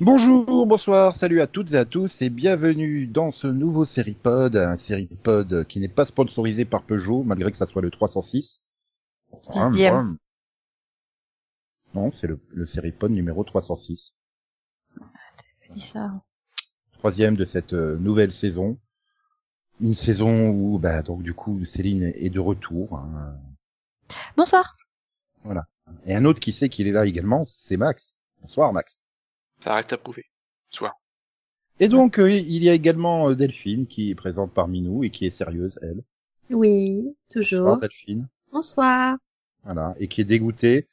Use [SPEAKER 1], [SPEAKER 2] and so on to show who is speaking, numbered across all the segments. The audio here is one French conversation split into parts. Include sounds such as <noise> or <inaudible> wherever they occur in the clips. [SPEAKER 1] Bonjour, bonsoir, salut à toutes et à tous et bienvenue dans ce nouveau Seripod, un Seripod qui n'est pas sponsorisé par Peugeot malgré que ça soit le 306.
[SPEAKER 2] Dixième.
[SPEAKER 1] Non, c'est le, le Seripod numéro 306.
[SPEAKER 2] Je dis ça.
[SPEAKER 1] troisième de cette euh, nouvelle saison. Une saison où, bah, donc du coup, Céline est de retour. hein.
[SPEAKER 2] Bonsoir.
[SPEAKER 1] Et un autre qui sait qu'il est là également, c'est Max. Bonsoir Max.
[SPEAKER 3] Ça reste à prouver. Soit.
[SPEAKER 1] Et donc, euh, il y a également euh, Delphine qui est présente parmi nous et qui est sérieuse, elle.
[SPEAKER 4] Oui,
[SPEAKER 1] Bonsoir,
[SPEAKER 4] toujours.
[SPEAKER 1] Delphine.
[SPEAKER 4] Bonsoir.
[SPEAKER 1] Voilà. Et qui est dégoûtée.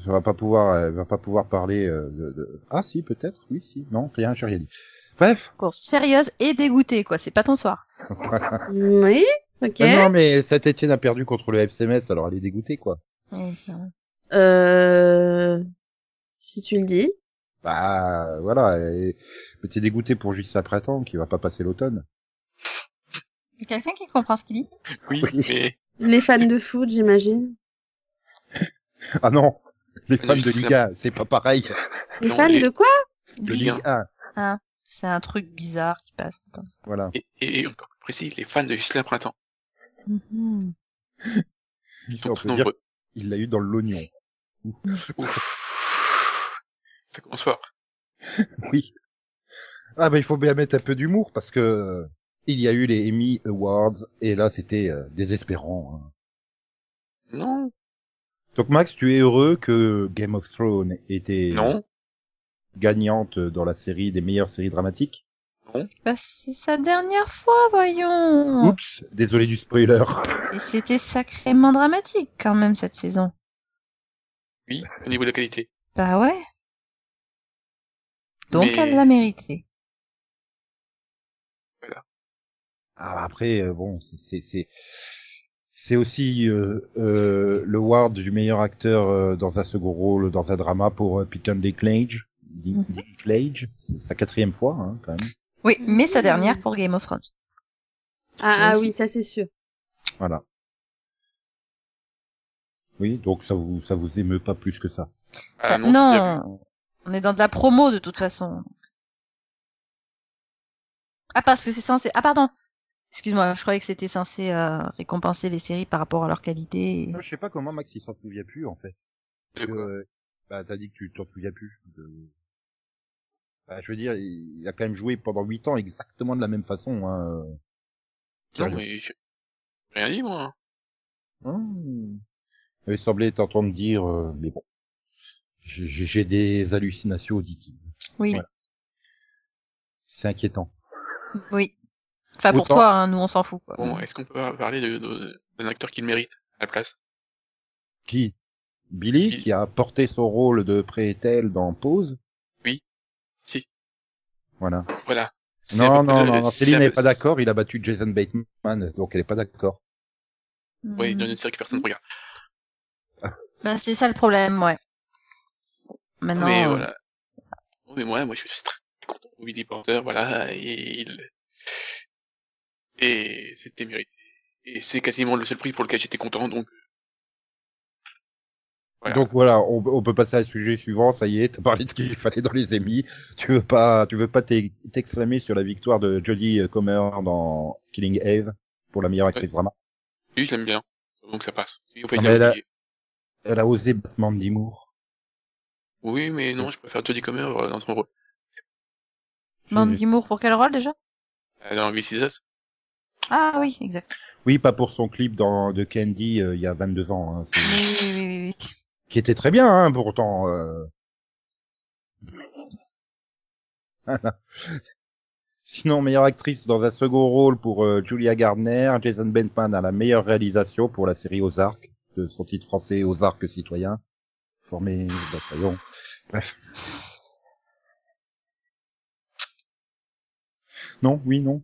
[SPEAKER 1] Elle va pas pouvoir, elle va pas pouvoir parler euh, de, de- Ah si, peut-être, oui, si. Non, rien, j'ai rien dit. Bref.
[SPEAKER 2] Course sérieuse et dégoûtée, quoi. C'est pas ton soir.
[SPEAKER 4] Oui, ok.
[SPEAKER 1] Ah non, mais Saint-Etienne a perdu contre le FCMS, alors elle est dégoûtée, quoi.
[SPEAKER 4] Euh... Si tu le dis.
[SPEAKER 1] Bah voilà, et... mais t'es dégoûté pour Justice Printemps qui va pas passer l'automne. <laughs>
[SPEAKER 2] Il y a quelqu'un qui comprend ce qu'il dit
[SPEAKER 3] Oui,
[SPEAKER 1] Oui.
[SPEAKER 3] mais
[SPEAKER 4] Les fans de foot, j'imagine.
[SPEAKER 1] Ah non, les
[SPEAKER 3] Mais
[SPEAKER 1] fans de
[SPEAKER 3] Justice
[SPEAKER 1] Ligue 1, c'est pas pareil.
[SPEAKER 4] Les
[SPEAKER 3] Non,
[SPEAKER 4] fans
[SPEAKER 3] les-
[SPEAKER 4] de quoi
[SPEAKER 1] De
[SPEAKER 3] Ligue
[SPEAKER 1] Ligue 1,
[SPEAKER 2] C'est un truc bizarre qui passe. tout le temps.
[SPEAKER 1] voilà.
[SPEAKER 3] et, et, et encore plus précis, les fans de Gislain Printemps.
[SPEAKER 2] Mhm.
[SPEAKER 3] Ils sont
[SPEAKER 1] On
[SPEAKER 3] très
[SPEAKER 1] peut dire
[SPEAKER 3] nombreux.
[SPEAKER 1] qu'il l'a eu dans l'oignon.
[SPEAKER 3] Ouf. Ça commence fort.
[SPEAKER 1] Oui. Ah bah il faut bien mettre un peu d'humour parce que euh, il y a eu les Emmy Awards et là c'était euh, désespérant. hein.
[SPEAKER 3] Non.
[SPEAKER 1] Donc Max, tu es heureux que Game of Thrones était
[SPEAKER 3] Non.
[SPEAKER 1] gagnante dans la série des meilleures séries dramatiques.
[SPEAKER 2] Bah, c'est sa dernière fois, voyons.
[SPEAKER 1] Oups, désolé du spoiler.
[SPEAKER 2] Et c'était sacrément dramatique, quand même, cette saison.
[SPEAKER 3] Oui, au niveau de la qualité.
[SPEAKER 2] Bah ouais. Donc,
[SPEAKER 3] Mais-
[SPEAKER 2] elle l'a mérité.
[SPEAKER 1] Ah, après, euh, bon, c'est- c'est c'est c'est aussi euh, euh, le Ward du meilleur acteur euh, dans un second rôle dans un drama pour euh, Peter Dinklage. Din-
[SPEAKER 2] Mhm.
[SPEAKER 1] Dinklage, c'est sa quatrième fois hein, quand même.
[SPEAKER 2] Oui, mais sa
[SPEAKER 4] Mmh.
[SPEAKER 2] dernière pour Game of Thrones.
[SPEAKER 4] Ah, ah
[SPEAKER 2] Aussi.
[SPEAKER 4] oui, ça c'est sûr.
[SPEAKER 1] Voilà. Oui, donc ça vous ça vous émeut pas plus que ça.
[SPEAKER 2] Bah,
[SPEAKER 3] Ah, non, c'est bien vu.
[SPEAKER 2] on est dans de la promo de toute façon. Ah parce que c'est censé. Ah pardon. Excuse-moi, je croyais que c'était censé euh, récompenser les séries par rapport à leur qualité. et-
[SPEAKER 1] Je sais pas comment Max il s'en souvient plus en fait.
[SPEAKER 3] De quoi
[SPEAKER 1] Euh, bah t'as dit que tu t'en souviens plus. de- Bah, je veux dire, il il a quand même joué pendant huit ans exactement de la même façon. Hein.
[SPEAKER 3] Non, mais j'ai j'ai rien dit, moi.
[SPEAKER 1] Hmm. Il semblait t'entendre dire, euh, mais bon, j'ai j'ai des hallucinations auditives.
[SPEAKER 2] Oui,
[SPEAKER 1] Voilà. C'est inquiétant.
[SPEAKER 2] oui. Enfin pour
[SPEAKER 1] Autant-
[SPEAKER 2] toi, hein, nous on s'en fout quoi.
[SPEAKER 1] Mm.
[SPEAKER 3] Bon, est-ce qu'on peut parler de- de- d'un acteur qui le mérite, à la place
[SPEAKER 1] Qui Billy,
[SPEAKER 3] Billy.
[SPEAKER 1] qui a porté son rôle de Prétel dans Pause.
[SPEAKER 3] Oui. Si.
[SPEAKER 1] Voilà.
[SPEAKER 3] Voilà. C'est à
[SPEAKER 1] Non,
[SPEAKER 3] peu près
[SPEAKER 1] non,
[SPEAKER 3] de-
[SPEAKER 1] non, non,
[SPEAKER 3] c'est
[SPEAKER 1] Céline
[SPEAKER 3] à
[SPEAKER 1] n'est
[SPEAKER 3] peu-
[SPEAKER 1] pas d'accord, il a battu Jason Bateman, donc elle est pas d'accord.
[SPEAKER 3] Oui,
[SPEAKER 2] Hmm.
[SPEAKER 3] dans une série que personne ne regarde.
[SPEAKER 2] Bah, c'est ça le problème, ouais. Maintenant,
[SPEAKER 3] mais
[SPEAKER 2] euh,
[SPEAKER 3] voilà. Non, mais moi, moi, je suis très content pour Billy Porter, voilà, et il... Et c'était mérité. Et c'est quasiment le seul prix pour lequel j'étais content, donc... Voilà.
[SPEAKER 1] Donc voilà, on, on peut passer au sujet suivant, ça y est, t'as parlé de ce qu'il fallait dans les émis. Tu veux pas, tu veux pas t'ex- t'exclamer sur la victoire de Jodie euh, Comer dans Killing Eve pour la meilleure actrice drama.
[SPEAKER 3] Oui, je l'aime bien, donc ça passe. Et au fait,
[SPEAKER 1] Ah,
[SPEAKER 3] il a
[SPEAKER 1] mais là-
[SPEAKER 3] oublié.
[SPEAKER 1] Elle a osé battre Mandy Moore.
[SPEAKER 3] Oui, mais non, je préfère Jodie Comer euh, dans son rôle.
[SPEAKER 2] Mandy Moore pour quel rôle déjà
[SPEAKER 3] Euh, Dans This Is Us,
[SPEAKER 2] Ah oui, exact.
[SPEAKER 1] Oui, pas pour son clip dans, de Candy euh, il y a 22 ans, hein,
[SPEAKER 2] Oui,
[SPEAKER 1] c'est-
[SPEAKER 2] oui, oui,
[SPEAKER 3] <laughs>
[SPEAKER 2] oui, oui.
[SPEAKER 1] qui était très bien hein, pourtant. euh. <laughs> Voilà. Sinon, meilleure actrice dans un second rôle pour euh, Julia Gardner, Jason Bateman à la meilleure réalisation pour la série Ozark, de son titre français Ozark citoyen, formé bataillon. Bref. Non, oui, non.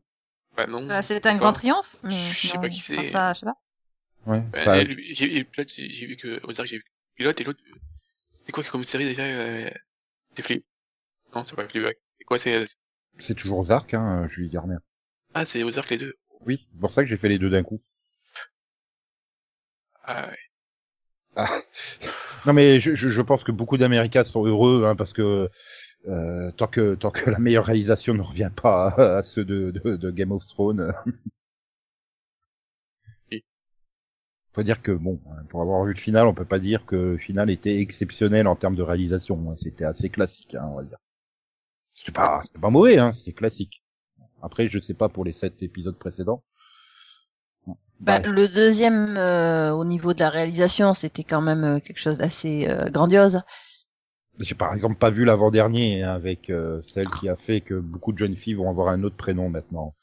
[SPEAKER 3] Bah non.
[SPEAKER 2] Euh, C'est un
[SPEAKER 3] Pas.
[SPEAKER 2] grand triomphe. mais
[SPEAKER 3] Je sais
[SPEAKER 2] bon,
[SPEAKER 3] pas qui c'est.
[SPEAKER 2] enfin, Ça, je sais pas.
[SPEAKER 1] Ouais.
[SPEAKER 3] Bah,
[SPEAKER 1] Enfin,
[SPEAKER 3] elle, j'ai, et le pilote, j'ai, j'ai vu que Ozark, j'ai vu que le pilote et l'autre. euh, C'est quoi qui est comme série déjà euh, C'est Fleabag. Non, c'est pas Fleabag. C'est quoi c'est, c'est-
[SPEAKER 1] c'est toujours Ozark, hein, euh, Julie Garner.
[SPEAKER 3] Ah, c'est Ozark les deux.
[SPEAKER 1] Oui, c'est pour ça que j'ai fait les deux d'un coup.
[SPEAKER 3] Ah, ouais.
[SPEAKER 1] Non mais je, je, je pense que beaucoup d'Américains sont heureux hein, parce que euh, tant que tant que la meilleure réalisation ne revient pas à, à ceux de, de, de Game of Thrones.
[SPEAKER 3] Oui.
[SPEAKER 1] Faut dire que bon, hein, pour avoir vu le final, on peut pas dire que le final était exceptionnel en termes de réalisation. hein. C'était assez classique, hein, on va dire. C'était pas c'était pas mauvais, hein, c'était classique. Après, je sais pas pour les sept épisodes précédents.
[SPEAKER 2] Bah,
[SPEAKER 1] Bah,
[SPEAKER 2] le deuxième, euh, au niveau de la réalisation, c'était quand même euh, quelque chose d'assez euh, grandiose.
[SPEAKER 1] J'ai par exemple pas vu l'avant-dernier hein, avec euh, celle qui a fait que beaucoup de jeunes filles vont avoir un autre prénom maintenant.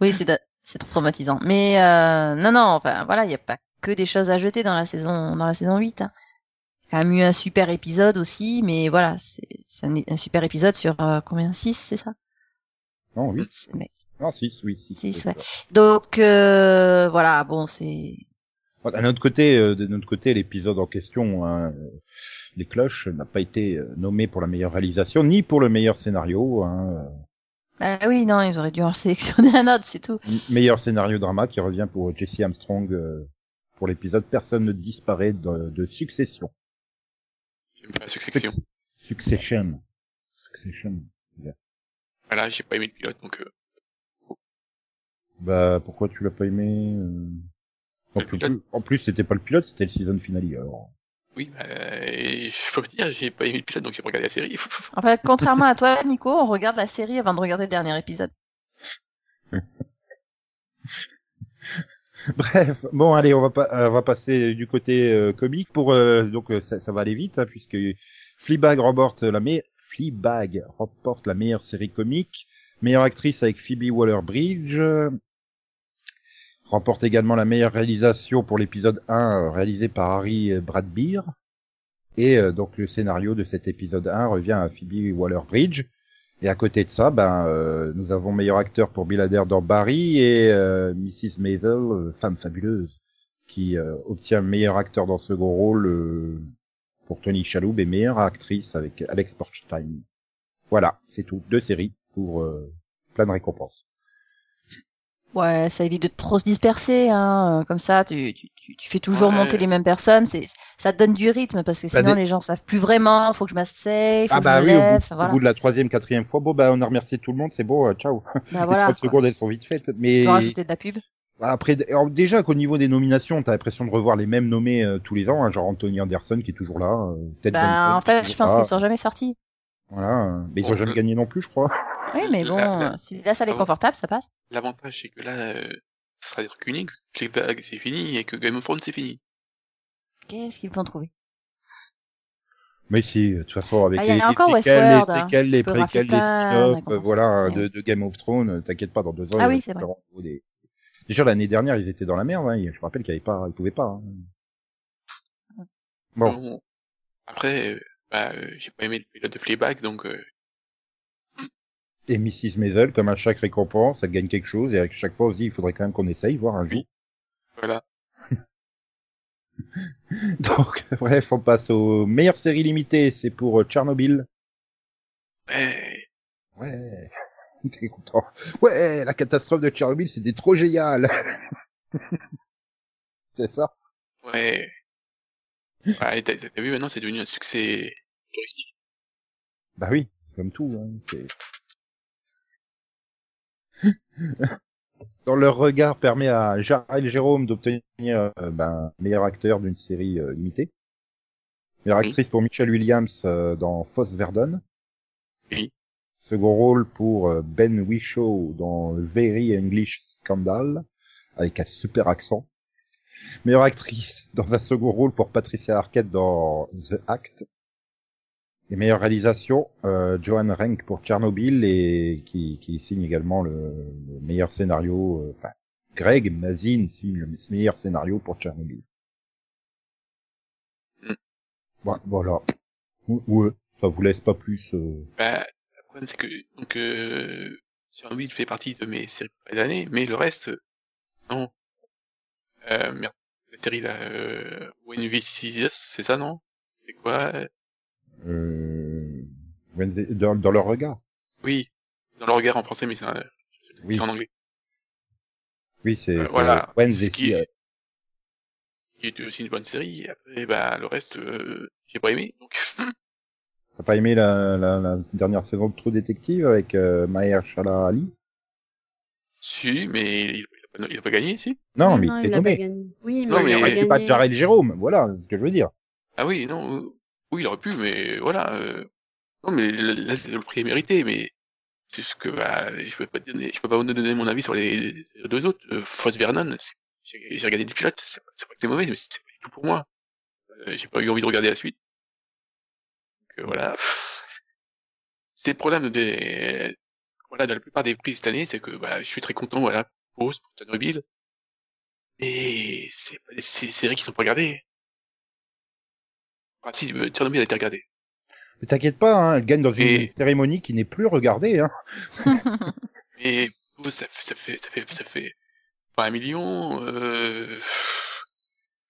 [SPEAKER 2] Oui, c'est da- c'est trop traumatisant. Mais euh, non, non, enfin voilà, il n'y a pas que des choses à jeter dans la saison, dans la saison 8. hein. Il y a quand même eu un super épisode aussi, mais voilà, c'est c'est un, un super épisode sur euh, combien 6, c'est ça
[SPEAKER 1] Non, 8
[SPEAKER 2] C'est- mais-
[SPEAKER 1] Non, 6, oui. six,
[SPEAKER 2] Mm. Six,
[SPEAKER 1] c'est
[SPEAKER 2] ouais.
[SPEAKER 1] ça.
[SPEAKER 2] Donc euh, voilà, bon, c'est...
[SPEAKER 1] Voilà, d'un autre côté, euh, de notre côté, l'épisode en question, hein, euh, Les Cloches, n'a pas été euh, nommé pour la meilleure réalisation, ni pour le meilleur scénario. Hein.
[SPEAKER 2] Bah oui, non, ils auraient dû en <laughs> sélectionner un autre, c'est tout.
[SPEAKER 1] Euh, Meilleur scénario drama qui revient pour Jesse Armstrong euh, pour l'épisode Personne ne disparaît de, de Succession.
[SPEAKER 3] j'aime pas la succession.
[SPEAKER 1] Succession. Succession.
[SPEAKER 3] Voilà, j'ai pas aimé le pilote, donc euh,
[SPEAKER 1] Bah, pourquoi tu l'as pas aimé euh, en
[SPEAKER 3] Le
[SPEAKER 1] plus,
[SPEAKER 3] pilote.
[SPEAKER 1] en plus, c'était pas le pilote, c'était le season finale. Alors.
[SPEAKER 3] oui, bah, et je peux vous dire, j'ai pas aimé le pilote, donc j'ai pas regardé la série. <laughs>
[SPEAKER 2] En fait, contrairement à toi, Nico, on regarde la série avant de regarder le dernier épisode.
[SPEAKER 1] <laughs> Bref, bon allez, on va pas, euh, on va passer du côté euh, comique pour euh, donc euh, ça, ça va aller vite hein, puisque Fleabag remporte la meilleure Fleabag remporte la meilleure série comique, meilleure actrice avec Phoebe Waller-Bridge, euh, remporte également la meilleure réalisation pour l'épisode 1 euh, réalisé par Harry euh, Bradbeer et euh, donc le scénario de cet épisode 1 revient à Phoebe Waller-Bridge. Et à côté de ça, ben, euh, nous avons meilleur acteur pour Bill Adair dans Barry et euh, Mrs. Maisel, euh, femme fabuleuse, qui euh, obtient meilleur acteur dans second rôle euh, pour Tony Chaloub et meilleure actrice avec Alex Borstein. Voilà, c'est tout. Deux séries pour euh, plein de récompenses.
[SPEAKER 2] Ouais, ça évite de trop se disperser, hein. euh, Comme ça, tu, tu, tu, tu fais toujours
[SPEAKER 3] Ouais.
[SPEAKER 2] monter les mêmes personnes. C'est, ça te donne du rythme parce que
[SPEAKER 1] Bah,
[SPEAKER 2] sinon
[SPEAKER 1] des-
[SPEAKER 2] les gens savent plus vraiment. Faut que je m'asseye, faut
[SPEAKER 1] Ah
[SPEAKER 2] que
[SPEAKER 1] bah
[SPEAKER 2] je
[SPEAKER 1] oui,
[SPEAKER 2] me
[SPEAKER 1] au bout,
[SPEAKER 2] lève.
[SPEAKER 1] au
[SPEAKER 2] voilà.
[SPEAKER 1] bout de la troisième, quatrième fois, bon bah on a remercié tout le monde, c'est bon, euh, ciao.
[SPEAKER 2] Bah
[SPEAKER 1] Les
[SPEAKER 2] voilà.
[SPEAKER 1] 30
[SPEAKER 2] quoi.
[SPEAKER 1] secondes elles sont vite faites, mais
[SPEAKER 2] Tu peux rajouter de la pub.
[SPEAKER 1] Bah, Après, d- alors déjà qu'au niveau des nominations, t'as l'impression de revoir les mêmes nommés euh, tous les ans, hein, genre Anthony Anderson qui est toujours là. euh, Ted
[SPEAKER 2] Bah,
[SPEAKER 1] Danson,
[SPEAKER 2] en
[SPEAKER 1] qui est
[SPEAKER 2] fait, je
[SPEAKER 1] toujours
[SPEAKER 2] pense
[SPEAKER 1] là,
[SPEAKER 2] qu'ils sont jamais sortis.
[SPEAKER 1] Voilà, euh, mais ils ont
[SPEAKER 3] Bon,
[SPEAKER 1] jamais
[SPEAKER 3] euh,
[SPEAKER 1] gagné non plus, je crois. <laughs>
[SPEAKER 2] Oui, mais bon,
[SPEAKER 3] La- la-
[SPEAKER 2] euh, si la salle est
[SPEAKER 3] Ah bon
[SPEAKER 2] confortable, ça passe.
[SPEAKER 3] L'avantage, c'est que là, euh, ce sera des trucs uniques. Fleabag, c'est fini, et que Game of Thrones, c'est fini.
[SPEAKER 2] Qu'est-ce qu'ils vont trouver
[SPEAKER 1] Mais si, de toute façon, avec
[SPEAKER 2] Ah, il y
[SPEAKER 1] les,
[SPEAKER 2] en a
[SPEAKER 1] les
[SPEAKER 2] encore,
[SPEAKER 1] séquelles,
[SPEAKER 2] Westworld,
[SPEAKER 1] les
[SPEAKER 2] hein.
[SPEAKER 1] séquelles, les
[SPEAKER 2] Peu
[SPEAKER 1] préquelles, les
[SPEAKER 2] Rafita, on a
[SPEAKER 1] spin-offs, euh,
[SPEAKER 2] commencé.
[SPEAKER 1] voilà, euh,
[SPEAKER 2] Mais
[SPEAKER 1] de, de Game of Thrones, euh, t'inquiète pas, dans deux ans.
[SPEAKER 2] Ah
[SPEAKER 1] il y
[SPEAKER 2] oui,
[SPEAKER 1] aura
[SPEAKER 2] c'est vrai.
[SPEAKER 1] différents niveaux des- Déjà l'année dernière, ils étaient dans la merde. Hein, ils- je me rappelle qu'il y avait pas, ils pouvaient pas. hein. Bon.
[SPEAKER 3] Bon. Après, euh, bah, euh, j'ai pas aimé le pilote de Fleabag, donc euh,
[SPEAKER 1] Et Mrs. Maisel, comme à chaque récompense, elle gagne quelque chose et à chaque fois aussi, il faudrait quand même qu'on essaye, voir un jour. <laughs>
[SPEAKER 3] voilà.
[SPEAKER 1] Donc, bref, on passe aux meilleures séries limitées. C'est pour euh, Tchernobyl.
[SPEAKER 3] Eh,
[SPEAKER 1] Ouais. <laughs> T'es content. Ouais, la catastrophe de Tchernobyl, c'était trop génial. <laughs> c'est ça?
[SPEAKER 3] ouais. ouais t'as, t'as vu, maintenant, c'est devenu un succès touristique.
[SPEAKER 1] Bah oui, comme tout. hein,
[SPEAKER 3] <laughs>
[SPEAKER 1] c'est- Dans leur regard permet à Jarel Jérôme d'obtenir euh, ben, meilleur acteur d'une série euh, limitée. Meilleure
[SPEAKER 3] Oui.
[SPEAKER 1] actrice pour Michelle Williams euh, dans Foss Verdon.
[SPEAKER 3] Oui.
[SPEAKER 1] Second rôle pour euh, Ben Whishaw dans Very English Scandal, avec un super accent. Meilleure actrice dans un second rôle pour Patricia Arquette dans The Act. Les meilleures réalisations, euh, Johan Renck pour Tchernobyl et qui, qui signe également le, le meilleur scénario. euh, enfin, Greg Mazin signe le meilleur scénario pour Tchernobyl.
[SPEAKER 3] Hmm. Mm.
[SPEAKER 1] Bon, voilà. Ou- Ouais, ça vous laisse pas plus. euh,
[SPEAKER 3] Bah, après, problème, c'est que donc euh, Chernobyl fait partie de mes séries préférées de l'année, mais le reste, euh, non. Euh, merde, la série là, euh, When We See Us, c'est ça non C'est quoi euh,
[SPEAKER 1] Euh, Wednesday- dans, dans leur regard.
[SPEAKER 3] Oui, c'est dans le regard en français, mais c'est un-
[SPEAKER 1] Oui.
[SPEAKER 3] c'est en anglais.
[SPEAKER 1] Oui, c'est
[SPEAKER 3] Euh,
[SPEAKER 1] c'est
[SPEAKER 3] voilà.
[SPEAKER 1] Wednesday.
[SPEAKER 3] Ce qui
[SPEAKER 1] euh,
[SPEAKER 3] est, qui est aussi une bonne série. Et après, bah le reste, euh, j'ai pas aimé. Donc <laughs>
[SPEAKER 1] T'as pas aimé la, la, la dernière saison de True Detective avec euh, Maher Shala Ali
[SPEAKER 3] si, mais il, il a pas, il a pas gagné, si
[SPEAKER 1] Non, mais il
[SPEAKER 4] il
[SPEAKER 1] t'est
[SPEAKER 4] a pas
[SPEAKER 1] tombé.
[SPEAKER 4] gagné. Oui, mais
[SPEAKER 3] Non, mais
[SPEAKER 4] il a
[SPEAKER 3] il
[SPEAKER 4] pas
[SPEAKER 3] fait
[SPEAKER 1] C'est
[SPEAKER 4] gagné.
[SPEAKER 1] pas Jared Jérôme, voilà c'est ce que je veux dire.
[SPEAKER 3] Ah oui, non, euh, oui, il aurait pu, mais voilà. euh, Non, mais le, le- le prix est mérité, mais c'est juste que bah, je peux pas te donner, je peux pas vous donner mon avis sur les, les deux autres. Euh, Foss Vernon, c'est- j'ai j'ai regardé le pilote, c'est pas c'est pas que c'est mauvais, mais c'est pas du tout pour moi. Euh, j'ai pas eu envie de regarder la suite. Donc, euh, voilà. C'est le problème des, voilà, de la plupart des prises cette année, c'est que bah, je suis très content, voilà, pour Rose, pour Tchernobyl. Mais c'est pas des sé- séries qui sont pas regardées. Ah si, euh, Tchernobyl a été regardé.
[SPEAKER 1] Mais t'inquiète pas, hein, elle gagne dans une
[SPEAKER 3] Et-
[SPEAKER 1] cérémonie qui n'est plus regardée. Hein.
[SPEAKER 3] Mais oh, ça, fait- ça fait, ça fait, ça fait pas un million. Euh...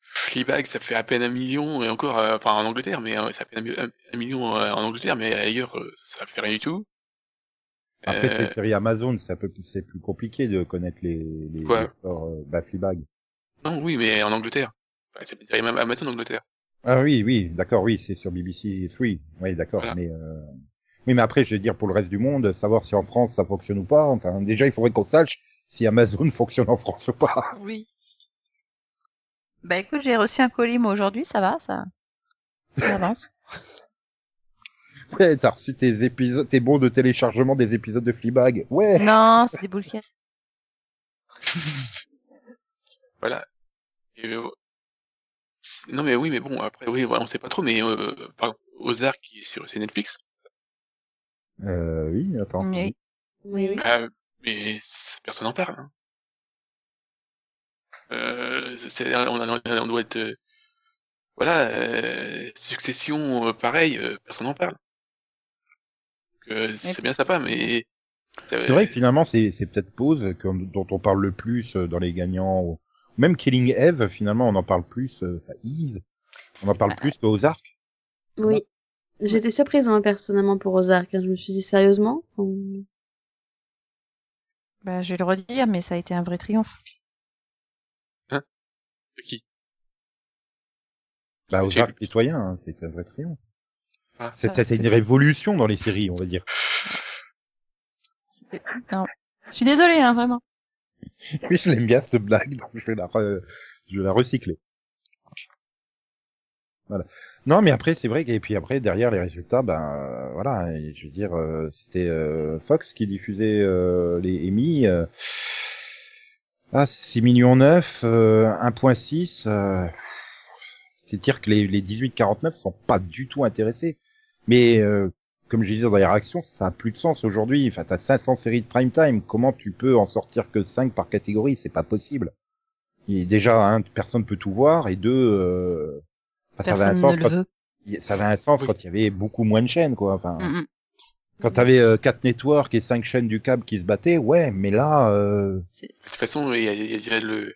[SPEAKER 3] Fleabag, ça fait à peine un million et encore, euh, enfin en Angleterre, mais euh, ça fait un, mi- un- un million euh, en Angleterre, mais ailleurs euh, ça fait rien du tout.
[SPEAKER 1] Après, c'est
[SPEAKER 3] Euh,
[SPEAKER 1] une série Amazon, c'est un peu plus, c'est plus compliqué de connaître les, les,
[SPEAKER 3] Quoi
[SPEAKER 1] les scores, euh, bah, Fleabag.
[SPEAKER 3] non, oui, mais en Angleterre. Enfin, c'est c'est même Amazon en Angleterre.
[SPEAKER 1] Ah oui, oui, d'accord, oui, c'est sur BBC 3. Oui, d'accord,
[SPEAKER 3] Voilà.
[SPEAKER 1] mais euh... oui, mais après, je veux dire pour le reste du monde, savoir si en France ça fonctionne ou pas. Enfin, déjà, il faudrait qu'on sache si Amazon <laughs> fonctionne en France ou pas.
[SPEAKER 2] Oui. Bah écoute, j'ai reçu un colis moi aujourd'hui, ça va, ça. Ça avance.
[SPEAKER 1] Ouais, t'as reçu tes épisodes, tes bons de téléchargement des épisodes de Fleabag. Ouais.
[SPEAKER 2] <laughs> non, c'est des boules de caisse.
[SPEAKER 3] Voilà. Et, euh, c'est- non mais oui, mais bon, après oui, voilà, on sait pas trop, mais euh, par exemple, Ozark qui est sur c'est Netflix.
[SPEAKER 1] Euh, oui, attends.
[SPEAKER 2] Oui.
[SPEAKER 4] Oui, oui.
[SPEAKER 3] Bah, mais c'est- personne n'en parle. Hein. Euh, c'est- c'est- on, on- on doit être. euh, voilà, euh, succession, euh, pareil, euh, personne n'en parle. Donc, euh, c'est
[SPEAKER 2] puis
[SPEAKER 3] bien
[SPEAKER 2] c'est-
[SPEAKER 3] sympa, mais.
[SPEAKER 1] C'est vrai que finalement, c'est c'est peut-être Pose que- dont on parle le plus euh, dans les gagnants. ou- Même Killing Eve, finalement, on en parle plus. euh, Enfin, Eve, on en parle plus qu'aux arcs.
[SPEAKER 4] Oui. J'étais surprise, hein, personnellement, pour Ozark. hein. Je me suis dit, sérieusement On-
[SPEAKER 2] Bah, je vais le redire, mais ça a été un vrai triomphe.
[SPEAKER 3] Qui
[SPEAKER 1] Bah, aux
[SPEAKER 3] J'ai-
[SPEAKER 1] arcs citoyens, hein, c'est un vrai triomphe.
[SPEAKER 3] Ah.
[SPEAKER 1] C'est c'est- c'est une révolution dans les séries, on va dire. <laughs>
[SPEAKER 2] C'était- Non. Je suis désolée, hein, vraiment.
[SPEAKER 1] Oui, je l'aime bien cette blague, donc je vais la, re- je vais la recycler. Voilà. Non, mais après, c'est vrai que- et puis après, derrière les résultats, ben euh, voilà, et je veux dire, euh, c'était euh, Fox qui diffusait euh, les Emmy. euh, ah, 6 millions 9, euh, 1.6. euh, c'est dire que les, les 18-49 sont pas du tout intéressés. Mais euh, comme je disais dans les réactions, ça a plus de sens aujourd'hui. Enfin, t'as 500 séries de prime time. Comment tu peux en sortir que 5 par catégorie C'est pas possible. Et déjà, hein, personne peut tout voir. Et deux, euh, enfin, ça
[SPEAKER 2] Personne
[SPEAKER 1] avait un
[SPEAKER 2] ne
[SPEAKER 1] sens,
[SPEAKER 2] le
[SPEAKER 1] quand,
[SPEAKER 2] veut.
[SPEAKER 1] il- ça avait un sens
[SPEAKER 3] Oui. Hmm.
[SPEAKER 1] quand il y avait beaucoup moins de chaînes, quoi. Enfin,
[SPEAKER 2] Mm, mm.
[SPEAKER 1] quand
[SPEAKER 4] <laughs>
[SPEAKER 1] t'avais euh, quatre networks et cinq chaînes du câble qui se battaient, ouais. Mais là, euh,
[SPEAKER 2] C'est-
[SPEAKER 3] De toute façon, il y a, il y a déjà le.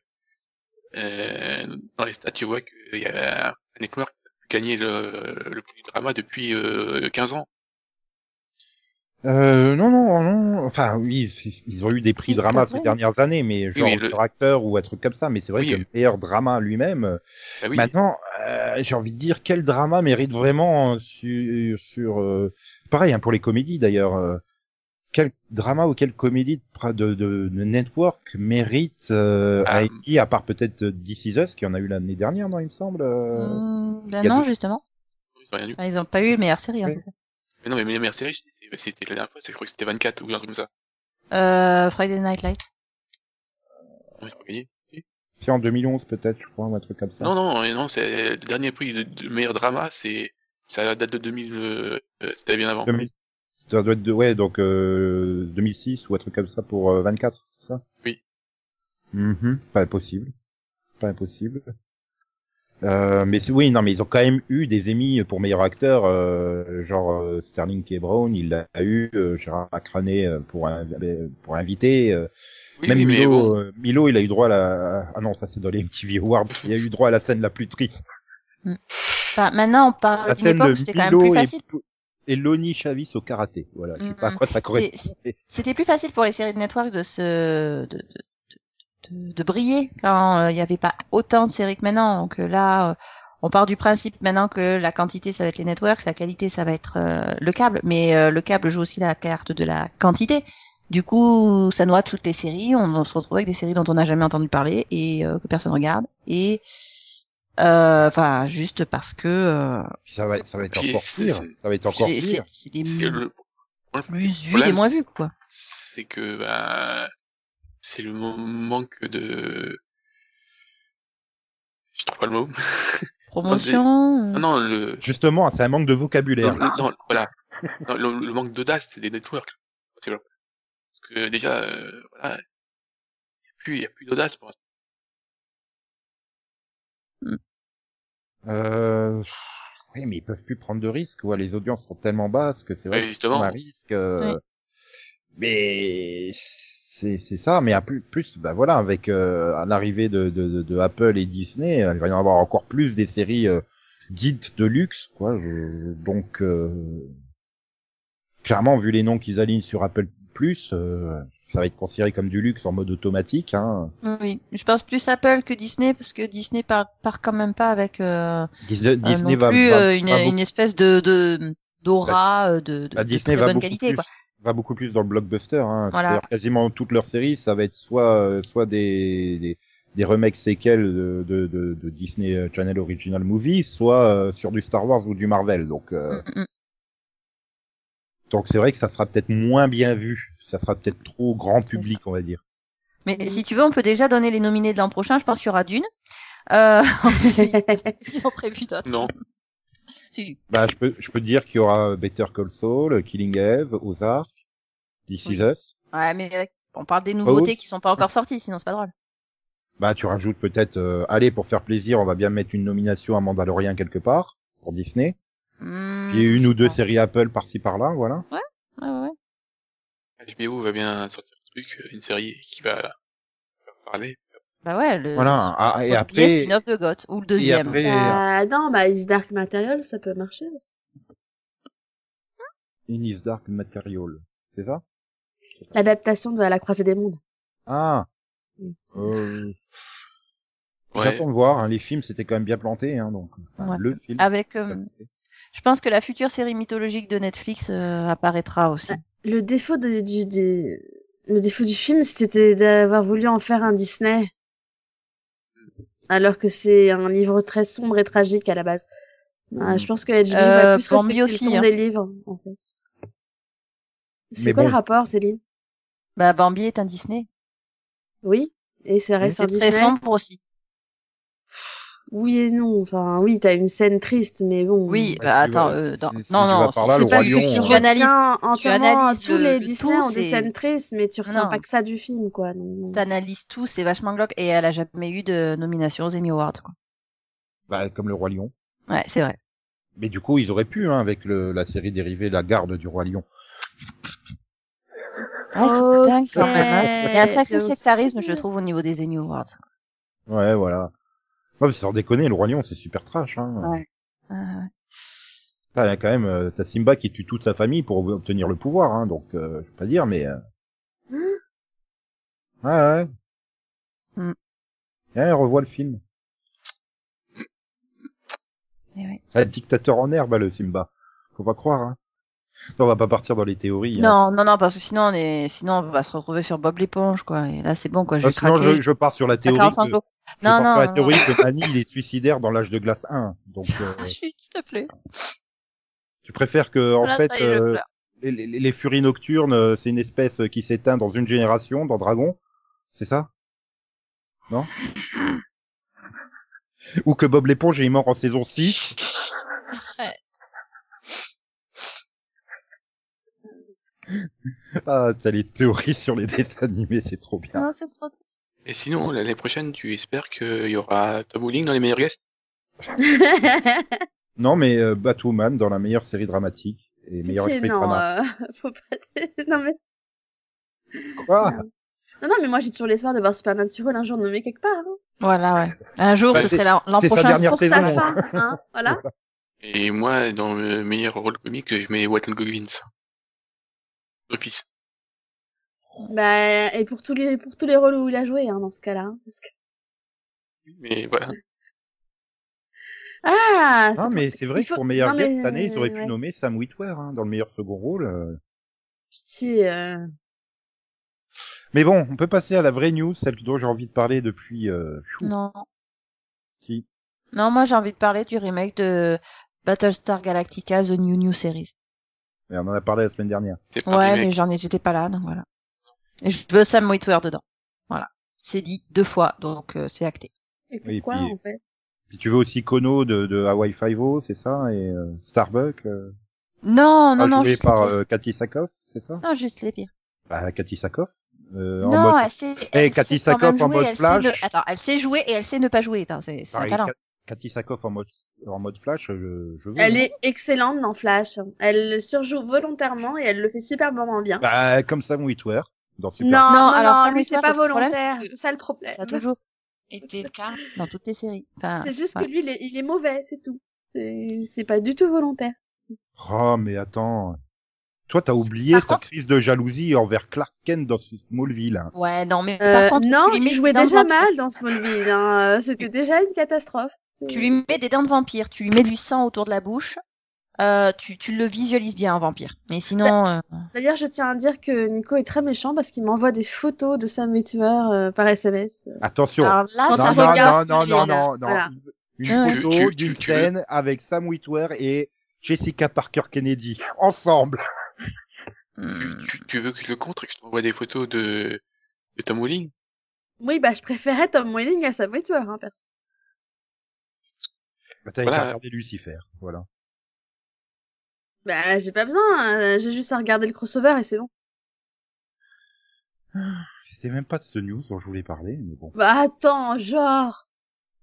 [SPEAKER 3] euh, dans les stats, tu vois qu'il y a un network qui a gagné le, le prix du drama depuis euh, 15 ans.
[SPEAKER 1] Euh, non, non, non. Enfin, oui, si- ils ont eu des prix
[SPEAKER 2] Si,
[SPEAKER 1] drama
[SPEAKER 2] quand
[SPEAKER 1] ces
[SPEAKER 2] même.
[SPEAKER 1] dernières années, mais genre
[SPEAKER 3] mais le-
[SPEAKER 1] sur acteur ou un truc comme ça. Mais c'est vrai
[SPEAKER 3] Oui,
[SPEAKER 1] que
[SPEAKER 3] euh.
[SPEAKER 1] le meilleur drama lui-même, euh,
[SPEAKER 3] Bah oui,
[SPEAKER 1] maintenant, euh, j'ai envie de dire, quel drama mérite vraiment euh, sur... sur euh, Pareil, hein, pour les comédies d'ailleurs. euh, Quel drama ou quelle comédie de, pra- de, de, de network mérite euh,
[SPEAKER 3] Ah.
[SPEAKER 1] à Emmy, à part peut-être euh, This Is Us, qui en a eu l'année dernière, non, il me semble euh,
[SPEAKER 2] Mm,
[SPEAKER 1] il
[SPEAKER 2] ben
[SPEAKER 1] y a
[SPEAKER 2] non,
[SPEAKER 1] deux-
[SPEAKER 2] justement.
[SPEAKER 3] ils ont rien eu.
[SPEAKER 2] Ah, Ils ont pas eu les meilleures séries, en
[SPEAKER 1] Oui.
[SPEAKER 2] tout cas.
[SPEAKER 3] Mais non, mais mes meilleures séries, c'est- c'était la dernière fois, c'est- je crois que c'était 24 ou un truc comme ça.
[SPEAKER 2] Euh, Friday Night Lights.
[SPEAKER 3] Non, ils ont pas gagné.
[SPEAKER 1] C'est en 2011 peut-être, je crois, ou un truc comme ça.
[SPEAKER 3] Non, non, non, c'est le dernier prix de, de meilleur drama, c'est ça date de 2000, euh, euh, c'était bien avant.
[SPEAKER 1] 2000. Ça doit être de, ouais, donc euh, 2006 ou un truc comme ça pour euh, 24, c'est ça
[SPEAKER 3] Oui.
[SPEAKER 1] Mhm, Pas impossible. Pas impossible. Euh, mais c'est- oui, non, mais ils ont quand même eu des Emmy pour meilleur acteur, euh, genre euh, Sterling K. Brown, il l'a eu, euh, Gérard Crané euh, pour un, pour invité, euh,
[SPEAKER 3] Oui,
[SPEAKER 1] même
[SPEAKER 3] oui, mais
[SPEAKER 1] Milo,
[SPEAKER 3] bon.
[SPEAKER 1] euh, Milo, il a eu droit à la, ah non, ça c'est dans les MTV Awards, il a eu droit à la scène la plus triste,
[SPEAKER 2] Enfin, maintenant, on parle
[SPEAKER 1] la
[SPEAKER 2] d'une
[SPEAKER 1] scène
[SPEAKER 2] époque où c'était quand même plus
[SPEAKER 1] et-
[SPEAKER 2] facile.
[SPEAKER 1] et, Lonnie Chavis au karaté, voilà, je sais pas à
[SPEAKER 2] Mhm.
[SPEAKER 1] quoi ça correspond. mais-
[SPEAKER 2] C'était plus facile pour les séries de network de se, de, de, de- de briller quand euh, il n'y avait pas autant de séries que maintenant. Donc euh, là, euh, on part du principe maintenant que la quantité, ça va être les networks, la qualité, ça va être euh, le câble. Mais euh, le câble joue aussi la carte de la quantité. Du coup, ça noie toutes les séries. On, on se retrouve avec des séries dont on n'a jamais entendu parler et euh, que personne regarde. Et euh, enfin, juste parce que euh,
[SPEAKER 1] Puis ça va, ça va être
[SPEAKER 3] Puis
[SPEAKER 1] encore
[SPEAKER 3] c'est-
[SPEAKER 1] pire,
[SPEAKER 3] c'est-
[SPEAKER 1] ça va être encore
[SPEAKER 2] c'est c'est-
[SPEAKER 1] pire.
[SPEAKER 2] c'est des
[SPEAKER 3] C'est le-
[SPEAKER 2] plus vues, des
[SPEAKER 3] problème,
[SPEAKER 2] moins vues, quoi.
[SPEAKER 3] c'est que bah, c'est le mo- manque de je trouve pas le mot
[SPEAKER 2] Promotion. euh,
[SPEAKER 3] Ah non le
[SPEAKER 1] Justement, c'est un manque de vocabulaire.
[SPEAKER 3] non, le- non, voilà Non, le, le manque d'audace des networks c'est vrai parce que déjà euh, voilà y a plus y a plus d'audace pour l'instant
[SPEAKER 1] Euh, pff, oui, mais ils peuvent plus prendre de risques. Ouais, les audiences sont tellement basses que c'est vrai
[SPEAKER 3] Oui,
[SPEAKER 1] que c'est
[SPEAKER 3] justement.
[SPEAKER 1] un risque. euh,
[SPEAKER 2] Oui.
[SPEAKER 1] Mais c'est c'est ça. Mais à plus, plus bah voilà, avec euh, à l'arrivée de, de, de, de Apple et Disney, euh, il va y en avoir encore plus des séries euh, dites de luxe, quoi. Je- donc euh, clairement, vu les noms qu'ils alignent sur Apple Plus, euh, ça va être considéré comme du luxe en mode automatique. Hein.
[SPEAKER 2] Oui, je pense plus Apple que Disney parce que Disney part, part quand même pas avec euh,
[SPEAKER 1] Dis-
[SPEAKER 2] euh,
[SPEAKER 1] Disney
[SPEAKER 2] non
[SPEAKER 1] va,
[SPEAKER 2] plus
[SPEAKER 1] va-
[SPEAKER 2] euh, une,
[SPEAKER 1] va beaucoup-
[SPEAKER 2] une espèce de de- d'aura euh, de, de,
[SPEAKER 1] Bah,
[SPEAKER 2] de
[SPEAKER 1] Disney
[SPEAKER 2] très
[SPEAKER 1] va
[SPEAKER 2] bonne
[SPEAKER 1] beaucoup,
[SPEAKER 2] qualité
[SPEAKER 1] plus, euh,
[SPEAKER 2] quoi.
[SPEAKER 1] va beaucoup plus dans le blockbuster. Hein.
[SPEAKER 2] Voilà.
[SPEAKER 1] C'est-à-dire quasiment toutes leurs séries, ça va être soit euh, soit des, des des remakes séquelles de, de, de, de Disney euh, Channel Original Movie, soit euh, sur du Star Wars ou du Marvel. Donc euh,
[SPEAKER 2] Mm, mm.
[SPEAKER 1] donc c'est vrai que ça sera peut-être moins bien vu, ça sera peut-être trop grand
[SPEAKER 2] C'est
[SPEAKER 1] public, on va dire.
[SPEAKER 2] Mais si tu veux, on peut déjà donner les nominés de l'an prochain. Je pense qu'il y aura Dune. Euh, <laughs>
[SPEAKER 4] Ah, <laughs>
[SPEAKER 2] ensuite, ils ont prévu d'autres.
[SPEAKER 3] non
[SPEAKER 2] Si.
[SPEAKER 1] Bah je peux je peux te dire qu'il y aura Better Call Saul, Killing Eve, Ozark, This
[SPEAKER 2] Oui.
[SPEAKER 1] Is Us.
[SPEAKER 2] Ouais, mais euh, on parle des nouveautés
[SPEAKER 1] oui.
[SPEAKER 2] qui sont pas encore sorties, sinon c'est pas drôle.
[SPEAKER 1] Bah tu rajoutes peut-être, euh, allez pour faire plaisir, on va bien mettre une nomination à Mandalorian quelque part pour Disney.
[SPEAKER 2] Hmm,
[SPEAKER 1] Puis une
[SPEAKER 2] je
[SPEAKER 1] ou
[SPEAKER 2] sais
[SPEAKER 1] deux
[SPEAKER 2] pas.
[SPEAKER 1] séries Apple par-ci par-là, voilà.
[SPEAKER 2] Ouais, ouais, ouais.
[SPEAKER 3] HBO va bien sortir un truc euh, une série qui va parler
[SPEAKER 2] Bah ouais. Le,
[SPEAKER 1] Voilà, ah, et
[SPEAKER 2] le premier
[SPEAKER 1] après,
[SPEAKER 2] spin-off de Goth ou le
[SPEAKER 1] et
[SPEAKER 2] deuxième.
[SPEAKER 1] après,
[SPEAKER 4] Bah, non, bah, Is Dark Material, ça peut marcher aussi.
[SPEAKER 1] In Is Dark Material, c'est ça
[SPEAKER 4] L'adaptation de À la croisée des mondes.
[SPEAKER 1] Ah,
[SPEAKER 4] Oui, c'est-
[SPEAKER 1] euh,
[SPEAKER 3] ouais
[SPEAKER 1] j'attends de voir, hein, les films c'était quand même bien planté, hein, donc, enfin,
[SPEAKER 2] Ouais.
[SPEAKER 1] le film.
[SPEAKER 2] Avec, euh, je pense que la future série mythologique de Netflix euh, apparaîtra aussi.
[SPEAKER 4] Le défaut de- du, du- le défaut du film, c'était d'avoir voulu en faire un Disney. Alors que c'est un livre très sombre et tragique à la base. Ah, je pense que HBO va
[SPEAKER 2] Hmm. Euh,
[SPEAKER 4] plus
[SPEAKER 2] Bambi
[SPEAKER 4] respecter
[SPEAKER 2] aussi,
[SPEAKER 4] le ton
[SPEAKER 2] hein.
[SPEAKER 4] des livres, en fait.
[SPEAKER 1] Mais
[SPEAKER 4] C'est quoi
[SPEAKER 1] bon.
[SPEAKER 4] le rapport, Céline
[SPEAKER 2] Bah, Bambi est un Disney.
[SPEAKER 4] Oui, et ça
[SPEAKER 2] Mais
[SPEAKER 4] reste un
[SPEAKER 2] C'est très
[SPEAKER 4] Disney.
[SPEAKER 2] sombre aussi.
[SPEAKER 4] Oui et non. Enfin, oui, t'as une scène triste, mais bon.
[SPEAKER 2] Oui,
[SPEAKER 1] bah,
[SPEAKER 2] bah,
[SPEAKER 1] si tu
[SPEAKER 2] attends,
[SPEAKER 1] vas-
[SPEAKER 2] euh, dans-
[SPEAKER 1] si- si
[SPEAKER 2] non,
[SPEAKER 1] tu
[SPEAKER 2] non,
[SPEAKER 1] vas par là,
[SPEAKER 2] c'est
[SPEAKER 1] le
[SPEAKER 2] pas
[SPEAKER 1] Roi
[SPEAKER 2] ce
[SPEAKER 1] Lion,
[SPEAKER 2] que tu
[SPEAKER 1] hein.
[SPEAKER 2] analyses.
[SPEAKER 4] retiens entièrement
[SPEAKER 2] analyses
[SPEAKER 4] tous
[SPEAKER 2] le-
[SPEAKER 4] les
[SPEAKER 2] le
[SPEAKER 4] Disney
[SPEAKER 2] tout,
[SPEAKER 4] ont des
[SPEAKER 2] c'est-
[SPEAKER 4] scènes tristes, mais tu retiens
[SPEAKER 2] Non.
[SPEAKER 4] pas que ça du film, quoi. donc,
[SPEAKER 2] T'analyses tout, c'est vachement glauque. Et elle a jamais eu de nomination aux Emmy Awards, quoi.
[SPEAKER 1] Bah, comme le Roi Lion.
[SPEAKER 2] Ouais, c'est vrai.
[SPEAKER 1] Mais du coup, ils auraient pu, hein, avec le, la série dérivée La Garde du Roi Lion.
[SPEAKER 2] Ouais, c'est
[SPEAKER 4] Ok.
[SPEAKER 2] dingue quand même. hein. Il y a un sacré
[SPEAKER 4] Bien
[SPEAKER 2] sectarisme,
[SPEAKER 4] sûr.
[SPEAKER 2] je trouve, au niveau des Emmy Awards.
[SPEAKER 1] Ouais, voilà. Non, mais sans déconner, le Roi Lion, c'est super trash, hein.
[SPEAKER 2] Ouais. Euh,
[SPEAKER 1] Enfin, là, quand même, euh, t'as Simba qui tue toute sa famille pour obtenir le pouvoir, hein, donc, euh, je peux pas dire, mais... euh, Ouais, ouais.
[SPEAKER 2] Hein Hmm.
[SPEAKER 1] Ouais, revois le film.
[SPEAKER 2] mais Eh ouais.
[SPEAKER 1] Un Ah, dictateur en herbe, le Simba. Faut pas croire, hein. On va pas partir dans les théories. hein.
[SPEAKER 2] Non, non, non, parce que sinon on est, sinon on va se retrouver sur Bob l'éponge, quoi. Et là, c'est bon, quoi. Je
[SPEAKER 1] Ah,
[SPEAKER 2] vais
[SPEAKER 1] sinon,
[SPEAKER 2] craquer.
[SPEAKER 1] je, je pars sur la
[SPEAKER 2] Ça
[SPEAKER 1] théorie.
[SPEAKER 2] craint en
[SPEAKER 1] Que,
[SPEAKER 2] sanglots.
[SPEAKER 1] je
[SPEAKER 2] Non,
[SPEAKER 1] pars sur
[SPEAKER 2] non.
[SPEAKER 1] la
[SPEAKER 2] non.
[SPEAKER 1] théorie que Annie, il est suicidaire dans l'âge de glace 1.
[SPEAKER 2] <laughs>
[SPEAKER 1] Donc, euh,
[SPEAKER 2] Ah, Chut, s'il te plaît.
[SPEAKER 1] tu préfères que, en
[SPEAKER 2] Là,
[SPEAKER 1] fait,
[SPEAKER 2] ça y est, je
[SPEAKER 1] euh,
[SPEAKER 2] pleure.
[SPEAKER 1] les, les- les furies nocturnes, euh, c'est une espèce qui s'éteint dans une génération, dans Dragon. C'est ça? Non? Ou que Bob l'éponge est mort en saison 6. Ah, t'as les théories sur les dessins animés, c'est trop bien.
[SPEAKER 2] Non, c'est trop.
[SPEAKER 3] et sinon l'année prochaine tu espères qu'il y aura Tom Welling dans les meilleurs guests
[SPEAKER 1] Non, mais euh, Batwoman dans la meilleure série dramatique et meilleure
[SPEAKER 4] C'est
[SPEAKER 1] actrice
[SPEAKER 4] non,
[SPEAKER 1] dramatique.
[SPEAKER 4] euh, <laughs> faut pas. non mais
[SPEAKER 2] euh,
[SPEAKER 1] Quoi
[SPEAKER 4] non, non mais moi j'ai toujours l'espoir de voir Supernatural un jour nommé quelque part. hein.
[SPEAKER 2] Voilà, ouais. Un jour,
[SPEAKER 1] Bah,
[SPEAKER 2] ce
[SPEAKER 1] c'est-
[SPEAKER 2] serait la- l'an
[SPEAKER 1] c'est sa
[SPEAKER 2] prochain.
[SPEAKER 1] dernière
[SPEAKER 4] Pour sa
[SPEAKER 1] saison.
[SPEAKER 4] fin,
[SPEAKER 1] <laughs>
[SPEAKER 4] hein, voilà.
[SPEAKER 3] Et moi, dans le meilleur rôle comique, je mets Watton Goggins. Office.
[SPEAKER 4] Bah et pour tous les pour tous les rôles où il a joué hein, dans ce cas-là. hein, parce que-
[SPEAKER 3] Mais voilà.
[SPEAKER 4] Ah, c'est
[SPEAKER 1] Ah, mais c'est vrai
[SPEAKER 4] il
[SPEAKER 1] que
[SPEAKER 4] faut-
[SPEAKER 1] pour meilleur
[SPEAKER 4] non,
[SPEAKER 1] gars
[SPEAKER 4] mais-
[SPEAKER 1] cette année, ils auraient pu
[SPEAKER 4] ouais.
[SPEAKER 1] nommer Sam Witwer hein, dans le meilleur second rôle. euh.
[SPEAKER 4] pitié. euh,
[SPEAKER 1] Mais bon, on peut passer à la vraie news, celle dont j'ai envie de parler depuis. Euh... chou,
[SPEAKER 2] Non.
[SPEAKER 1] Qui
[SPEAKER 2] Non, moi, j'ai envie de parler du remake de Battlestar Galactica The New New Series.
[SPEAKER 1] Mais on en a parlé la semaine dernière.
[SPEAKER 3] C'est
[SPEAKER 4] Ah,
[SPEAKER 3] pas
[SPEAKER 2] Ouais,
[SPEAKER 3] un remake.
[SPEAKER 2] mais j'en ai, j'étais pas là, donc voilà. Et je veux Sam Witwer dedans. Voilà. C'est dit deux fois, donc euh, c'est acté.
[SPEAKER 4] Et
[SPEAKER 1] Oui,
[SPEAKER 4] pourquoi
[SPEAKER 1] puis-
[SPEAKER 4] en fait
[SPEAKER 1] Puis tu veux aussi Kono de, de Hawaii Five-O, c'est ça Et euh, Starbuck, euh,
[SPEAKER 2] Non, non, non,
[SPEAKER 1] joué
[SPEAKER 2] juste
[SPEAKER 1] par
[SPEAKER 2] les pires.
[SPEAKER 1] euh, Cathy Sakoff, c'est ça
[SPEAKER 2] Non, juste les pires.
[SPEAKER 1] Bah, Cathy Sakoff. euh, en
[SPEAKER 2] non,
[SPEAKER 1] mode-
[SPEAKER 2] elle sait,
[SPEAKER 1] Eh,
[SPEAKER 2] elle
[SPEAKER 1] Cathy
[SPEAKER 2] sait quand même
[SPEAKER 1] Sakoff en
[SPEAKER 2] jouer,
[SPEAKER 1] mode
[SPEAKER 2] elle sait ne...
[SPEAKER 1] flash.
[SPEAKER 2] Attends, elle sait jouer et elle sait ne pas jouer. Attends, C'est c'est un
[SPEAKER 1] pareil,
[SPEAKER 2] talent.
[SPEAKER 1] Ka- Cathy Sakoff en mode, en mode flash, je, je veux.
[SPEAKER 4] Elle
[SPEAKER 1] hein.
[SPEAKER 4] est excellente dans Flash. hein. Elle le surjoue volontairement et elle le fait superbement bien.
[SPEAKER 1] Bah, comme Sam Witwer dans
[SPEAKER 4] non,
[SPEAKER 1] Super.
[SPEAKER 4] non,
[SPEAKER 2] Non,
[SPEAKER 4] non,
[SPEAKER 2] alors ça,
[SPEAKER 4] lui
[SPEAKER 2] le
[SPEAKER 4] c'est pas
[SPEAKER 2] problème, c'est
[SPEAKER 4] volontaire,
[SPEAKER 2] que-
[SPEAKER 4] c'est ça le problème.
[SPEAKER 2] Ça a toujours été le cas dans toutes les séries. Enfin,
[SPEAKER 4] C'est juste
[SPEAKER 2] voilà.
[SPEAKER 4] que lui il est, il est mauvais, c'est tout. C'est c'est pas du tout volontaire.
[SPEAKER 1] Oh, mais attends. Toi, t'as oublié
[SPEAKER 2] Par
[SPEAKER 1] sa
[SPEAKER 2] contre-
[SPEAKER 1] crise de jalousie envers Clark Kent dans Smallville. hein.
[SPEAKER 2] Ouais, non, mais
[SPEAKER 4] Euh,
[SPEAKER 2] par contre,
[SPEAKER 4] non,
[SPEAKER 2] tu lui
[SPEAKER 4] il
[SPEAKER 2] mets
[SPEAKER 4] jouait
[SPEAKER 2] des dents de
[SPEAKER 4] déjà
[SPEAKER 2] vampire.
[SPEAKER 4] mal dans Smallville. Hein. euh, C'était déjà une catastrophe. C'est-
[SPEAKER 2] Tu lui mets des dents de vampire, tu lui mets du sang autour de la bouche, euh, tu, tu le visualises bien, un vampire. Mais sinon, euh,
[SPEAKER 4] D'ailleurs, je tiens à dire que Nico est très méchant parce qu'il m'envoie des photos de Sam Witwer euh, par SMS.
[SPEAKER 1] Attention.
[SPEAKER 2] alors là,
[SPEAKER 4] Quand
[SPEAKER 1] non,
[SPEAKER 2] ça
[SPEAKER 1] non,
[SPEAKER 4] regarde,
[SPEAKER 1] non,
[SPEAKER 4] c'est
[SPEAKER 1] non, non,
[SPEAKER 4] bien.
[SPEAKER 1] non, non.
[SPEAKER 4] Voilà.
[SPEAKER 1] Une
[SPEAKER 2] Tu-
[SPEAKER 1] photo
[SPEAKER 3] tu- tu-
[SPEAKER 1] d'une
[SPEAKER 3] tu veux-
[SPEAKER 1] scène avec Sam Witwer et Jessica Parker Kennedy <laughs> ensemble.
[SPEAKER 2] Hmm.
[SPEAKER 3] Tu, tu veux que je le contre et que je t'envoie des photos de, de Tom Welling
[SPEAKER 4] Oui, bah je préférais Tom Welling à Sam Witwer, hein, perso.
[SPEAKER 1] Bah, T'avais
[SPEAKER 3] Voilà.
[SPEAKER 1] qu'à regarder Lucifer, voilà.
[SPEAKER 4] Bah j'ai pas besoin, hein, j'ai juste à regarder le crossover et c'est bon.
[SPEAKER 1] C'était même pas de ce news dont je voulais parler, mais bon.
[SPEAKER 4] Bah attends, genre.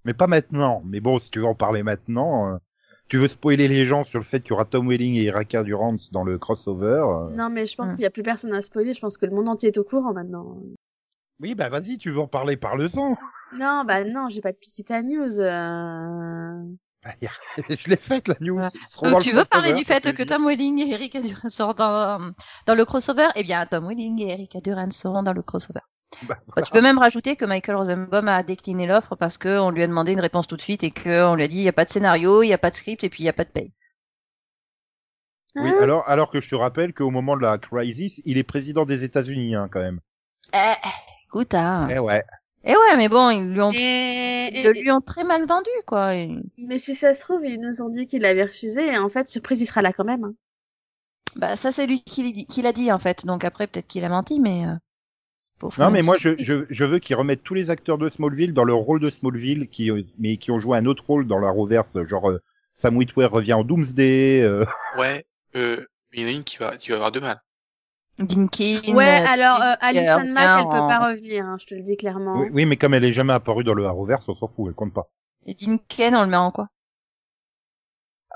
[SPEAKER 1] Mais pas maintenant. Mais bon, si tu veux en parler maintenant, euh, tu veux spoiler les gens sur le fait qu'il y aura Tom Welling et Iraka Durance dans le crossover. euh,
[SPEAKER 4] Non mais je pense
[SPEAKER 2] Hmm.
[SPEAKER 4] qu'il y a plus personne à spoiler. Je pense que le monde entier est au courant maintenant.
[SPEAKER 1] Oui, bah vas-y, tu veux en parler, parle-en. <laughs>
[SPEAKER 4] Non, bah non, j'ai pas de Pikita News. euh.
[SPEAKER 1] Bah, y a- je l'ai faite la news.
[SPEAKER 2] Ouais.
[SPEAKER 1] Ils seront
[SPEAKER 2] Donc,
[SPEAKER 1] dans le
[SPEAKER 2] Euh, tu veux parler
[SPEAKER 1] crossover, hein,
[SPEAKER 2] du
[SPEAKER 1] ça
[SPEAKER 2] fait
[SPEAKER 1] te
[SPEAKER 2] que
[SPEAKER 1] dit.
[SPEAKER 2] Tom Welling et Erika Duran seront dans, dans le crossover Eh bien, Tom Welling et Erika Duran seront dans le crossover.
[SPEAKER 1] <laughs> Bah,
[SPEAKER 2] Tu peux même rajouter que Michael Rosenbaum a décliné l'offre parce qu'on lui a demandé une réponse tout de suite et qu'on lui a dit il n'y a pas de scénario, il n'y a pas de script et puis il n'y a pas de paye.
[SPEAKER 1] Oui,
[SPEAKER 4] Hein
[SPEAKER 1] alors, alors que je te rappelle qu'au moment de la crisis, il est président des États-Unis, hein, quand même.
[SPEAKER 2] Eh, écoute, hein.
[SPEAKER 1] Eh ouais.
[SPEAKER 2] Et ouais, mais bon, ils lui ont,
[SPEAKER 4] Et-
[SPEAKER 2] ils le lui ont très mal vendu, quoi. Et-
[SPEAKER 4] Mais si ça se trouve, ils nous ont dit qu'il avait refusé et en fait, surprise, il sera là quand même. hein.
[SPEAKER 2] Bah, ça, c'est lui qui, l'a dit- qui l'a dit, en fait. Donc après, peut-être qu'il a menti, mais. euh, c'est pour faire
[SPEAKER 1] Non, mais
[SPEAKER 2] une
[SPEAKER 1] moi, je,
[SPEAKER 2] petite surprise.
[SPEAKER 1] je, je veux qu'ils remettent tous les acteurs de Smallville dans leur rôle de Smallville, qui, euh, mais qui ont joué un autre rôle dans la reverse, genre euh, Sam Witwer revient en Doomsday. euh,
[SPEAKER 3] Ouais, euh, mais il y en a une qui va, tu vas avoir de mal.
[SPEAKER 2] Dinkin,
[SPEAKER 4] Ouais,
[SPEAKER 2] euh,
[SPEAKER 4] alors euh,
[SPEAKER 2] Tinker,
[SPEAKER 4] Alison Mack, elle
[SPEAKER 2] en-
[SPEAKER 4] peut pas revenir, hein, je te le dis clairement.
[SPEAKER 1] Oui, oui, mais comme elle est jamais apparue dans le Arrowverse, on s'en fout, elle compte pas.
[SPEAKER 2] Et Dinkin, on le met en quoi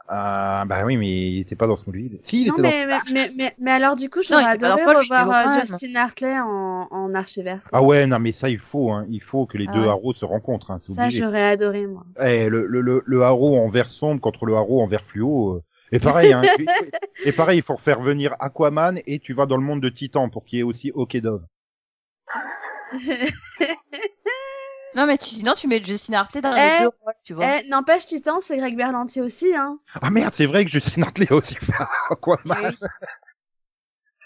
[SPEAKER 1] Ah, bah oui, mais il était pas dans Smallville. Si, il
[SPEAKER 4] Non,
[SPEAKER 1] était dans...
[SPEAKER 4] mais, mais, mais, mais, mais alors du coup,
[SPEAKER 2] Non,
[SPEAKER 4] j'aurais
[SPEAKER 2] il était pas
[SPEAKER 4] adoré
[SPEAKER 2] dans Paul, il était
[SPEAKER 4] revoir
[SPEAKER 2] dans
[SPEAKER 4] euh,
[SPEAKER 2] Prime.
[SPEAKER 4] Justin Hartley en, en archiver.
[SPEAKER 1] Ah ouais, non, mais ça, il faut, hein. Il faut que les
[SPEAKER 2] Ah
[SPEAKER 1] deux
[SPEAKER 2] ouais.
[SPEAKER 1] Arrows se rencontrent, hein. c'est
[SPEAKER 4] Ça,
[SPEAKER 1] obligé.
[SPEAKER 4] j'aurais adoré, moi.
[SPEAKER 1] Eh, le, le, le, le haro en vert sombre contre le haro en vert fluo. euh. Et pareil, hein, tu- et pareil, il faut faire venir Aquaman et tu vas dans le monde de Titan pour qu'il y ait aussi Okedov.
[SPEAKER 2] Non, mais tu, sinon, tu mets Justin Hartley dans
[SPEAKER 4] Eh,
[SPEAKER 2] les deux rôles, tu vois.
[SPEAKER 4] Eh, N'empêche, Titan, c'est Greg Berlanti aussi, hein.
[SPEAKER 1] Ah merde, c'est vrai que Justin Hartley a aussi fait <laughs> Aquaman. <laughs>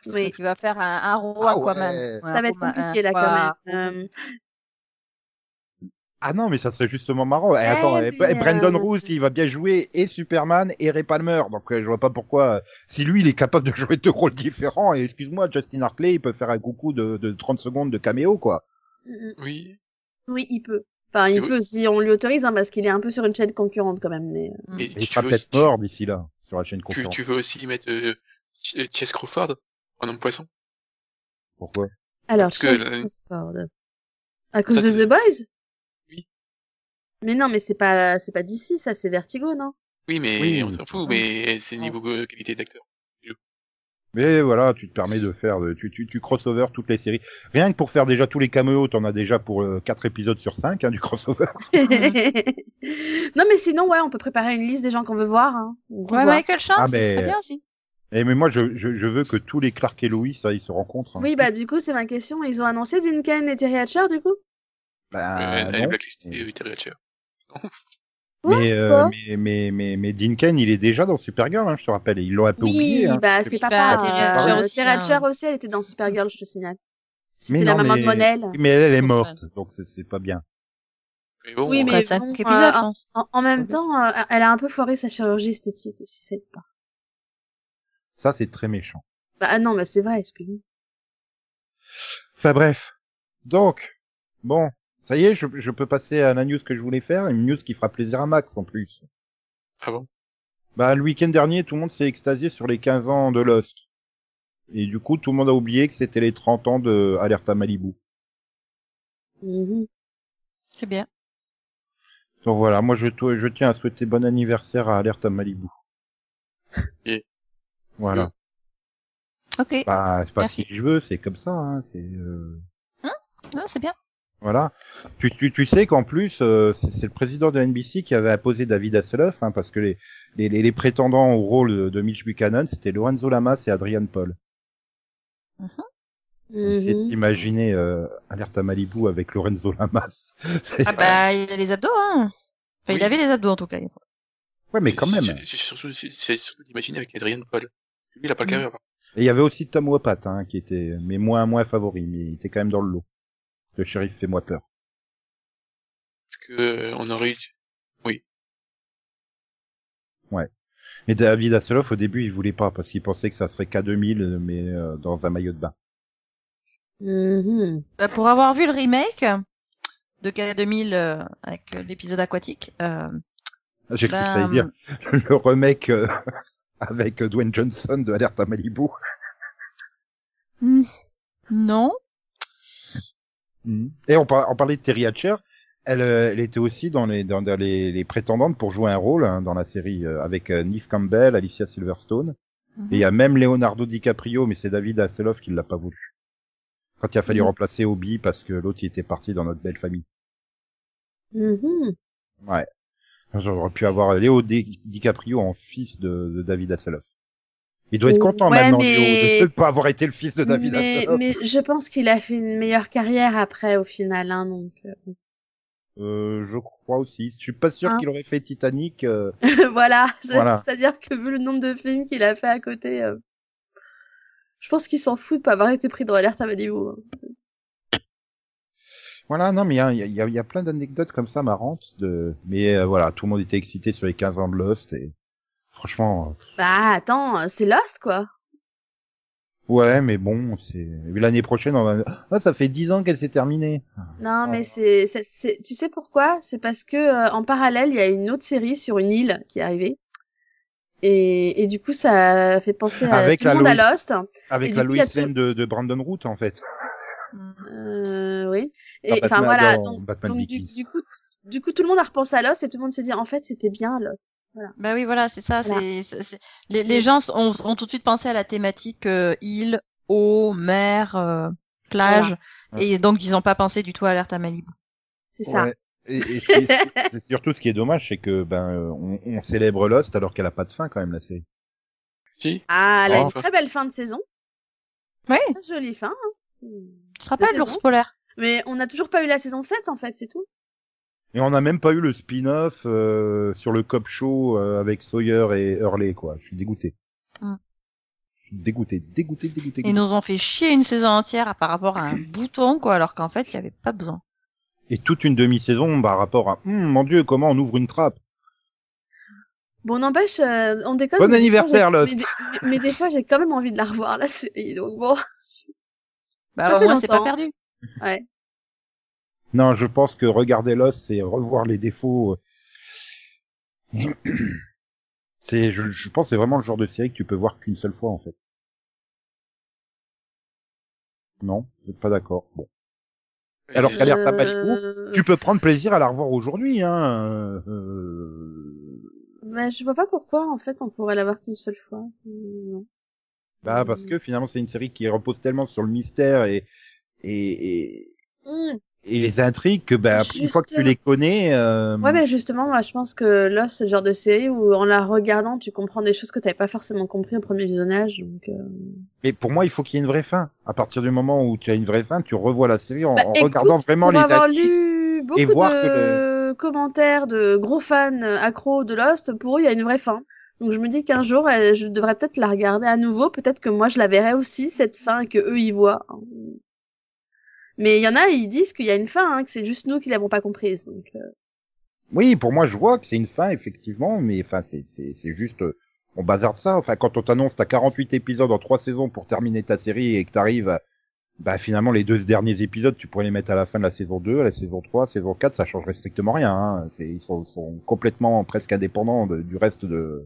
[SPEAKER 2] Oui.
[SPEAKER 4] Oui.
[SPEAKER 2] Tu vas faire un, un Ro
[SPEAKER 1] Ah
[SPEAKER 2] Aquaman.
[SPEAKER 1] ouais.
[SPEAKER 2] Ouais,
[SPEAKER 4] Ça va être
[SPEAKER 2] Aquaman,
[SPEAKER 4] compliqué, là,
[SPEAKER 2] un-
[SPEAKER 4] quand même. Euh,
[SPEAKER 1] Ah non, mais ça serait justement marrant. Et attends,
[SPEAKER 4] Eh
[SPEAKER 1] et-
[SPEAKER 4] oui,
[SPEAKER 1] et Brandon
[SPEAKER 4] euh.
[SPEAKER 1] Roos, il va bien jouer et Superman et Ray Palmer. Donc euh, je vois pas pourquoi. euh, Si lui, il est capable de jouer deux rôles différents, et excuse-moi, Justin Hartley, il peut faire un coucou de, de 30 secondes de caméo, quoi.
[SPEAKER 4] mm, mm.
[SPEAKER 3] Oui,
[SPEAKER 4] Oui, il peut. Enfin, il
[SPEAKER 3] Oui.
[SPEAKER 4] peut si on lui autorise, hein, parce qu'il est un peu sur une chaîne concurrente quand même. Mais... euh.
[SPEAKER 2] Mm.
[SPEAKER 3] mais
[SPEAKER 1] Et il
[SPEAKER 3] tu
[SPEAKER 1] sera
[SPEAKER 3] veux, aussi,
[SPEAKER 1] peut-être mort d'ici là, sur la chaîne
[SPEAKER 3] tu, tu,
[SPEAKER 1] concurrente.
[SPEAKER 3] tu veux aussi mettre euh, Ch- Chess Crawford en homme poisson
[SPEAKER 1] Pourquoi
[SPEAKER 4] Alors,
[SPEAKER 3] Parce que
[SPEAKER 4] Chase
[SPEAKER 3] la-
[SPEAKER 4] Crawford. À cause
[SPEAKER 3] Ça,
[SPEAKER 4] de
[SPEAKER 3] c'est-
[SPEAKER 4] The Boys
[SPEAKER 3] Oui.
[SPEAKER 4] Mais non, mais c'est pas, c'est pas d'ici, ça, c'est Vertigo, non
[SPEAKER 3] Oui, mais
[SPEAKER 1] Oui.
[SPEAKER 3] on s'en fout, mais c'est niveau euh, qualité d'acteur.
[SPEAKER 1] Mais voilà, tu te permets de faire, de- tu, tu, tu crossover toutes les séries. Rien que pour faire déjà tous les caméos, t'en as déjà pour euh, quatre épisodes sur 5 du <laughs> crossover.
[SPEAKER 4] <laughs> Non, mais sinon, ouais, on peut préparer une liste des gens qu'on veut voir. Hein, ou
[SPEAKER 2] Ouais,
[SPEAKER 4] revoir.
[SPEAKER 2] Michael Shanks,
[SPEAKER 1] Ah,
[SPEAKER 2] ce
[SPEAKER 1] mais-
[SPEAKER 2] serait bien aussi.
[SPEAKER 1] Et mais moi, je, je, je veux que tous les Clark et Louis, ça, ils se rencontrent. hein.
[SPEAKER 4] Oui, bah, du coup, c'est ma question. Ils ont annoncé Dinken et Terry Hatcher, du coup
[SPEAKER 1] Bah,
[SPEAKER 3] Euh, elle est
[SPEAKER 1] non.
[SPEAKER 3] blacklistée, euh, Terry Hatcher.
[SPEAKER 1] Mais, euh,
[SPEAKER 4] Quoi
[SPEAKER 1] mais, mais, mais, mais Dinken, il est déjà dans Supergirl, hein, je te rappelle. et Ils l'ont un peu
[SPEAKER 4] Oui,
[SPEAKER 1] oublié. hein.
[SPEAKER 4] bah, c'est
[SPEAKER 2] Oui, bah,
[SPEAKER 4] papa.
[SPEAKER 2] Terry
[SPEAKER 4] euh,
[SPEAKER 2] Hatcher
[SPEAKER 4] Terry
[SPEAKER 2] aussi,
[SPEAKER 4] Hatcher
[SPEAKER 2] hein.
[SPEAKER 4] aussi, elle était dans Supergirl, je te signale.
[SPEAKER 1] Mais
[SPEAKER 4] C'était la
[SPEAKER 1] non,
[SPEAKER 4] maman
[SPEAKER 1] mais-
[SPEAKER 4] de Monel.
[SPEAKER 1] Mais elle, elle est
[SPEAKER 2] Son
[SPEAKER 1] morte, donc c'est- c'est pas bien.
[SPEAKER 3] Mais bon,
[SPEAKER 4] Oui,
[SPEAKER 3] on-
[SPEAKER 4] mais
[SPEAKER 2] Après, cinq
[SPEAKER 4] bon,
[SPEAKER 2] épisodes,
[SPEAKER 4] euh,
[SPEAKER 2] je pense.
[SPEAKER 4] En, en même temps, euh, elle a un peu foiré sa chirurgie esthétique aussi, cette part.
[SPEAKER 1] Ça, c'est très méchant.
[SPEAKER 4] Bah ah non, bah c'est vrai, excuse-moi.
[SPEAKER 1] Enfin bref. Donc, bon, ça y est, je, je peux passer à la news que je voulais faire, une news qui fera plaisir à Max en plus.
[SPEAKER 3] Ah bon
[SPEAKER 1] Bah, le week-end dernier, tout le monde s'est extasié sur les 15 ans de Lost. Et du coup, tout le monde a oublié que c'était les 30 ans de Alerta Malibu.
[SPEAKER 4] Mhm.
[SPEAKER 2] C'est bien.
[SPEAKER 1] Donc voilà, moi je, te- je tiens à souhaiter bon anniversaire à Alerta Malibu.
[SPEAKER 3] Et-
[SPEAKER 1] Voilà.
[SPEAKER 3] Euh.
[SPEAKER 2] Ok.
[SPEAKER 1] Bah, c'est pas
[SPEAKER 2] Merci.
[SPEAKER 1] si je veux, c'est comme ça. Hein, c'est, euh,
[SPEAKER 2] Non, c'est bien.
[SPEAKER 1] Voilà. Tu, tu, tu sais qu'en plus, euh, c'est, c'est le président de NBC qui avait apposé David Hasselhoff, hein, parce que les, les, les, les prétendants au rôle de, de Mitch Buchanan, c'était Lorenzo Lamas et Adrian Paul.
[SPEAKER 4] Mhm.
[SPEAKER 1] C'est imaginer euh, Alerta Malibu avec Lorenzo Lamas. C'est-
[SPEAKER 2] Ah bah, il a les abdos, hein. Enfin, il
[SPEAKER 3] Oui.
[SPEAKER 2] avait les abdos en tout cas.
[SPEAKER 1] Ouais, mais quand
[SPEAKER 3] C'est-
[SPEAKER 1] même.
[SPEAKER 3] c'est- C'est surtout, c'est- c'est surtout d'imaginer avec Adrian Paul. Parce que lui, il a pas le
[SPEAKER 2] Mm.
[SPEAKER 3] carrière. par contre.
[SPEAKER 1] Et il y avait aussi Tom Wopat, hein, qui était, mais moins, moins favori, mais il était quand même dans le lot. Le shérif fait moi peur.
[SPEAKER 3] Parce que, euh, on aurait eu,
[SPEAKER 1] Mais David Hasselhoff, au début, il voulait pas, parce qu'il pensait que ça serait K2000, mais euh, dans un maillot de bain.
[SPEAKER 4] Mhm.
[SPEAKER 2] Bah, pour avoir vu le remake de K2000 euh, avec euh, l'épisode aquatique, euh,
[SPEAKER 1] J'ai cru que ça
[SPEAKER 2] ben,
[SPEAKER 1] allait dire. Le remake euh, <laughs> avec Dwayne Johnson de Alerte à Malibu.
[SPEAKER 2] hmm, non.
[SPEAKER 1] Et on, par- on parlait de Terry Hatcher. Elle, euh, elle était aussi dans les, dans, dans les, les prétendantes pour jouer un rôle hein, dans la série euh, avec euh, Neve Campbell, Alicia Silverstone. Et il y a même Leonardo DiCaprio, mais c'est David Hasselhoff qui l'a pas voulu. Quand il a fallu
[SPEAKER 4] Mhm.
[SPEAKER 1] remplacer Obi parce que l'autre il était parti dans notre belle famille.
[SPEAKER 4] Mhm.
[SPEAKER 1] Ouais. J'aurais pu avoir Léo Di- DiCaprio en fils de, de David Hasselhoff. Il doit être content
[SPEAKER 4] Ouais,
[SPEAKER 1] maintenant
[SPEAKER 4] mais-
[SPEAKER 1] Léo, de ne pas avoir été le fils de David
[SPEAKER 4] mais,
[SPEAKER 1] Hasselhoff.
[SPEAKER 4] mais je pense qu'il a fait une meilleure carrière après, au final, hein, donc. euh,
[SPEAKER 1] Euh, je crois aussi. Je suis pas sûr
[SPEAKER 4] Hein.
[SPEAKER 1] qu'il aurait fait Titanic. euh,
[SPEAKER 4] <laughs> voilà. C'est-
[SPEAKER 1] Voilà.
[SPEAKER 4] C'est-à-dire que vu le nombre de films qu'il a fait à côté, euh, je pense qu'il s'en fout de pas avoir été pris dans l'alerte à Malibu. hein.
[SPEAKER 1] Voilà, non, mais il y a, il y a- il y a plein d'anecdotes comme ça marrantes. De... Mais euh, voilà, tout le monde était excité sur les 15 ans de Lost. Et franchement,
[SPEAKER 4] Bah attends, euh, c'est Lost, quoi.
[SPEAKER 1] euh, ouais, mais bon, c'est l'année prochaine, on va... Ah, ça fait 10 ans qu'elle s'est terminée.
[SPEAKER 4] Non,
[SPEAKER 1] Oh.
[SPEAKER 4] mais c'est, c'est- c'est- tu sais pourquoi C'est parce que euh, en parallèle, il y a une autre série sur une île qui est arrivée. Et, et du coup, ça fait penser à
[SPEAKER 1] Avec
[SPEAKER 4] tout le
[SPEAKER 1] la
[SPEAKER 4] monde à
[SPEAKER 1] Loïs.
[SPEAKER 4] Lost.
[SPEAKER 1] Avec
[SPEAKER 4] Et
[SPEAKER 1] la
[SPEAKER 4] du coup, il
[SPEAKER 1] Lois
[SPEAKER 4] y a tout-
[SPEAKER 1] Lane de, de Brandon Root, en fait.
[SPEAKER 4] Euh, oui.
[SPEAKER 1] Dans
[SPEAKER 4] Et enfin
[SPEAKER 1] Ah, Batman-
[SPEAKER 4] voilà,
[SPEAKER 1] dans
[SPEAKER 4] donc,
[SPEAKER 1] Batman
[SPEAKER 4] donc du,
[SPEAKER 1] Begins.
[SPEAKER 4] du coup, du coup, tout le monde a repensé à Lost et tout le monde s'est dit en fait c'était bien Lost. Voilà.
[SPEAKER 2] Bah oui, voilà, c'est ça.
[SPEAKER 4] Voilà.
[SPEAKER 2] c'est- c'est- c'est- Les, les gens s- ont, ont tout de suite pensé à la thématique euh, île, eau, mer, euh, plage,
[SPEAKER 1] Voilà.
[SPEAKER 2] et donc ils n'ont pas pensé du tout à alerte à Malibu.
[SPEAKER 4] C'est ça.
[SPEAKER 1] Ouais. Et, et c'est- c'est- c'est surtout ce qui est dommage, c'est que ben euh, on, on célèbre Lost alors qu'elle a pas de fin quand même la série.
[SPEAKER 3] si,
[SPEAKER 4] Ah, elle a
[SPEAKER 1] Oh.
[SPEAKER 4] une très belle fin de saison.
[SPEAKER 2] Oui,
[SPEAKER 4] Très jolie fin. hein.
[SPEAKER 2] tu te rappelles
[SPEAKER 4] La
[SPEAKER 2] l'ours
[SPEAKER 4] saison
[SPEAKER 2] polaire
[SPEAKER 4] Mais on n'a toujours pas eu la saison 7 en fait, c'est tout.
[SPEAKER 1] Et on n'a même pas eu le spin-off euh, sur le cop show euh, avec Sawyer et Hurley quoi. Je suis dégoûté.
[SPEAKER 2] Mm.
[SPEAKER 4] Hum.
[SPEAKER 1] Je suis dégoûté, dégoûté, dégoûté.
[SPEAKER 2] Ils nous ont fait chier une saison entière à- par rapport à
[SPEAKER 1] <laughs>
[SPEAKER 2] un bouton, quoi, alors qu'en fait, il n'y avait pas besoin.
[SPEAKER 1] Et toute une demi-saison par rapport à Hum, mon Dieu comment on ouvre une trappe.
[SPEAKER 4] Bon, n'empêche, euh, on déconne.
[SPEAKER 1] Bon
[SPEAKER 4] mais des fois,
[SPEAKER 1] anniversaire,
[SPEAKER 4] j'ai-
[SPEAKER 1] Lost.
[SPEAKER 4] Mais, des- mais- mais des fois, j'ai quand même envie de la revoir la série, donc
[SPEAKER 1] <laughs>
[SPEAKER 4] bon. Ça
[SPEAKER 2] Bah, au
[SPEAKER 4] fait
[SPEAKER 2] moins, c'est pas
[SPEAKER 4] longtemps.
[SPEAKER 2] perdu.
[SPEAKER 4] Ouais.
[SPEAKER 1] Non, je pense que regarder Lost c'est revoir les défauts. euh, <clears throat> C'est, je, je pense, que c'est vraiment le genre de série que tu peux voir qu'une seule fois en fait. Non, je suis pas d'accord. Bon.
[SPEAKER 3] euh,
[SPEAKER 1] Alors qu'à l'air Tabasco,
[SPEAKER 4] Euh,
[SPEAKER 1] tu peux prendre plaisir à la revoir aujourd'hui. Hein. euh,
[SPEAKER 4] bah, je vois pas pourquoi, en fait, on pourrait l'avoir qu'une seule fois. Mm, non.
[SPEAKER 1] bah parce que finalement c'est une série qui repose tellement sur le mystère et et, et, et les intrigues que bah, une
[SPEAKER 4] Juste-
[SPEAKER 1] fois que tu les connais, euh,
[SPEAKER 4] Ouais, mais justement, moi, je pense que Lost, c'est le genre de série où, en la regardant, tu comprends des choses que t'avais pas forcément compris au premier visionnage. Donc, euh,
[SPEAKER 1] mais pour moi il faut qu'il y ait une vraie fin. À partir du moment où tu as une vraie fin, tu revois la série en,
[SPEAKER 4] Bah,
[SPEAKER 1] en
[SPEAKER 4] écoute,
[SPEAKER 1] regardant vraiment
[SPEAKER 4] pour
[SPEAKER 1] les
[SPEAKER 4] avoir
[SPEAKER 1] indices.
[SPEAKER 4] lu beaucoup
[SPEAKER 1] voir
[SPEAKER 4] de
[SPEAKER 1] que
[SPEAKER 4] commentaires de gros fans accros de Lost, pour eux, il y a une vraie fin. Donc je me dis qu'un jour, euh, je devrais peut-être la regarder à nouveau. Peut-être que moi, je la verrai aussi, cette fin, et que eux, ils voient. Mais il y en a, ils disent qu'il y a une fin, hein, que c'est juste nous qui l'avons pas comprise. Donc, euh,
[SPEAKER 1] Oui, pour moi, je vois que c'est une fin, effectivement, mais enfin, c'est, c'est, c'est juste, euh, on bazarde ça. Enfin, quand on t'annonce t'as 48 épisodes en 3 saisons pour terminer ta série et que t'arrives, à- bah, finalement, les deux derniers épisodes, tu pourrais les mettre à la fin de la saison 2, à la saison 3, saison 4, ça changerait strictement rien, hein. C'est, ils sont, sont complètement presque indépendants de- du reste de,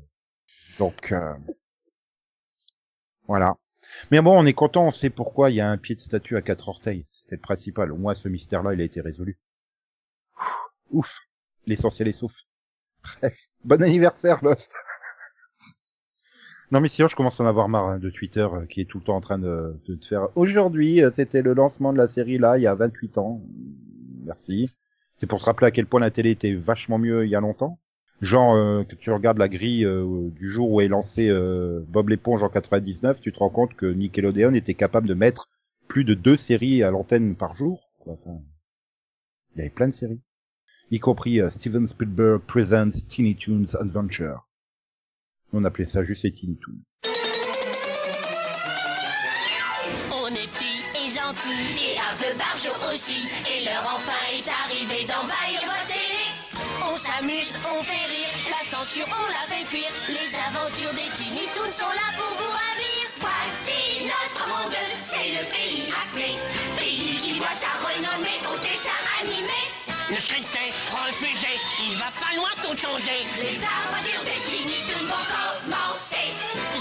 [SPEAKER 1] donc, euh, voilà. Mais bon, on est content, on sait pourquoi il y a un pied de statue à quatre orteils. C'était le principal. Au moins, ce mystère-là, il a été résolu. Ouf. L'essentiel est sauf. Bref. Bon anniversaire, Lost. non, mais sinon, je commence à en avoir marre hein, de Twitter euh, qui est tout le temps en train de, de te faire. Aujourd'hui, euh, c'était le lancement de la série là, il y a 28 ans. Merci. C'est pour te rappeler à quel point la télé était vachement mieux il y a longtemps. Genre euh, que tu regardes la grille euh, du jour où est lancé euh, Bob l'éponge en 99, tu te rends compte que Nickelodeon était capable de mettre plus de deux séries à l'antenne par jour. quoi. Enfin, il y avait plein de séries y compris euh, Steven Spielberg Presents Teeny Toons Adventure. On appelait ça juste les Teeny Toons.
[SPEAKER 5] On est petits et gentils, et un peu barjots aussi. Et l'heure enfin est arrivée d'envahir votre télé. On s'amuse, on fait rire, la censure on la fait fuir. Les aventures des Tiny Toons sont là pour vous ravir. Voici notre monde, c'est le pays appelé. Pays qui voit sa renommée au dessin animé.
[SPEAKER 6] Le scripté, prends le fusil, il va falloir tout changer.
[SPEAKER 5] Les aventures des Tiny Toons vont commencer.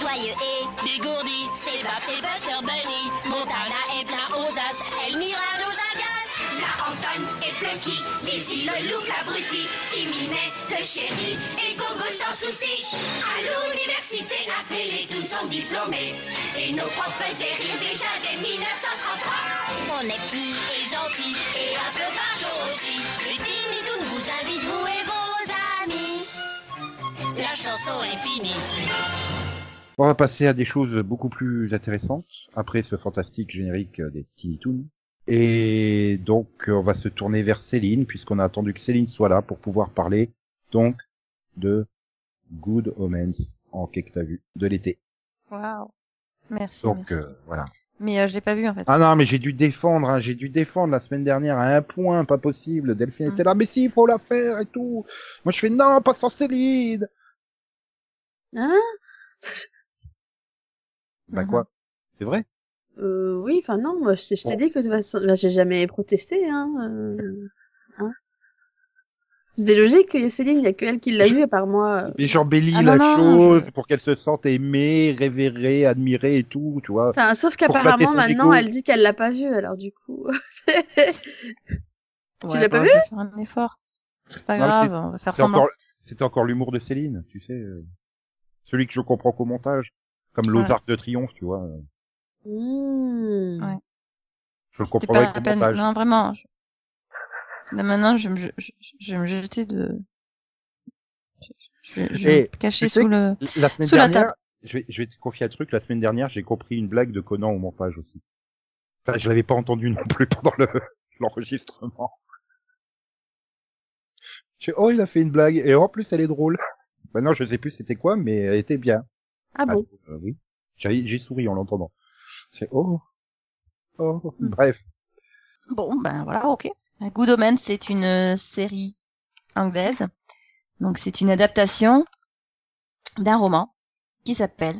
[SPEAKER 5] Joyeux et
[SPEAKER 6] Dégourdi,
[SPEAKER 5] C'est Bob, c'est Buster Bunny, Montana est plein aux as, Elmira nous agace. La Anton et Plucky, Dizzy le loup l'abruti, Timinet le chéri et Gogo sans souci. À l'université, appelés tous sont diplômés et nos profs faisaient rire déjà dès 1933. On est plus et gentil et un peu barjot aussi. Les Timitoun vous invitent, vous et vos amis.
[SPEAKER 6] la chanson est finie.
[SPEAKER 1] On va passer à des choses beaucoup plus intéressantes après ce fantastique générique euh, des Teeny Toons. Et donc, euh, on va se tourner vers Céline puisqu'on a attendu que Céline soit là pour pouvoir parler donc de Good Omens en quai que t'as vu de l'été.
[SPEAKER 2] Waouh. Merci.
[SPEAKER 1] Donc
[SPEAKER 2] merci.
[SPEAKER 1] euh, voilà.
[SPEAKER 2] Mais euh, je l'ai pas vu en fait.
[SPEAKER 1] Ah non, mais j'ai dû défendre, hein, j'ai dû défendre la semaine dernière à un point, pas possible. Delphine
[SPEAKER 2] Mm.
[SPEAKER 1] était là, mais si, il faut la faire et tout. Moi, je fais non, pas sans Céline.
[SPEAKER 4] hein
[SPEAKER 1] Bah
[SPEAKER 2] Mhm.
[SPEAKER 1] quoi C'est vrai
[SPEAKER 4] Euh, oui, enfin non, moi je, je
[SPEAKER 1] Bon.
[SPEAKER 4] t'ai dit que de toute façon, là, j'ai jamais protesté. Hein, euh, hein. C'était logique qu'il y ait Céline, il y a que elle qui l'a
[SPEAKER 1] Je-
[SPEAKER 4] vu, à part moi. euh.
[SPEAKER 1] Mais j'embellis
[SPEAKER 2] Ah
[SPEAKER 1] la
[SPEAKER 2] non, non,
[SPEAKER 1] chose pour qu'elle se sente aimée, révérée, admirée et tout, tu vois.
[SPEAKER 4] Enfin, sauf
[SPEAKER 1] flatter
[SPEAKER 4] qu'apparemment
[SPEAKER 1] son
[SPEAKER 4] maintenant
[SPEAKER 1] ego.
[SPEAKER 4] elle dit qu'elle l'a pas vu, alors du coup. <laughs> c'est-
[SPEAKER 2] Ouais,
[SPEAKER 4] l'as pas
[SPEAKER 2] bon,
[SPEAKER 4] vu
[SPEAKER 2] Je vais faire un effort. C'est pas
[SPEAKER 1] Non, mais
[SPEAKER 2] grave, on va faire
[SPEAKER 1] C'est
[SPEAKER 2] semblant.
[SPEAKER 1] encore, c'était encore l'humour de Céline, tu sais. euh, Celui que je comprends qu'au montage. Comme
[SPEAKER 2] Ouais.
[SPEAKER 1] L'Ozark de Triomphe, tu vois. euh,
[SPEAKER 4] Mmh.
[SPEAKER 2] Ouais.
[SPEAKER 1] Je le
[SPEAKER 2] C'était pas
[SPEAKER 1] comprendrais
[SPEAKER 2] la
[SPEAKER 1] qu'au
[SPEAKER 2] peine.
[SPEAKER 1] montage.
[SPEAKER 2] Non, vraiment. je- Là, maintenant, je vais me, je, je- je vais me jeter de. je- Je, je vais
[SPEAKER 1] Eh,
[SPEAKER 2] me cacher
[SPEAKER 1] tu sais
[SPEAKER 2] sous le.
[SPEAKER 1] La semaine
[SPEAKER 2] Sous la
[SPEAKER 1] dernière, je vais, je vais te confier un truc. La semaine dernière, j'ai compris une blague de Conan au montage aussi. Enfin, je l'avais pas entendu non plus pendant le l'enregistrement. Je- Oh, il a fait une blague et en plus elle est drôle. Maintenant, je sais plus c'était quoi, mais elle était bien.
[SPEAKER 4] Ah bon
[SPEAKER 1] Euh, oui, j'ai j'ai souri en l'entendant. J'ai oh, oh. Bref,
[SPEAKER 2] Bon, ben voilà, ok. Good Omens, c'est une euh, série anglaise. Donc, c'est une adaptation d'un roman qui s'appelle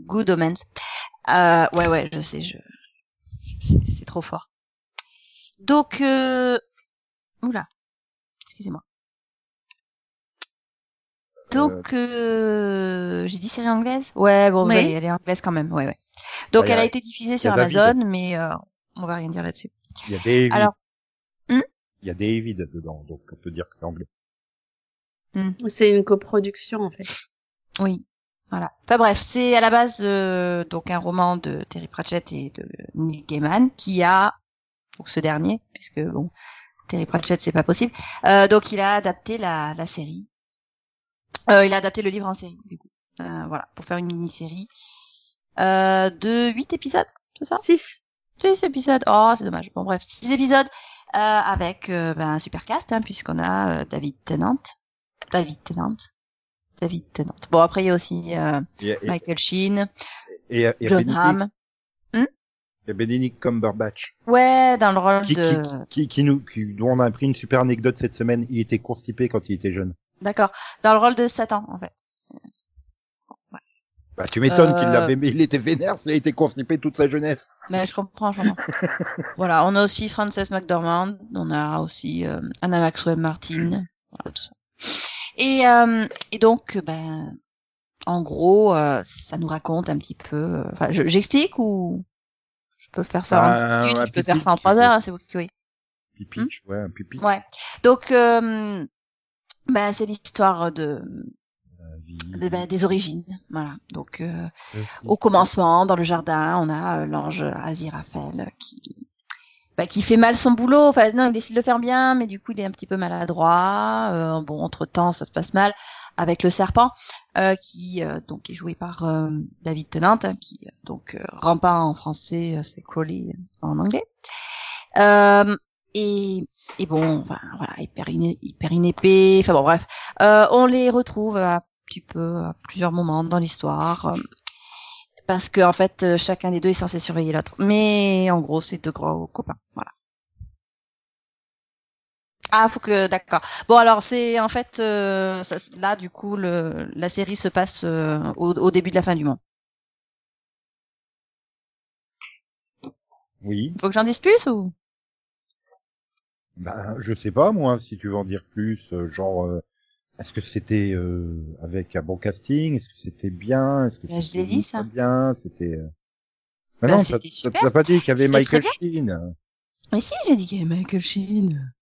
[SPEAKER 2] Good Omens. Euh, ouais, ouais, je sais, je, c'est c'est trop fort. Donc, euh... oula, excusez-moi. Donc, euh... j'ai dit série anglaise. Ouais, bon,
[SPEAKER 4] Oui.
[SPEAKER 2] allez, elle est anglaise quand même. Ouais, ouais. Donc,
[SPEAKER 1] Bah, y a-
[SPEAKER 2] elle a été diffusée
[SPEAKER 1] y
[SPEAKER 2] sur
[SPEAKER 1] a David.
[SPEAKER 2] Amazon, mais euh, on va rien dire là-dessus.
[SPEAKER 1] Il y a David.
[SPEAKER 2] Alors- Hmm
[SPEAKER 1] Il y a David dedans, donc on peut dire que c'est anglais. Ah.
[SPEAKER 4] C'est une coproduction en fait.
[SPEAKER 2] Oui, voilà. Enfin bref, c'est à la base euh, donc un roman de Terry Pratchett et de Neil Gaiman qui a donc ce dernier puisque bon Terry Pratchett c'est pas possible. Euh, donc il a adapté la, la série. Euh, il a adapté le livre en série du coup. Euh, voilà pour faire une mini série euh, de huit épisodes, c'est ça
[SPEAKER 4] 6.
[SPEAKER 2] Six épisodes. Oh, c'est dommage. Bon, bref, six épisodes euh, avec euh, ben, un super cast, hein, puisqu'on a euh, David Tennant. David Tennant. David Tennant. Bon, après, il y a aussi euh,
[SPEAKER 1] Et, et,
[SPEAKER 2] Michael Sheen,
[SPEAKER 1] et, et, et
[SPEAKER 2] John
[SPEAKER 1] Benedict-
[SPEAKER 2] Hamm.
[SPEAKER 1] et Benedict Cumberbatch.
[SPEAKER 2] Ouais, dans le rôle
[SPEAKER 1] Qui,
[SPEAKER 2] de...
[SPEAKER 1] qui, qui, qui nous, qui, dont on a appris une super anecdote cette semaine. Il était constipé quand il était jeune.
[SPEAKER 2] D'accord. Dans le rôle de Satan, en fait.
[SPEAKER 1] Bah, tu m'étonnes
[SPEAKER 2] Euh.
[SPEAKER 1] qu'il l'avait, mais il était vénère, il a été constipé toute sa jeunesse.
[SPEAKER 2] Mais Ben, je comprends, je comprends. voilà, on a aussi Frances McDormand, on a aussi euh, Anna Maxwell Martin,
[SPEAKER 1] Mm.
[SPEAKER 2] voilà tout ça. Et, euh, et donc, ben, en gros, euh, ça nous raconte un petit peu. euh, Enfin, je- j'explique ou je peux faire ça en dix
[SPEAKER 1] Ben,
[SPEAKER 2] minutes,
[SPEAKER 1] ouais,
[SPEAKER 2] je peux
[SPEAKER 1] petit
[SPEAKER 2] faire ça en
[SPEAKER 1] pitch,
[SPEAKER 2] trois
[SPEAKER 1] tu
[SPEAKER 2] heures,
[SPEAKER 1] peux.
[SPEAKER 2] hein, c'est vous qui oui.
[SPEAKER 1] Pipitch, ouais, un pipitch.
[SPEAKER 2] Ouais. Donc, euh, ben, c'est l'histoire de,
[SPEAKER 1] La vie.
[SPEAKER 2] de- ben, des origines, voilà. Donc, euh, au commencement, dans le jardin, on a euh, l'ange Aziraphale qui, bah, qui fait mal son boulot. Enfin, non, il essaie de le faire bien, mais du coup, il est un petit peu maladroit. Euh, bon, entre-temps, ça se passe mal avec le serpent, euh, qui euh, donc est joué par euh, David Tennant, hein, qui euh, donc euh, rampant en français, euh, c'est Crowley en anglais. Euh, et, et bon, enfin, voilà, il perd une, il perd une épée. Enfin bon, bref, Euh, on les retrouve un petit peu à plusieurs moments dans l'histoire parce que en fait euh, chacun des deux est censé surveiller l'autre. Mais en gros, c'est deux gros copains, voilà. Ah, faut que d'accord. Bon alors c'est en fait euh, ça- là du coup le, la série se passe euh, au, au début de la fin du monde.
[SPEAKER 1] Oui.
[SPEAKER 2] Faut que j'en dise plus ou
[SPEAKER 1] Ben, je sais pas, moi, si tu veux en dire plus, euh, genre, euh, est-ce que c'était euh, avec un bon casting Est-ce que c'était bien Est-ce que
[SPEAKER 2] Ben, je
[SPEAKER 1] c'était
[SPEAKER 2] l'ai dit, ça.
[SPEAKER 1] pas bien C'était... euh, Ben
[SPEAKER 2] Ben,
[SPEAKER 1] non, t'as-
[SPEAKER 2] c'était
[SPEAKER 1] t'as
[SPEAKER 2] super.
[SPEAKER 1] t'as pas dit qu'il y avait
[SPEAKER 2] C'était
[SPEAKER 1] Michael Sheen.
[SPEAKER 2] Mais si, j'ai dit qu'il y avait Michael Sheen.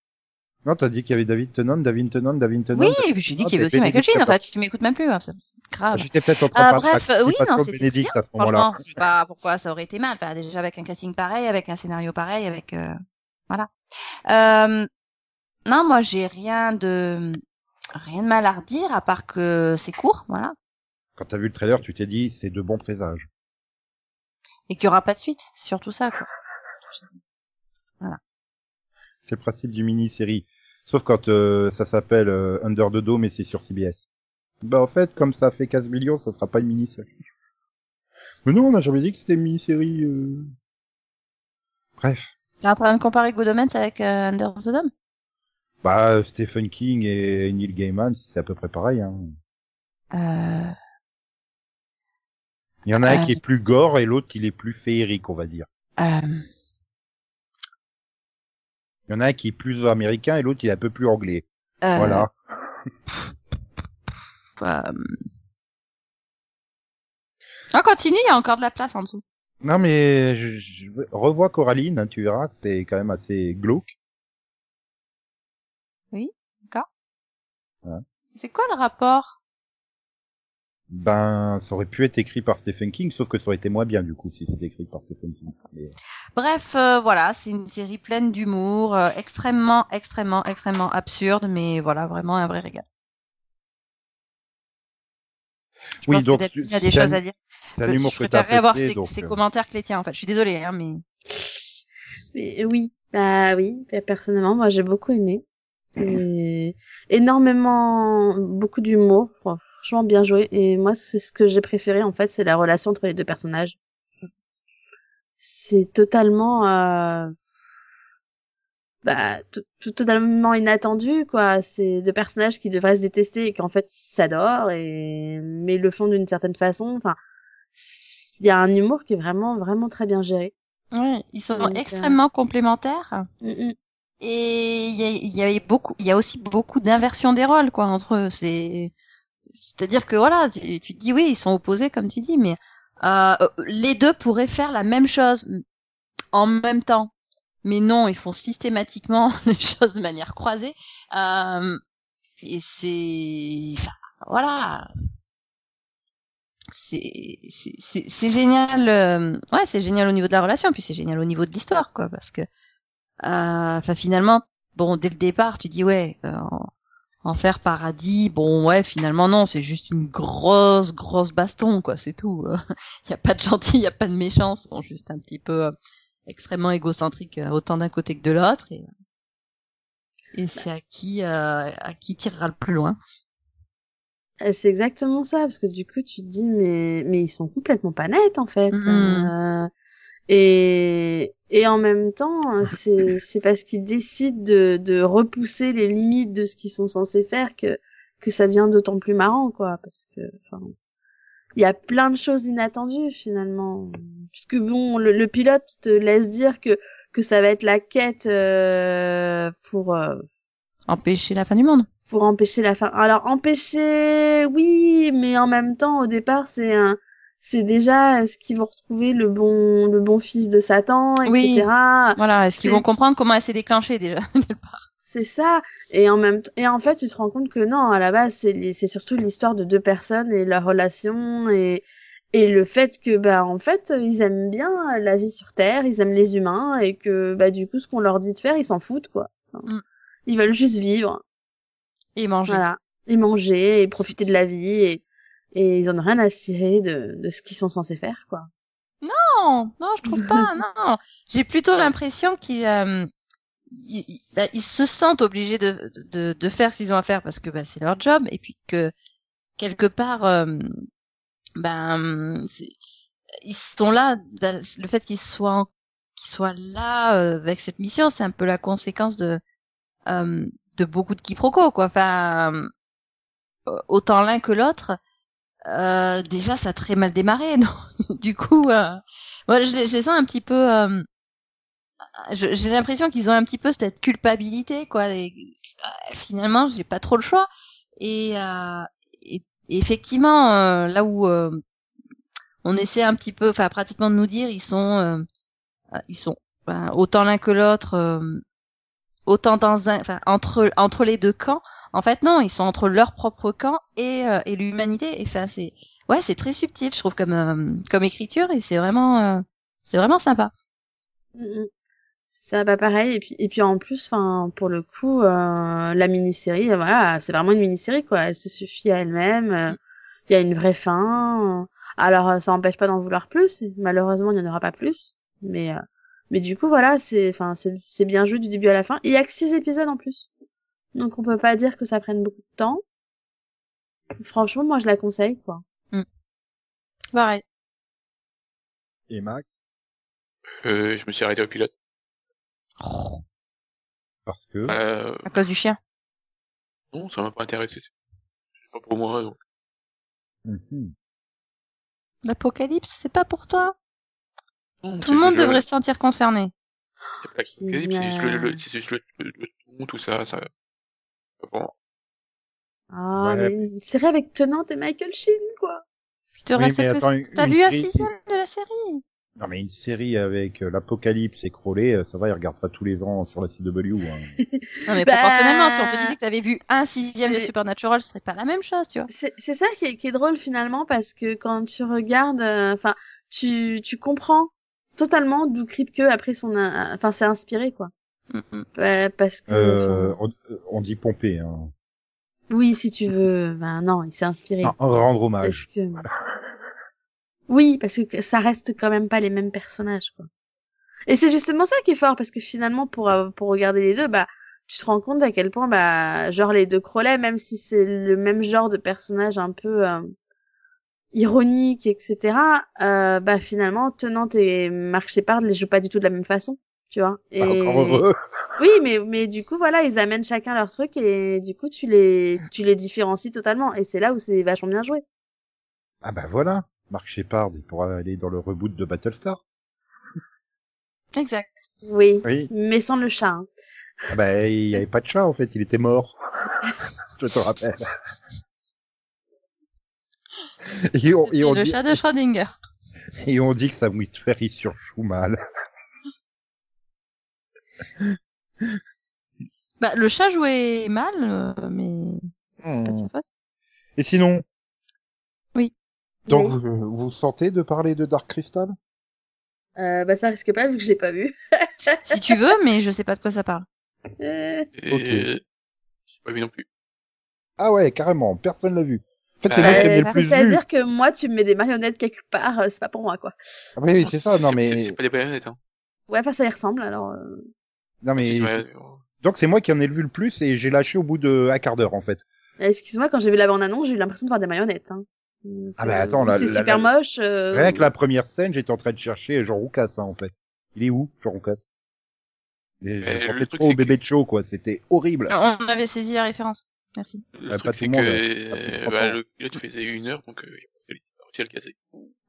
[SPEAKER 1] Non, t'as dit qu'il y avait David Tennant, David Tennant, David Tennant.
[SPEAKER 2] Oui, et puis j'ai dit
[SPEAKER 1] Euh, non,
[SPEAKER 2] qu'il y avait
[SPEAKER 1] t'es
[SPEAKER 2] aussi Michael
[SPEAKER 1] Benedict
[SPEAKER 2] Sheen. En fait,
[SPEAKER 1] Cumberbatch.
[SPEAKER 2] tu m'écoutes même plus, hein, c'est grave.
[SPEAKER 1] J'étais peut-être en
[SPEAKER 2] Euh,
[SPEAKER 1] train de
[SPEAKER 2] bref, euh, oui, non,
[SPEAKER 1] passer au
[SPEAKER 2] c'était
[SPEAKER 1] Bénédicte à ce moment-là.
[SPEAKER 2] Franchement, je sais pas pourquoi ça aurait été mal. Enfin, déjà avec un casting pareil, avec un scénario pareil, avec euh, voilà. Euh, non, moi j'ai rien de rien de mal à redire à part que c'est court, voilà,
[SPEAKER 1] Quand t'as vu le trailer, tu t'es dit, c'est de bons présages.
[SPEAKER 2] et qu'il y aura pas de suite. C'est surtout ça. Quoi.
[SPEAKER 1] C'est le principe du mini-série. Sauf quand euh, ça s'appelle euh, Under the Dome et c'est sur CBS. Bah en fait, comme ça fait 15 millions, ça sera pas une mini-série. Mais non, on n'a jamais dit que c'était une mini-série. euh. Bref.
[SPEAKER 2] T'es en train de comparer Good Omens avec euh, Under the Dome
[SPEAKER 1] Bah, Stephen King et Neil Gaiman, c'est à peu près pareil. Hein.
[SPEAKER 2] euh,
[SPEAKER 1] Il y en a un
[SPEAKER 2] Euh.
[SPEAKER 1] qui est plus gore et l'autre qui est plus féerique, on va dire.
[SPEAKER 2] euh,
[SPEAKER 1] Il y en a un qui est plus américain et l'autre il est un peu plus anglais.
[SPEAKER 2] euh,
[SPEAKER 1] Voilà.
[SPEAKER 2] euh, On continue, il y a encore de la place en dessous.
[SPEAKER 1] Non mais je, je- revois Coraline, hein, tu verras, c'est quand même assez glauque.
[SPEAKER 2] C'est quoi le rapport
[SPEAKER 1] Ben, ça aurait pu être écrit par Stephen King, sauf que ça aurait été moins bien du coup si c'était écrit par Stephen King. Mais-
[SPEAKER 2] Bref, euh, voilà, c'est une série pleine d'humour, euh, extrêmement, extrêmement, extrêmement absurde, mais voilà, vraiment un vrai régal. Je
[SPEAKER 1] Oui,
[SPEAKER 2] pense
[SPEAKER 1] donc,
[SPEAKER 2] que Delphine
[SPEAKER 1] c'est
[SPEAKER 2] a des
[SPEAKER 1] un-
[SPEAKER 2] choses à dire.
[SPEAKER 1] C'est
[SPEAKER 2] Je,
[SPEAKER 1] un humour
[SPEAKER 2] je
[SPEAKER 1] que t'as
[SPEAKER 2] préférerais avoir
[SPEAKER 1] apprécié,
[SPEAKER 2] ses,
[SPEAKER 1] donc,
[SPEAKER 2] ses
[SPEAKER 1] euh,
[SPEAKER 2] commentaires que les tiens, en fait. Je suis désolée, hein, mais
[SPEAKER 4] Mais, euh, oui, bah oui, Bah, personnellement, moi j'ai beaucoup aimé. C'est énormément, beaucoup d'humour, Enfin, franchement bien joué. Et moi, c'est ce que j'ai préféré en fait, c'est la relation entre les deux personnages. C'est totalement, euh, bah, to- to- totalement inattendu quoi. C'est deux personnages qui devraient se détester et qui en fait s'adorent et mais le font d'une certaine façon. Enfin, c'est- il y a un humour qui est vraiment, vraiment très bien géré.
[SPEAKER 2] ouais, ils sont
[SPEAKER 4] Donc, euh,
[SPEAKER 2] extrêmement complémentaires.
[SPEAKER 4] Mm, mm.
[SPEAKER 2] Et il y a, il y avait beaucoup, il y a aussi beaucoup d'inversion des rôles, quoi, entre eux. C'est, c'est-à-dire que voilà, tu, tu te dis oui, ils sont opposés, comme tu dis, mais euh, les deux pourraient faire la même chose en même temps. Mais non, ils font systématiquement <laughs> les choses de manière croisée. Euh, et c'est, enfin, voilà, c'est c'est- c'est- c'est génial. euh, ouais, c'est génial au niveau de la relation, puis c'est génial au niveau de l'histoire, quoi, parce que, euh, enfin, finalement, bon, dès le départ, tu dis ouais, euh, en- enfer, paradis, bon, ouais, finalement non, c'est juste une grosse, grosse baston, quoi, c'est tout. <laughs> Il y a pas de gentil, il y a pas de méchant, ils sont juste un petit peu euh, extrêmement égocentriques, euh, autant d'un côté que de l'autre, et, et c'est à qui, euh, à qui tirera le plus loin.
[SPEAKER 4] Euh, C'est exactement ça, parce que du coup, tu te dis, mais, mais ils sont complètement pas nets, en fait.
[SPEAKER 2] Mhm.
[SPEAKER 4] Euh, et, et en même temps, hein, c'est, c'est parce qu'ils décident de, de repousser les limites de ce qu'ils sont censés faire que, que ça devient d'autant plus marrant, quoi. Parce que, enfin, il y a plein de choses inattendues, finalement. Puisque bon, le, le pilote te laisse dire que, que ça va être la quête, euh, pour, euh,
[SPEAKER 2] Empêcher la fin du monde.
[SPEAKER 4] pour empêcher la fin. Alors empêcher, oui, mais en même temps, au départ, c'est un, c'est déjà est-ce qu'ils vont retrouver le bon, le bon fils de Satan, etc.
[SPEAKER 2] Oui. Voilà, est-ce qu'ils
[SPEAKER 4] C'est-
[SPEAKER 2] vont comprendre comment elle s'est déclenchée déjà
[SPEAKER 4] C'est ça. Et en même, t- et en fait, tu te rends compte que non, à la base, c'est, li- c'est surtout l'histoire de deux personnes et leur relation et et le fait que bah en fait ils aiment bien la vie sur Terre, ils aiment les humains et que bah du coup ce qu'on leur dit de faire ils s'en foutent quoi. Enfin,
[SPEAKER 2] Mm.
[SPEAKER 4] Ils veulent juste vivre.
[SPEAKER 2] et manger.
[SPEAKER 4] Voilà. Et manger, et profiter de la vie, et, et ils en ont rien à se tirer de, de ce qu'ils sont censés faire, quoi.
[SPEAKER 2] Non, non, je trouve pas. Non, j'ai plutôt l'impression qu'ils euh, ils, ils- bah, ils se sentent obligés de, de, de faire ce qu'ils ont à faire parce que bah, c'est leur job et puis que quelque part, euh, ben, c'est- ils sont là. bah, le fait qu'ils soient en- qu'ils soient là euh, avec cette mission, c'est un peu la conséquence de euh, de beaucoup de quiproquos, quoi. Enfin, euh, autant l'un que l'autre. euh, déjà, ça a très mal démarré, <laughs> donc du coup, euh, moi, je, les- je les sens un petit peu. euh, je- j'ai l'impression qu'ils ont un petit peu cette culpabilité, quoi. Et, euh, finalement, j'ai pas trop le choix. Et, euh, et- et effectivement, euh, là où euh, on essaie un petit peu, enfin pratiquement de nous dire, ils sont, euh, euh, ils sont ben, autant l'un que l'autre, euh, autant dans un, enfin entre entre les deux camps. En fait, non, ils sont entre leur propre camp et, euh, et l'humanité. Et enfin, c'est ouais, c'est très subtil, je trouve, comme euh, comme écriture, et c'est vraiment euh, c'est vraiment sympa.
[SPEAKER 4] Mhm. C'est ça, bah pareil. Et puis, et puis en plus, enfin, pour le coup, euh, la mini-série, euh, voilà, c'est vraiment une mini-série, quoi. Elle se suffit à elle-même. euh, Il y a une vraie fin. euh. Alors, euh, ça n'empêche pas d'en vouloir plus. et Malheureusement, il n'y en aura pas plus. Mais, euh, mais du coup, voilà, c'est, enfin, c'est c'est bien joué du début à la fin. Et Il y a que six épisodes en plus. Donc, on peut pas dire que ça prenne beaucoup de temps. Franchement, moi, je la conseille, quoi.
[SPEAKER 2] Pareil.
[SPEAKER 1] Et Max,
[SPEAKER 3] Euh, je me suis arrêté au pilote.
[SPEAKER 1] parce que
[SPEAKER 3] Euh,
[SPEAKER 2] À cause du chien.
[SPEAKER 3] non, ça m'a pas intéressé. C'est pas pour moi. donc.
[SPEAKER 1] Mhm.
[SPEAKER 2] L'apocalypse, c'est pas pour toi.
[SPEAKER 3] Non,
[SPEAKER 2] Tout
[SPEAKER 3] c'est
[SPEAKER 2] le monde
[SPEAKER 3] juste
[SPEAKER 2] devrait se sentir concerné.
[SPEAKER 3] C'est pas la crise, c'est juste le, le- c'est juste le, le- le ton, tout ça. ça... Bon,
[SPEAKER 4] Ah,
[SPEAKER 1] Ouais.
[SPEAKER 4] mais une série avec Tenant et Michael Sheen, quoi.
[SPEAKER 2] Je te
[SPEAKER 1] Oui,
[SPEAKER 2] reste
[SPEAKER 1] mais
[SPEAKER 2] que
[SPEAKER 1] attends,
[SPEAKER 2] ça.
[SPEAKER 1] une-
[SPEAKER 2] T'as
[SPEAKER 1] une
[SPEAKER 2] vu un
[SPEAKER 1] série-
[SPEAKER 2] sixième de la série
[SPEAKER 1] non mais une série avec euh, l'apocalypse et Crowley, euh, ça va, ils regardent ça tous les ans sur la CW. Hein.
[SPEAKER 2] Non mais
[SPEAKER 4] Bah,
[SPEAKER 2] proportionnellement, si on te disait que t'avais vu un sixième de
[SPEAKER 4] c'est-
[SPEAKER 2] Supernatural, ce serait pas la même chose, tu vois.
[SPEAKER 4] C'est c'est ça qui est, qui est drôle finalement parce que quand tu regardes, euh, enfin, tu, tu comprends totalement d'où Kripke après son, in- enfin, s'est inspiré quoi. Euh, parce que,
[SPEAKER 1] Euh,
[SPEAKER 4] enfin,
[SPEAKER 1] on, euh, on dit pomper, hein.
[SPEAKER 4] oui, si tu veux, ben non, il s'est inspiré
[SPEAKER 1] Ah, rendre
[SPEAKER 4] parce
[SPEAKER 1] hommage.
[SPEAKER 4] que, oui, parce que ça reste quand même pas les mêmes personnages quoi. Et c'est justement ça qui est fort parce que finalement pour euh, pour regarder les deux, bah tu te rends compte à quel point bah genre les deux Crowley, même si c'est le même genre de personnage un peu euh, ironique, etc. euh, bah finalement, Tenant et Mark Shepard les jouent pas du tout de la même façon, tu vois. Et...
[SPEAKER 1] Ah, encore heureux. <laughs>
[SPEAKER 4] Oui, mais mais du coup voilà, ils amènent chacun leur truc et du coup tu les tu les différencies totalement et c'est là où c'est vachement bien joué.
[SPEAKER 1] Ah bah voilà, Mark Shepard, il pourra aller dans le reboot de Battlestar.
[SPEAKER 2] Exact.
[SPEAKER 4] Oui.
[SPEAKER 1] Oui.
[SPEAKER 4] Mais sans le chat. hein.
[SPEAKER 1] Ah bah il y avait pas de chat en fait, il était mort. <laughs> Je te rappelle. Et on, et,
[SPEAKER 2] Et
[SPEAKER 1] on
[SPEAKER 2] le
[SPEAKER 1] dit,
[SPEAKER 2] chat de Schrödinger.
[SPEAKER 1] et on dit que ça mouille faire sur chou mal.
[SPEAKER 2] Bah, le chat jouait mal, euh, mais c'est c'est pas de
[SPEAKER 1] Hmm.
[SPEAKER 2] sa faute.
[SPEAKER 1] Et sinon
[SPEAKER 2] Oui.
[SPEAKER 1] Donc, euh, vous sentez de parler de Dark Crystal
[SPEAKER 4] Euh, bah ça risque pas vu que je l'ai pas <laughs> vu.
[SPEAKER 2] Si tu veux, mais je sais pas de quoi ça parle.
[SPEAKER 4] Euh,
[SPEAKER 3] Et... J'ai pas vu non plus.
[SPEAKER 1] Ah ouais, carrément, personne l'a vu. En fait, c'est
[SPEAKER 3] Bah,
[SPEAKER 1] moi qui
[SPEAKER 4] euh,
[SPEAKER 1] ai le plus vu.
[SPEAKER 4] C'est-à-dire que moi, tu me mets des marionnettes quelque part, euh, c'est pas pour moi, quoi.
[SPEAKER 1] Ah oui, oui, c'est ça, non
[SPEAKER 3] C'est,
[SPEAKER 1] mais...
[SPEAKER 3] c'est pas des planètes, hein.
[SPEAKER 4] Ouais, enfin, ça y ressemble, alors... euh,
[SPEAKER 1] Non, mais...
[SPEAKER 3] C'est pas-
[SPEAKER 1] Donc c'est moi qui en ai vu le plus et j'ai lâché au bout de un quart d'heure en fait.
[SPEAKER 4] Eh, Excuse-moi, quand j'ai vu la bande-annonce, j'ai eu l'impression de voir des marionnettes. Hein. Donc,
[SPEAKER 1] Ah bah
[SPEAKER 4] euh,
[SPEAKER 1] attends, la-
[SPEAKER 4] C'est
[SPEAKER 1] la-
[SPEAKER 4] super
[SPEAKER 1] la-
[SPEAKER 4] moche. euh,
[SPEAKER 1] Rien que la première scène, j'étais en train de chercher Jean Roucas hein, en fait. Il est où Jean Roucas Et
[SPEAKER 3] Mais
[SPEAKER 1] Je
[SPEAKER 3] le
[SPEAKER 1] pensais
[SPEAKER 3] truc,
[SPEAKER 1] trop au
[SPEAKER 3] c'est que-
[SPEAKER 1] bébé de show quoi, c'était horrible.
[SPEAKER 2] On avait saisi la référence. Merci.
[SPEAKER 3] Le
[SPEAKER 1] Bah,
[SPEAKER 3] truc,
[SPEAKER 1] pas tout
[SPEAKER 3] c'est
[SPEAKER 1] le
[SPEAKER 3] que
[SPEAKER 1] monde,
[SPEAKER 3] euh,
[SPEAKER 1] Pas
[SPEAKER 3] bah,
[SPEAKER 1] tout
[SPEAKER 3] le pilote faisait une heure, donc euh, il a réussi à le casser.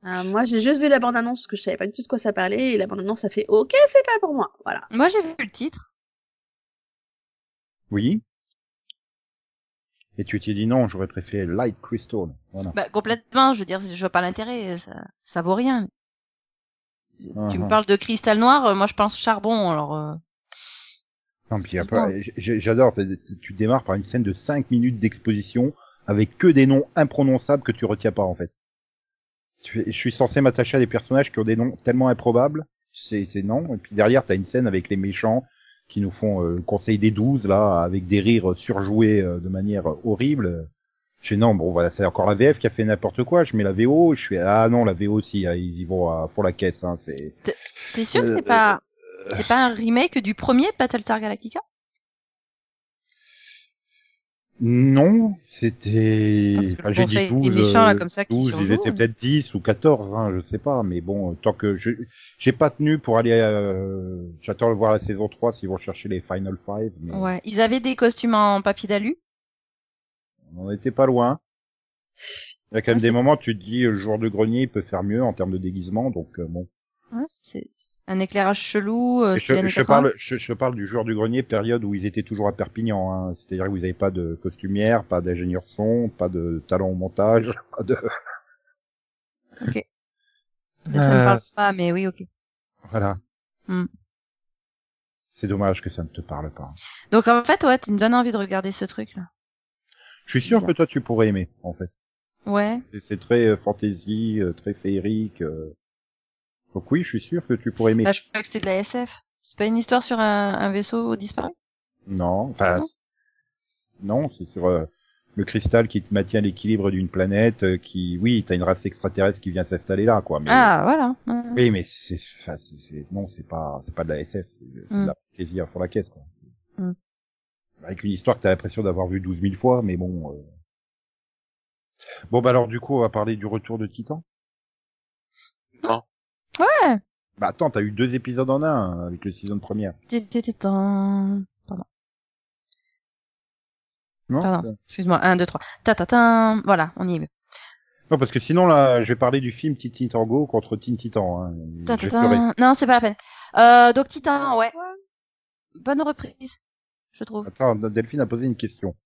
[SPEAKER 4] ah, moi, j'ai juste vu la bande-annonce, parce que je savais pas du tout de quoi ça parlait, et la bande-annonce, ça fait « Ok, c'est pas pour moi !» Voilà.
[SPEAKER 2] Moi, j'ai vu le titre.
[SPEAKER 1] Oui. Et tu t'es dit non, j'aurais préféré Light Crystal. Voilà.
[SPEAKER 2] Bah, complètement, je veux dire, je vois pas l'intérêt, ça, ça vaut rien. Tu
[SPEAKER 1] Mhm.
[SPEAKER 2] me parles de cristal noir, euh, moi je pense charbon, alors... euh,
[SPEAKER 1] Non, puis
[SPEAKER 2] c'est
[SPEAKER 1] après, j- j- j'adore, t'as- t'as- tu démarres par une scène de 5 minutes d'exposition avec que des noms imprononçables que tu retiens pas en fait. Tu- Je suis censé m'attacher à des personnages qui ont des noms tellement improbables, c'est c'est non. Et puis derrière, t'as une scène avec les méchants qui nous font euh, le conseil des 12 là, avec des rires surjoués euh, de manière euh, horrible. Je fais non, bon voilà, c'est encore la VF qui a fait n'importe quoi. Je mets la VO, je fais ah non la VO aussi, hein, ils y vont à fond la caisse. Hein, c'est
[SPEAKER 2] T'es sûr que
[SPEAKER 1] Euh,
[SPEAKER 2] c'est pas... C'est pas un remake du premier Battlestar Galactica
[SPEAKER 1] Non, c'était.
[SPEAKER 2] Parce que
[SPEAKER 1] enfin,
[SPEAKER 2] le
[SPEAKER 1] j'ai
[SPEAKER 2] conseil
[SPEAKER 1] dit
[SPEAKER 2] des
[SPEAKER 1] 12,
[SPEAKER 2] méchants, là,
[SPEAKER 1] euh,
[SPEAKER 2] comme ça, qui
[SPEAKER 1] 12, ils
[SPEAKER 2] surjouent,
[SPEAKER 1] étaient
[SPEAKER 2] mais-
[SPEAKER 1] peut-être 10 ou 14, hein, je sais pas, mais bon, euh, tant que je j'ai pas tenu pour aller euh, j'attends de voir la saison 3 s'ils vont chercher les Final 5 mais
[SPEAKER 2] Ouais, ils avaient des costumes en papier d'alu.
[SPEAKER 1] on était pas loin. Il y a quand même
[SPEAKER 2] Ouais,
[SPEAKER 1] des
[SPEAKER 2] c'est-
[SPEAKER 1] moments tu te dis euh, le joueur de grenier il peut faire mieux en termes de déguisement donc euh, bon.
[SPEAKER 2] Ouais, c'est un éclairage chelou, euh,
[SPEAKER 1] Et
[SPEAKER 2] style
[SPEAKER 1] je,
[SPEAKER 2] années
[SPEAKER 1] je
[SPEAKER 2] 80.
[SPEAKER 1] parle je, je parle du joueur du grenier période où ils étaient toujours à Perpignan hein, c'est-à-dire que vous n'avez pas de costumière, pas d'ingénieur son, pas de talent au montage, <laughs> pas de
[SPEAKER 2] Ça me
[SPEAKER 1] Euh,
[SPEAKER 2] parle pas, mais oui, ok.
[SPEAKER 1] Voilà.
[SPEAKER 2] Hmm.
[SPEAKER 1] C'est dommage que ça ne te parle pas.
[SPEAKER 2] Donc en fait, ouais, tu me donnes envie de regarder ce truc-là.
[SPEAKER 1] Je suis sûr
[SPEAKER 2] Bizarre.
[SPEAKER 1] que toi tu pourrais aimer, en fait.
[SPEAKER 2] Ouais.
[SPEAKER 1] C'est- C'est très euh, fantasy, euh, très féerique. euh. Donc oui, je suis sûr que tu pourrais aimer.
[SPEAKER 2] Là, Bah, je crois que c'est de la SF. C'est pas une histoire sur un, un vaisseau disparu
[SPEAKER 1] Non, enfin,
[SPEAKER 2] Non.
[SPEAKER 1] c- non, c'est sur euh, le cristal qui te maintient l'équilibre d'une planète, euh, qui, oui, t'as une race extraterrestre qui vient s'installer là, quoi. Mais...
[SPEAKER 2] Ah, voilà. Ouais.
[SPEAKER 1] Oui, mais c'est, enfin, c'est- c'est- non, c'est pas, c'est pas de la SF, c'est c'est de
[SPEAKER 2] Mm.
[SPEAKER 1] la fantaisie à fond la caisse, quoi.
[SPEAKER 2] Mm.
[SPEAKER 1] Avec une histoire que t'as l'impression d'avoir vue 12 000 fois, mais bon. euh. Bon, bah alors du coup, on va parler du retour de Titan.
[SPEAKER 3] Non.
[SPEAKER 2] Ouais.
[SPEAKER 1] Bah attends, t'as eu deux épisodes en un hein, avec le season première.
[SPEAKER 2] Ti- ti- ti- tan.
[SPEAKER 1] Non,
[SPEAKER 2] Pardon, excuse-moi. 1, 2, 3. Ta ta ta. Voilà, on y est.
[SPEAKER 1] non, parce que sinon là, je vais parler du film Titan Tango contre Teen Titan. Hein.
[SPEAKER 2] Ta,
[SPEAKER 1] Je
[SPEAKER 2] ta,
[SPEAKER 1] vais
[SPEAKER 2] ta.
[SPEAKER 1] pleurer.
[SPEAKER 2] Non, c'est pas la peine. Euh, donc Titan,
[SPEAKER 4] Ah,
[SPEAKER 2] ouais. Bonne reprise, je trouve.
[SPEAKER 1] Attends, Delphine a posé une question.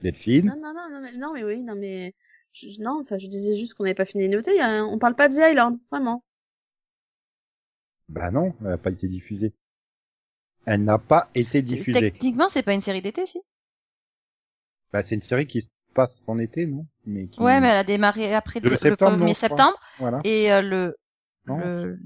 [SPEAKER 1] Delphine.
[SPEAKER 2] Ah.
[SPEAKER 4] Non, non, non, non, mais, non, mais oui, non, mais... je- je- non, enfin, je disais juste qu'on n'avait pas fini les nouveautés. il y a un- On parle pas de The Island, vraiment.
[SPEAKER 1] Bah non, elle n'a pas été diffusée. Elle n'a pas été
[SPEAKER 2] C'est-
[SPEAKER 1] diffusée.
[SPEAKER 2] Techniquement, c'est pas une série d'été, si.
[SPEAKER 1] Bah c'est une série qui se passe en été, non Mais qui...
[SPEAKER 2] Ouais, mais elle a démarré après le,
[SPEAKER 1] Le
[SPEAKER 2] le
[SPEAKER 1] septembre,
[SPEAKER 2] 1er
[SPEAKER 1] non, je crois.
[SPEAKER 2] septembre
[SPEAKER 1] Voilà.
[SPEAKER 2] et euh, le
[SPEAKER 1] Non.
[SPEAKER 2] le-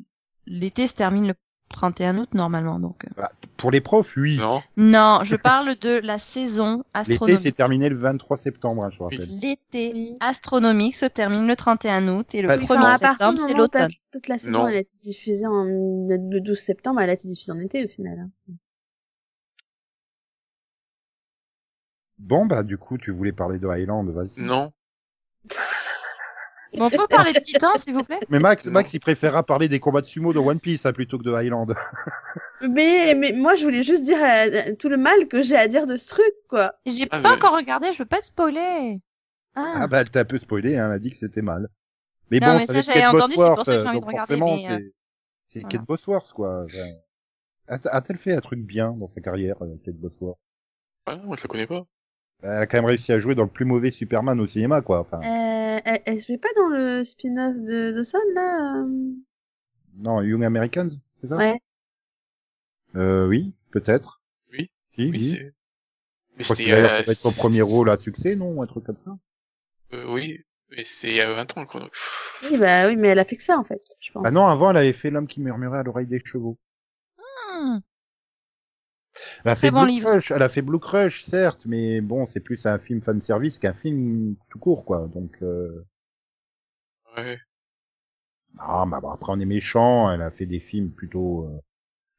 [SPEAKER 2] l'été se termine le 31 août normalement. Donc euh.
[SPEAKER 1] Bah, pour les profs, oui.
[SPEAKER 3] Non,
[SPEAKER 2] non,
[SPEAKER 1] <laughs>
[SPEAKER 2] je parle de la saison
[SPEAKER 1] L'été s'est
[SPEAKER 2] astronomique.
[SPEAKER 1] terminé le 23 septembre, hein, je vous rappelle.
[SPEAKER 2] L'été astronomique se termine le 31 août et le
[SPEAKER 1] Pas du
[SPEAKER 2] 1er
[SPEAKER 1] tout.
[SPEAKER 4] Enfin, à partir
[SPEAKER 2] septembre
[SPEAKER 4] du
[SPEAKER 2] c'est
[SPEAKER 4] moment où t'as-
[SPEAKER 2] l'automne.
[SPEAKER 4] toute la saison,
[SPEAKER 3] Non.
[SPEAKER 4] elle a été diffusée en... le 12 septembre, elle a été diffusée en été, au final. hein.
[SPEAKER 1] Bon, bah du coup, tu voulais parler de Highland, vas-y.
[SPEAKER 3] non.
[SPEAKER 2] Bon, on peut parler de Titan <laughs> s'il vous plaît
[SPEAKER 1] Mais Max,
[SPEAKER 3] Non.
[SPEAKER 1] Max, il préférera parler des combats de sumo de One Piece hein, plutôt que de Highland.
[SPEAKER 4] Mais, mais moi, je voulais juste dire euh, tout le mal que j'ai à dire de ce truc, quoi.
[SPEAKER 2] J'ai
[SPEAKER 3] Ah,
[SPEAKER 2] pas
[SPEAKER 3] mais-
[SPEAKER 2] encore regardé, je veux pas te spoiler.
[SPEAKER 1] Ah bah, elle t'a un peu spoilé, hein, elle a dit que c'était mal. Mais
[SPEAKER 2] Non,
[SPEAKER 1] bon,
[SPEAKER 2] mais
[SPEAKER 1] ça
[SPEAKER 2] ça,
[SPEAKER 1] avait
[SPEAKER 2] j'avais
[SPEAKER 1] Kate
[SPEAKER 2] entendu, c'est
[SPEAKER 1] Bosworth,
[SPEAKER 2] pour ça que j'ai
[SPEAKER 1] euh,
[SPEAKER 2] envie de
[SPEAKER 1] donc
[SPEAKER 2] regarder,
[SPEAKER 1] forcément,
[SPEAKER 2] mais, euh,
[SPEAKER 1] c'est- C'est
[SPEAKER 2] voilà.
[SPEAKER 1] Kate Bosworth, quoi. Enfin, a- A-t-elle fait un truc bien dans sa carrière, euh, Kate Bosworth Bah,
[SPEAKER 3] Ah, non, je la connais pas.
[SPEAKER 1] Elle a quand même réussi à jouer dans le plus mauvais Superman au cinéma, quoi. Enfin,
[SPEAKER 4] Euh, elle, elle se met pas dans le spin-off de Dawson, là euh
[SPEAKER 1] non, Young Americans, c'est ça
[SPEAKER 4] Ouais.
[SPEAKER 1] Euh, oui, peut-être.
[SPEAKER 3] Oui.
[SPEAKER 1] Si,
[SPEAKER 3] Oui,
[SPEAKER 1] oui.
[SPEAKER 3] c'est- Mais
[SPEAKER 1] Je crois
[SPEAKER 3] c'était
[SPEAKER 1] qu'il a l'air
[SPEAKER 3] euh,
[SPEAKER 1] d'être son premier rôle à succès, non ou Un truc comme ça
[SPEAKER 3] euh, oui, mais c'est il y a 20 ans quoi. donc, pff,
[SPEAKER 4] Oui, bah oui, mais elle a fait que ça, en fait, je pense.
[SPEAKER 1] Ah non, avant, elle avait fait L'homme qui murmurait à l'oreille des chevaux.
[SPEAKER 2] Hmm.
[SPEAKER 1] Elle a
[SPEAKER 2] Très
[SPEAKER 1] fait
[SPEAKER 2] bon
[SPEAKER 1] Blue
[SPEAKER 2] livre.
[SPEAKER 1] Crush, elle a fait Blue Crush, certes, mais bon, c'est plus un film fan service qu'un film tout court, quoi. Donc, euh...
[SPEAKER 3] ouais.
[SPEAKER 1] ah, bah, bah, après on est méchant. Elle a fait des films plutôt euh,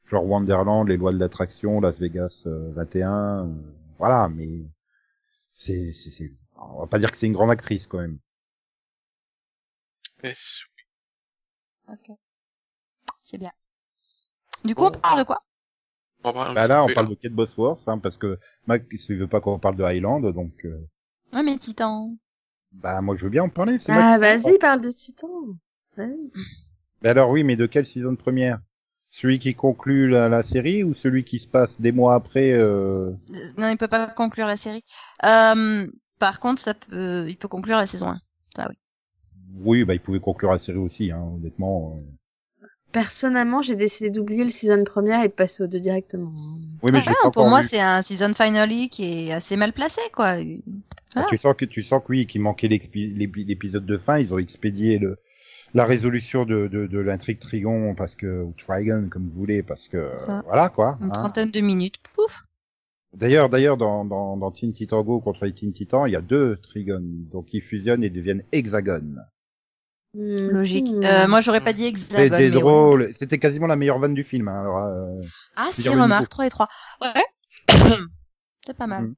[SPEAKER 1] genre Wonderland, Les Lois de l'attraction, Las Vegas euh, 21, euh, voilà. Mais c'est, c'est, c'est, on va pas dire que c'est une grande actrice quand même.
[SPEAKER 3] Mais c'est-
[SPEAKER 2] C'est bien. Du coup,
[SPEAKER 3] Bon.
[SPEAKER 1] Oh.
[SPEAKER 2] on parle de quoi
[SPEAKER 3] bon, bah,
[SPEAKER 1] Bah là, on
[SPEAKER 3] fait,
[SPEAKER 1] parle de Kate Bosworth, hein, parce que Mac, il veut pas qu'on parle de Highland, donc euh,
[SPEAKER 2] Ouais, mais Titan.
[SPEAKER 1] bah moi je veux bien en parler. C'est moi
[SPEAKER 4] Ah,
[SPEAKER 1] qui-
[SPEAKER 4] vas-y, parle de Titan. Vas-y.
[SPEAKER 1] Mais alors oui, mais de quelle saison de première Celui qui conclut la, la série ou celui qui se passe des mois après euh...
[SPEAKER 2] Euh, Non, il peut pas conclure la série. Euh, par contre, ça peut, euh, il peut conclure la saison 1.
[SPEAKER 1] Oui, bah il pouvait conclure la série aussi, hein, honnêtement. euh.
[SPEAKER 4] Personnellement, j'ai décidé d'oublier le season première et de passer aux deux directement. hein.
[SPEAKER 1] Oui, mais je l'ai pas
[SPEAKER 2] Ah pour
[SPEAKER 1] encore
[SPEAKER 2] moi,
[SPEAKER 1] vu.
[SPEAKER 2] c'est un season finale qui est assez mal placé, quoi.
[SPEAKER 1] Ah, tu sens que tu sens que oui, qu'il manquait l'expi- l'épi- l'épisode de fin. Ils ont expédié le la résolution de de, de l'intrigue Trigon parce que ou Trigon comme vous voulez parce que euh,
[SPEAKER 2] Ça.
[SPEAKER 1] voilà quoi.
[SPEAKER 2] Une
[SPEAKER 1] hein.
[SPEAKER 2] trentaine de minutes, pouf.
[SPEAKER 1] D'ailleurs, d'ailleurs, dans, dans, dans Teen Titan Go contre les Teen Titans, il y a deux Trigon, donc ils fusionnent et deviennent hexagones.
[SPEAKER 4] Hmm,
[SPEAKER 2] Logique. Euh, moi, j'aurais pas dit hexagone.
[SPEAKER 1] C'était
[SPEAKER 2] mais ouais.
[SPEAKER 1] drôle, c'était quasiment la meilleure vanne du film. Hein, alors, euh,
[SPEAKER 2] Ah,
[SPEAKER 1] dire
[SPEAKER 2] si,
[SPEAKER 1] le
[SPEAKER 2] remarque,
[SPEAKER 1] niveau.
[SPEAKER 2] 3 et 3. Ouais. <coughs> c'est pas mal.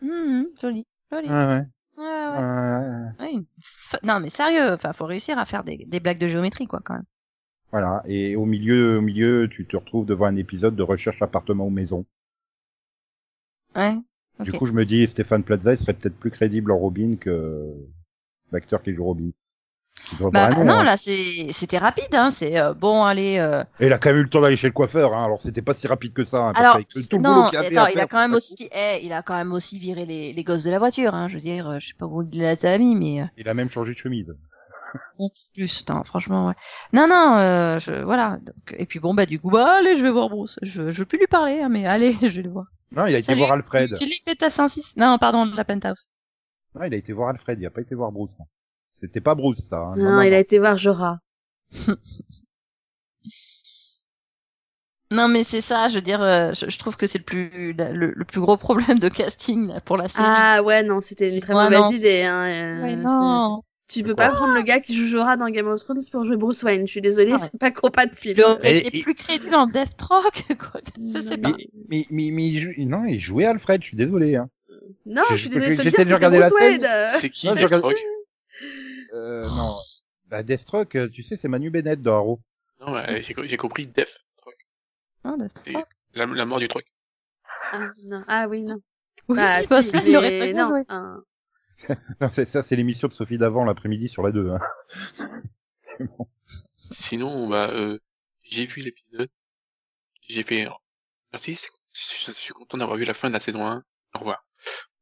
[SPEAKER 1] Mm.
[SPEAKER 2] Mhm, joli. Joli.
[SPEAKER 1] Ouais, ouais.
[SPEAKER 2] Ouais, ouais.
[SPEAKER 1] Euh,
[SPEAKER 2] Ouais, une fa- Non, mais sérieux, enfin, faut réussir à faire des, des blagues de géométrie, quoi, quand même.
[SPEAKER 1] voilà. Et au milieu, au milieu, tu te retrouves devant un épisode de recherche appartement ou maison.
[SPEAKER 2] Ouais. Ok.
[SPEAKER 1] Du coup, je me dis, Stéphane Plaza, il serait peut-être plus crédible en Robin que l'acteur qui joue Robin. Ils ont
[SPEAKER 2] Bah,
[SPEAKER 1] vraiment,
[SPEAKER 2] non,
[SPEAKER 1] hein. Ah,
[SPEAKER 2] là, c'est- c'était rapide, hein. C'est euh, bon, allez. euh,
[SPEAKER 1] Et il a quand même eu le temps d'aller chez le coiffeur, hein. Alors, c'était pas si rapide que ça. hein, parce
[SPEAKER 2] Alors,
[SPEAKER 1] qu'avec tout le boulot
[SPEAKER 2] non,
[SPEAKER 1] qu'il y avait
[SPEAKER 2] attends,
[SPEAKER 1] à
[SPEAKER 2] il a
[SPEAKER 1] faire,
[SPEAKER 2] quand même
[SPEAKER 1] c'est
[SPEAKER 2] aussi, eh, il a quand même aussi viré les, les gosses de la voiture, hein. Je veux dire, euh, je sais pas où vous la amis, mais euh,
[SPEAKER 1] pas- Il a même changé de chemise.
[SPEAKER 2] bon, plus, non, franchement, ouais. Non, non, euh, je, voilà. Donc, et puis bon, bah, du coup, bah, allez, je vais voir Bruce. Je, je veux plus lui parler, hein, mais allez, <laughs> je vais le voir.
[SPEAKER 1] Non, il a été
[SPEAKER 2] Salut.
[SPEAKER 1] voir Alfred.
[SPEAKER 2] Tu lis que t'as 106 Non, pardon, de la penthouse.
[SPEAKER 1] Non, il a été voir Alfred. Il a pas été voir Bruce. hein. C'était pas Bruce, ça. hein.
[SPEAKER 4] Non, il a été voir Jorah.
[SPEAKER 2] Non, mais c'est ça, je veux dire, euh, je, je trouve que c'est le plus, la- le, le plus gros problème de casting là, pour la série.
[SPEAKER 4] Ah ouais, non, c'était une très
[SPEAKER 2] Ouais,
[SPEAKER 4] mauvaise
[SPEAKER 2] non.
[SPEAKER 4] idée. Hein, euh,
[SPEAKER 2] Ouais, non.
[SPEAKER 4] c'est- Tu peux pas prendre le gars qui joue Jorah dans Game of Thrones pour jouer Bruce Wayne. Je suis désolée,
[SPEAKER 2] Ouais.
[SPEAKER 4] c'est pas compatible.
[SPEAKER 2] Il aurait
[SPEAKER 1] Et-
[SPEAKER 2] été
[SPEAKER 1] et-
[SPEAKER 2] plus crédible en Death <laughs> Rock, quoi.
[SPEAKER 4] Mm.
[SPEAKER 2] Je sais pas.
[SPEAKER 1] Mais, mais, mais, mais il jou- non, il jouait Alfred. Je suis désolé. Hein.
[SPEAKER 4] Non,
[SPEAKER 1] J'ai-
[SPEAKER 4] je suis désolée de te
[SPEAKER 1] j'étais
[SPEAKER 4] le
[SPEAKER 1] déjà
[SPEAKER 4] dire, c'était
[SPEAKER 1] regardé la
[SPEAKER 4] Bruce Wayne.
[SPEAKER 1] scène. Ah,
[SPEAKER 4] euh.
[SPEAKER 3] hein. c'est qui
[SPEAKER 1] Non, je
[SPEAKER 3] Death
[SPEAKER 1] regarde-
[SPEAKER 3] Rock
[SPEAKER 1] Euh, non. Bah, Deathstroke, euh, tu sais, c'est Manu Bennett dans Arrow. <laughs>
[SPEAKER 3] Non, ouais, j'ai co- j'ai compris Death,
[SPEAKER 2] Hein, Death
[SPEAKER 3] C'est-
[SPEAKER 2] Rock.
[SPEAKER 3] la, la mort du truc.
[SPEAKER 4] Ah, non. ah oui, non.
[SPEAKER 2] Oui, <laughs>
[SPEAKER 4] Bah,
[SPEAKER 2] bah,
[SPEAKER 4] si,
[SPEAKER 2] ça, il aurait
[SPEAKER 4] mais
[SPEAKER 2] très bien
[SPEAKER 4] non,
[SPEAKER 2] joué.
[SPEAKER 4] hein.
[SPEAKER 1] Non, c'est- ça, c'est l'émission de Sophie d'avant l'après-midi sur la 2. Hein.
[SPEAKER 3] Sinon, bah, euh, j'ai vu l'épisode. J'ai fait, euh, merci, c'est- je, je suis content d'avoir vu la fin de la saison 1. Au revoir.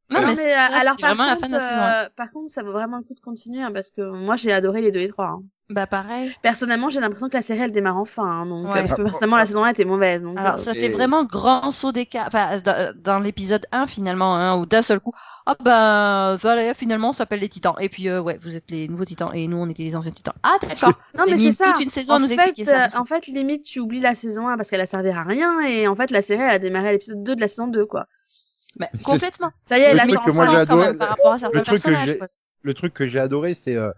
[SPEAKER 2] Non, mais, c'est-
[SPEAKER 4] euh,
[SPEAKER 2] là,
[SPEAKER 4] alors
[SPEAKER 2] c'est
[SPEAKER 4] par
[SPEAKER 2] vraiment
[SPEAKER 4] contre,
[SPEAKER 2] la fin de la saison. hein.
[SPEAKER 4] euh, par contre, ça vaut vraiment le coup de continuer hein, parce que moi j'ai adoré les deux et trois. hein.
[SPEAKER 2] Bah, pareil.
[SPEAKER 4] Personnellement, j'ai l'impression que la série elle démarre enfin. hein, donc,
[SPEAKER 2] Ouais.
[SPEAKER 4] euh, parce que
[SPEAKER 1] Ah,
[SPEAKER 4] personnellement, la saison 1 était mauvaise. Donc,
[SPEAKER 2] Alors,
[SPEAKER 4] euh,
[SPEAKER 2] ça
[SPEAKER 1] ok.
[SPEAKER 2] fait vraiment grand saut d'écart. Enfin, dans, dans l'épisode 1, finalement, hein, où d'un seul coup, ah ben, voilà, finalement, on s'appelle les titans. Et puis, euh, ouais, vous êtes les nouveaux titans et nous, on était les anciens titans. Ah, d'accord. T'as
[SPEAKER 4] Non, mais
[SPEAKER 2] mis
[SPEAKER 4] c'est ça.
[SPEAKER 2] toute une saison à
[SPEAKER 4] en
[SPEAKER 2] nous
[SPEAKER 4] fait,
[SPEAKER 2] expliquer ça.
[SPEAKER 4] euh, en fait, limite, tu oublies la saison 1 parce qu'elle a servi à rien et en fait, la série elle a démarré à l'épisode 2 de la saison 2, quoi.
[SPEAKER 2] Bah, complètement.
[SPEAKER 4] Ça y est,
[SPEAKER 1] Le
[SPEAKER 4] elle a
[SPEAKER 1] truc
[SPEAKER 4] sorti
[SPEAKER 1] que moi,
[SPEAKER 4] ça.
[SPEAKER 2] Sans,
[SPEAKER 1] j'adore-
[SPEAKER 2] quand même, par rapport à certains
[SPEAKER 1] truc que
[SPEAKER 2] personnages.
[SPEAKER 1] j'ai-
[SPEAKER 2] quoi.
[SPEAKER 1] Le truc que j'ai adoré, c'est euh,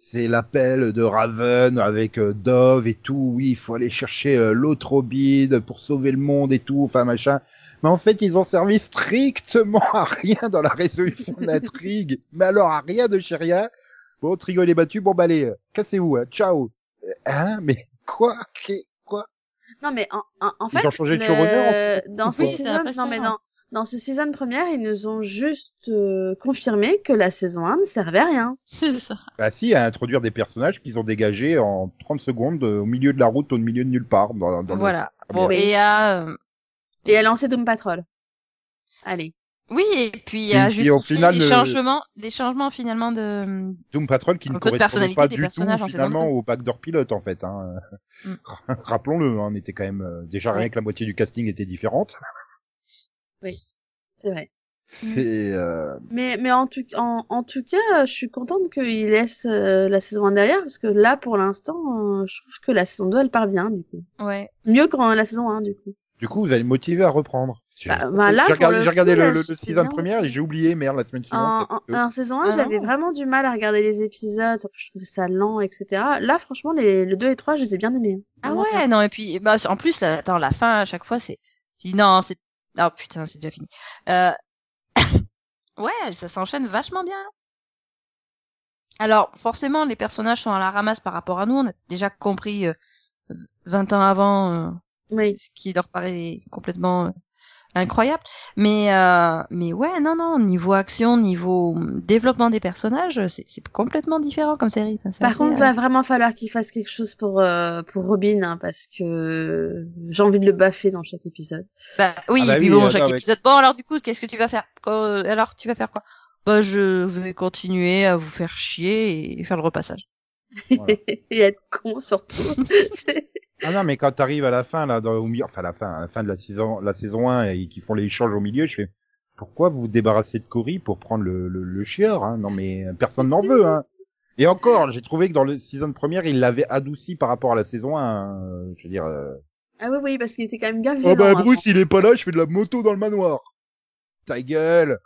[SPEAKER 1] c'est l'appel de Raven avec euh, Dove et tout. Oui, il faut aller chercher euh, l'autre Robin pour sauver le monde et tout, enfin machin. Mais en fait, ils ont servi strictement à rien dans la résolution de l'intrigue. Mais alors, à rien de chez rien. Bon, Trigon est battu. Bon, bah allez, euh, cassez-vous. Hein. Ciao. Euh, Hein Mais quoi Qu'est- Quoi
[SPEAKER 4] Non, mais en, en, en
[SPEAKER 1] Ils
[SPEAKER 4] fait,
[SPEAKER 1] ont changé de
[SPEAKER 4] le-
[SPEAKER 1] showrunner, en fait.
[SPEAKER 4] dans ce
[SPEAKER 2] Oui, c'est
[SPEAKER 4] season, non,
[SPEAKER 2] impressionnant.
[SPEAKER 4] mais dans, dans ce season première, ils nous ont juste euh, confirmé que la saison 1 ne servait à rien.
[SPEAKER 2] C'est ça.
[SPEAKER 1] Bah si, à introduire des personnages qu'ils ont dégagés en 30 secondes euh, au milieu de la route, au milieu de nulle part. Dans, dans le-
[SPEAKER 2] Voilà. Bon,
[SPEAKER 1] Oui.
[SPEAKER 2] et à. euh,
[SPEAKER 4] Et elle a lancé Doom Patrol. Allez.
[SPEAKER 2] Oui, et puis il y
[SPEAKER 1] Et
[SPEAKER 2] a
[SPEAKER 1] puis,
[SPEAKER 2] justifié
[SPEAKER 1] au final,
[SPEAKER 2] des
[SPEAKER 1] le-
[SPEAKER 2] changements, des changements finalement de.
[SPEAKER 1] Doom Patrol qui
[SPEAKER 2] Un
[SPEAKER 1] ne
[SPEAKER 2] peu de
[SPEAKER 1] correspondait
[SPEAKER 2] personnalité
[SPEAKER 1] pas
[SPEAKER 2] des
[SPEAKER 1] du tout
[SPEAKER 2] personnages hein, en saison
[SPEAKER 1] finalement
[SPEAKER 2] deux.
[SPEAKER 1] au backdoor pilote en fait. Hein.
[SPEAKER 2] Mm.
[SPEAKER 1] <laughs> Rappelons-le, hein, on était quand même euh, déjà rien
[SPEAKER 2] Ouais. Mm.
[SPEAKER 1] que la moitié du casting était différente.
[SPEAKER 4] Oui, c'est vrai.
[SPEAKER 1] C'est euh,
[SPEAKER 4] Mais, mais en, tout, en, en tout cas, euh, je suis contente qu'il laisse euh, la saison 1 derrière, parce que là, pour l'instant, euh, je trouve que la saison 2, elle part bien, du coup.
[SPEAKER 2] Ouais.
[SPEAKER 4] Mieux que euh, la saison 1, du coup.
[SPEAKER 1] du coup vous allez me motiver à reprendre. J'ai
[SPEAKER 4] Bah, bah, là,
[SPEAKER 1] j'ai
[SPEAKER 4] pour
[SPEAKER 1] regardé,
[SPEAKER 4] le
[SPEAKER 1] j'ai regardé
[SPEAKER 4] coup, là,
[SPEAKER 1] le, le, le
[SPEAKER 4] c'était
[SPEAKER 1] season
[SPEAKER 4] bien
[SPEAKER 1] première
[SPEAKER 4] aussi.
[SPEAKER 1] et j'ai oublié merde la semaine
[SPEAKER 4] En,
[SPEAKER 1] suivante.
[SPEAKER 4] en,
[SPEAKER 1] euh,
[SPEAKER 4] en saison 1,
[SPEAKER 2] Ah non.
[SPEAKER 4] j'avais vraiment du mal à regarder les épisodes, en plus, je trouvais ça lent, etc. Là, franchement, les, le 2 et 3, je les ai bien aimés.
[SPEAKER 2] Ah
[SPEAKER 4] Vraiment.
[SPEAKER 2] ouais, non, et puis, bah, en plus, là, attends, la fin, à chaque fois, c'est. Tu dis, non, c'est. Ah putain, c'est déjà fini. Euh... <coughs> ouais, ça s'enchaîne vachement bien. Alors, forcément, les personnages sont à la ramasse par rapport à nous. On a déjà compris euh, 20 ans avant euh,
[SPEAKER 4] Oui.
[SPEAKER 2] ce qui leur paraît complètement euh, incroyable. Mais, euh, mais ouais, non, non, niveau action, niveau mm, développement des personnages, c'est c'est complètement différent comme série. Enfin, c'est
[SPEAKER 4] Par
[SPEAKER 2] assez,
[SPEAKER 4] contre,
[SPEAKER 2] euh,
[SPEAKER 4] va vraiment falloir qu'il fasse quelque chose pour, euh, pour Robin, hein, parce que j'ai envie de le baffer dans chaque épisode. <laughs>
[SPEAKER 2] Bah oui,
[SPEAKER 1] Ah bah
[SPEAKER 2] et puis
[SPEAKER 1] oui,
[SPEAKER 2] bon,
[SPEAKER 1] attends,
[SPEAKER 2] chaque
[SPEAKER 1] avec-
[SPEAKER 2] épisode. Bon, alors du coup, qu'est-ce que tu vas faire Quand- euh, Alors, tu vas faire quoi Bah, je vais continuer à vous faire chier et faire le repassage.
[SPEAKER 1] Voilà.
[SPEAKER 4] et être con, surtout.
[SPEAKER 1] Ah non mais quand t'arrives à la fin là, dans, au milieu, enfin la fin, à la fin de la saison, la saison 1 et qui font les échanges au milieu, je fais pourquoi vous vous débarrassez de Cory pour prendre le, le, le chieur hein Non mais euh, personne n'en veut hein. Et encore, j'ai trouvé que dans le saison première, il l'avait adouci par rapport à la saison 1. hein. Euh, Je veux dire. euh,
[SPEAKER 4] <laughs> ah oui, oui, parce qu'il était quand même bien
[SPEAKER 1] Oh,
[SPEAKER 4] violent. hein. avant.
[SPEAKER 1] Eh ben, il est pas là, je fais de la moto dans le manoir. Ta gueule.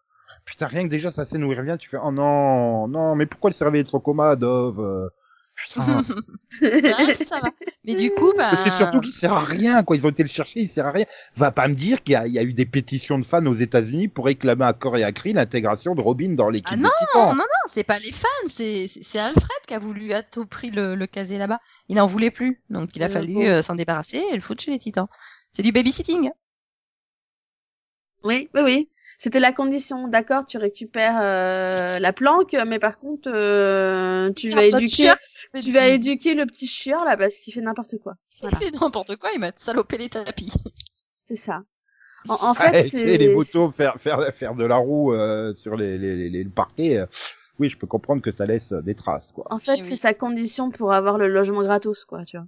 [SPEAKER 1] Putain, rien que déjà sa scène où il revient, tu fais oh non, non, mais pourquoi le servir de son coma, Dove euh, Putain.
[SPEAKER 2] <laughs> Ouais, Ah,
[SPEAKER 4] <laughs>
[SPEAKER 2] ça va. Mais du coup, bah.
[SPEAKER 1] C'est surtout qu'il sert à rien, quoi. Ils ont été le chercher, il sert à rien. Va pas me dire qu'il y, a- il y a eu des pétitions de fans aux États-Unis pour réclamer à corps et à cri l'intégration de Robin dans l'équipe
[SPEAKER 2] Ah
[SPEAKER 1] des
[SPEAKER 2] non,
[SPEAKER 1] Titans.
[SPEAKER 2] non, non, c'est pas les fans, c'est c'est- c'est Alfred qui a voulu à tout prix le, le caser là-bas. Il n'en voulait plus, donc il a
[SPEAKER 4] Le
[SPEAKER 2] fallu
[SPEAKER 4] pauvre.
[SPEAKER 2] euh, s'en débarrasser et le foutre chez les Titans. C'est du babysitting.
[SPEAKER 4] Oui, oui, oui. C'était la condition. D'accord, tu récupères euh, la planque, mais par contre, euh, tu vas
[SPEAKER 2] Tiens, ça te
[SPEAKER 4] éduquer,
[SPEAKER 2] chiale,
[SPEAKER 4] tu vas éduquer le petit chieur là parce qu'il fait n'importe quoi.
[SPEAKER 2] Il fait n'importe quoi, il m'a salopé les tapis.
[SPEAKER 4] C'est ça. En, en
[SPEAKER 1] Ah,
[SPEAKER 4] fait,
[SPEAKER 1] tu
[SPEAKER 4] c'est
[SPEAKER 1] sais, les motos faire faire faire de la roue euh, sur les les, les, les parquets. euh, oui, je peux comprendre que ça laisse euh, des traces, quoi.
[SPEAKER 4] en fait,
[SPEAKER 2] Eh oui.
[SPEAKER 4] c'est sa condition pour avoir le logement gratos, quoi, tu vois.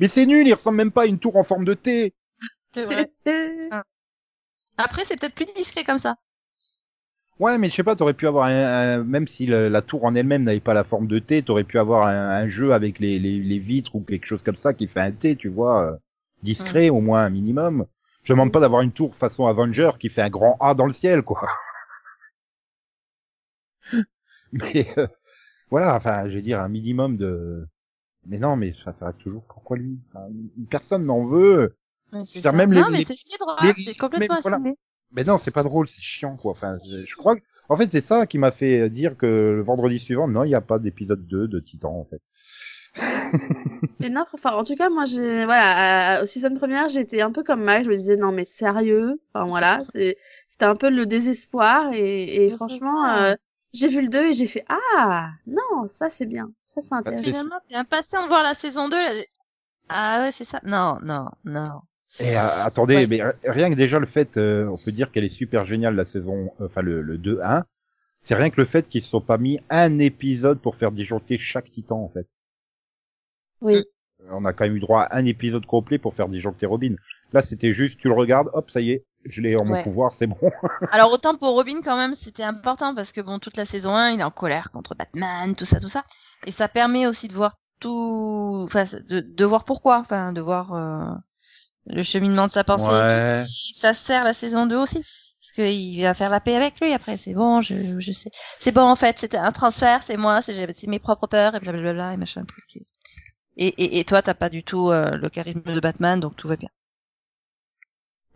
[SPEAKER 1] Mais c'est nul, il ressemble même pas à une tour en forme de T.
[SPEAKER 2] C'est
[SPEAKER 4] <laughs>
[SPEAKER 2] vrai. Après, c'est peut-être plus discret comme ça.
[SPEAKER 1] Ouais, mais je sais pas, t'aurais pu avoir un, un- même si le- la tour en elle-même n'avait pas la forme de T, t'aurais pu avoir un, un jeu avec les, les, les vitres ou quelque chose comme ça qui fait un T, tu vois, euh, discret au moins un minimum. Je demande pas d'avoir une tour façon Avenger qui fait un grand A dans le ciel, quoi. <laughs> mais euh, voilà, enfin, je veux dire un minimum de. Mais non, mais ça, ça reste toujours pourquoi lui Enfin, Personne n'en veut.
[SPEAKER 2] Ouais, c'est
[SPEAKER 1] C'est-à-dire
[SPEAKER 2] ça.
[SPEAKER 1] même les-
[SPEAKER 2] non, mais
[SPEAKER 1] les-
[SPEAKER 2] c'est ce qui est drôle,
[SPEAKER 1] les
[SPEAKER 2] c'est
[SPEAKER 1] risques,
[SPEAKER 2] complètement
[SPEAKER 1] même, voilà.
[SPEAKER 2] assumé.
[SPEAKER 1] Mais non, c'est pas drôle, c'est chiant, quoi. Enfin, je, je crois que... En fait, c'est ça qui m'a fait dire que le vendredi suivant, non, il n'y a pas d'épisode 2 de Titan, en fait.
[SPEAKER 4] Mais non, enfin, en tout cas, moi, j'ai, voilà, euh, au season première, j'étais un peu comme Mac, je me disais, non, mais sérieux, enfin,
[SPEAKER 2] <laughs>
[SPEAKER 4] voilà, c'est, c'était un peu le désespoir, et, et
[SPEAKER 2] Mais c'est
[SPEAKER 4] franchement,
[SPEAKER 2] ça.
[SPEAKER 4] euh, j'ai vu le 2 et j'ai fait, ah, non, ça, c'est bien, ça, c'est intéressant.
[SPEAKER 2] Finalement, t'es impatient de voir la saison 2. là. Ah ouais, c'est ça. Non, non, non.
[SPEAKER 1] Et euh, attendez,
[SPEAKER 2] Ouais.
[SPEAKER 1] mais r- rien que déjà le fait, euh, on peut dire qu'elle est super géniale, la saison, enfin, le, le 2-1. C'est rien que le fait qu'ils se sont pas mis un épisode pour faire disjoncter chaque Titan, en fait.
[SPEAKER 4] Oui.
[SPEAKER 1] Euh, On a quand même eu droit à un épisode complet pour faire disjoncter Robin. Là, c'était juste, tu le regardes, hop, ça y est, je l'ai en mon
[SPEAKER 2] Ouais.
[SPEAKER 1] pouvoir, c'est bon.
[SPEAKER 2] Alors autant pour Robin quand même, c'était important parce que bon, toute la saison 1, il est en colère contre Batman, tout ça, tout ça. Et ça permet aussi de voir tout, enfin, de, de voir pourquoi, enfin, de voir euh, le cheminement de sa pensée.
[SPEAKER 1] Ouais.
[SPEAKER 2] Ça sert la saison 2 aussi. Parce qu'il va faire la paix avec lui après, c'est bon, je, je sais. C'est bon en fait, c'était un transfert, c'est moi, c'est j'ai- c'est mes propres peurs, et blablabla, et machin, truc. Et, et, et toi, t'as pas du tout euh, le charisme de Batman, donc tout va bien.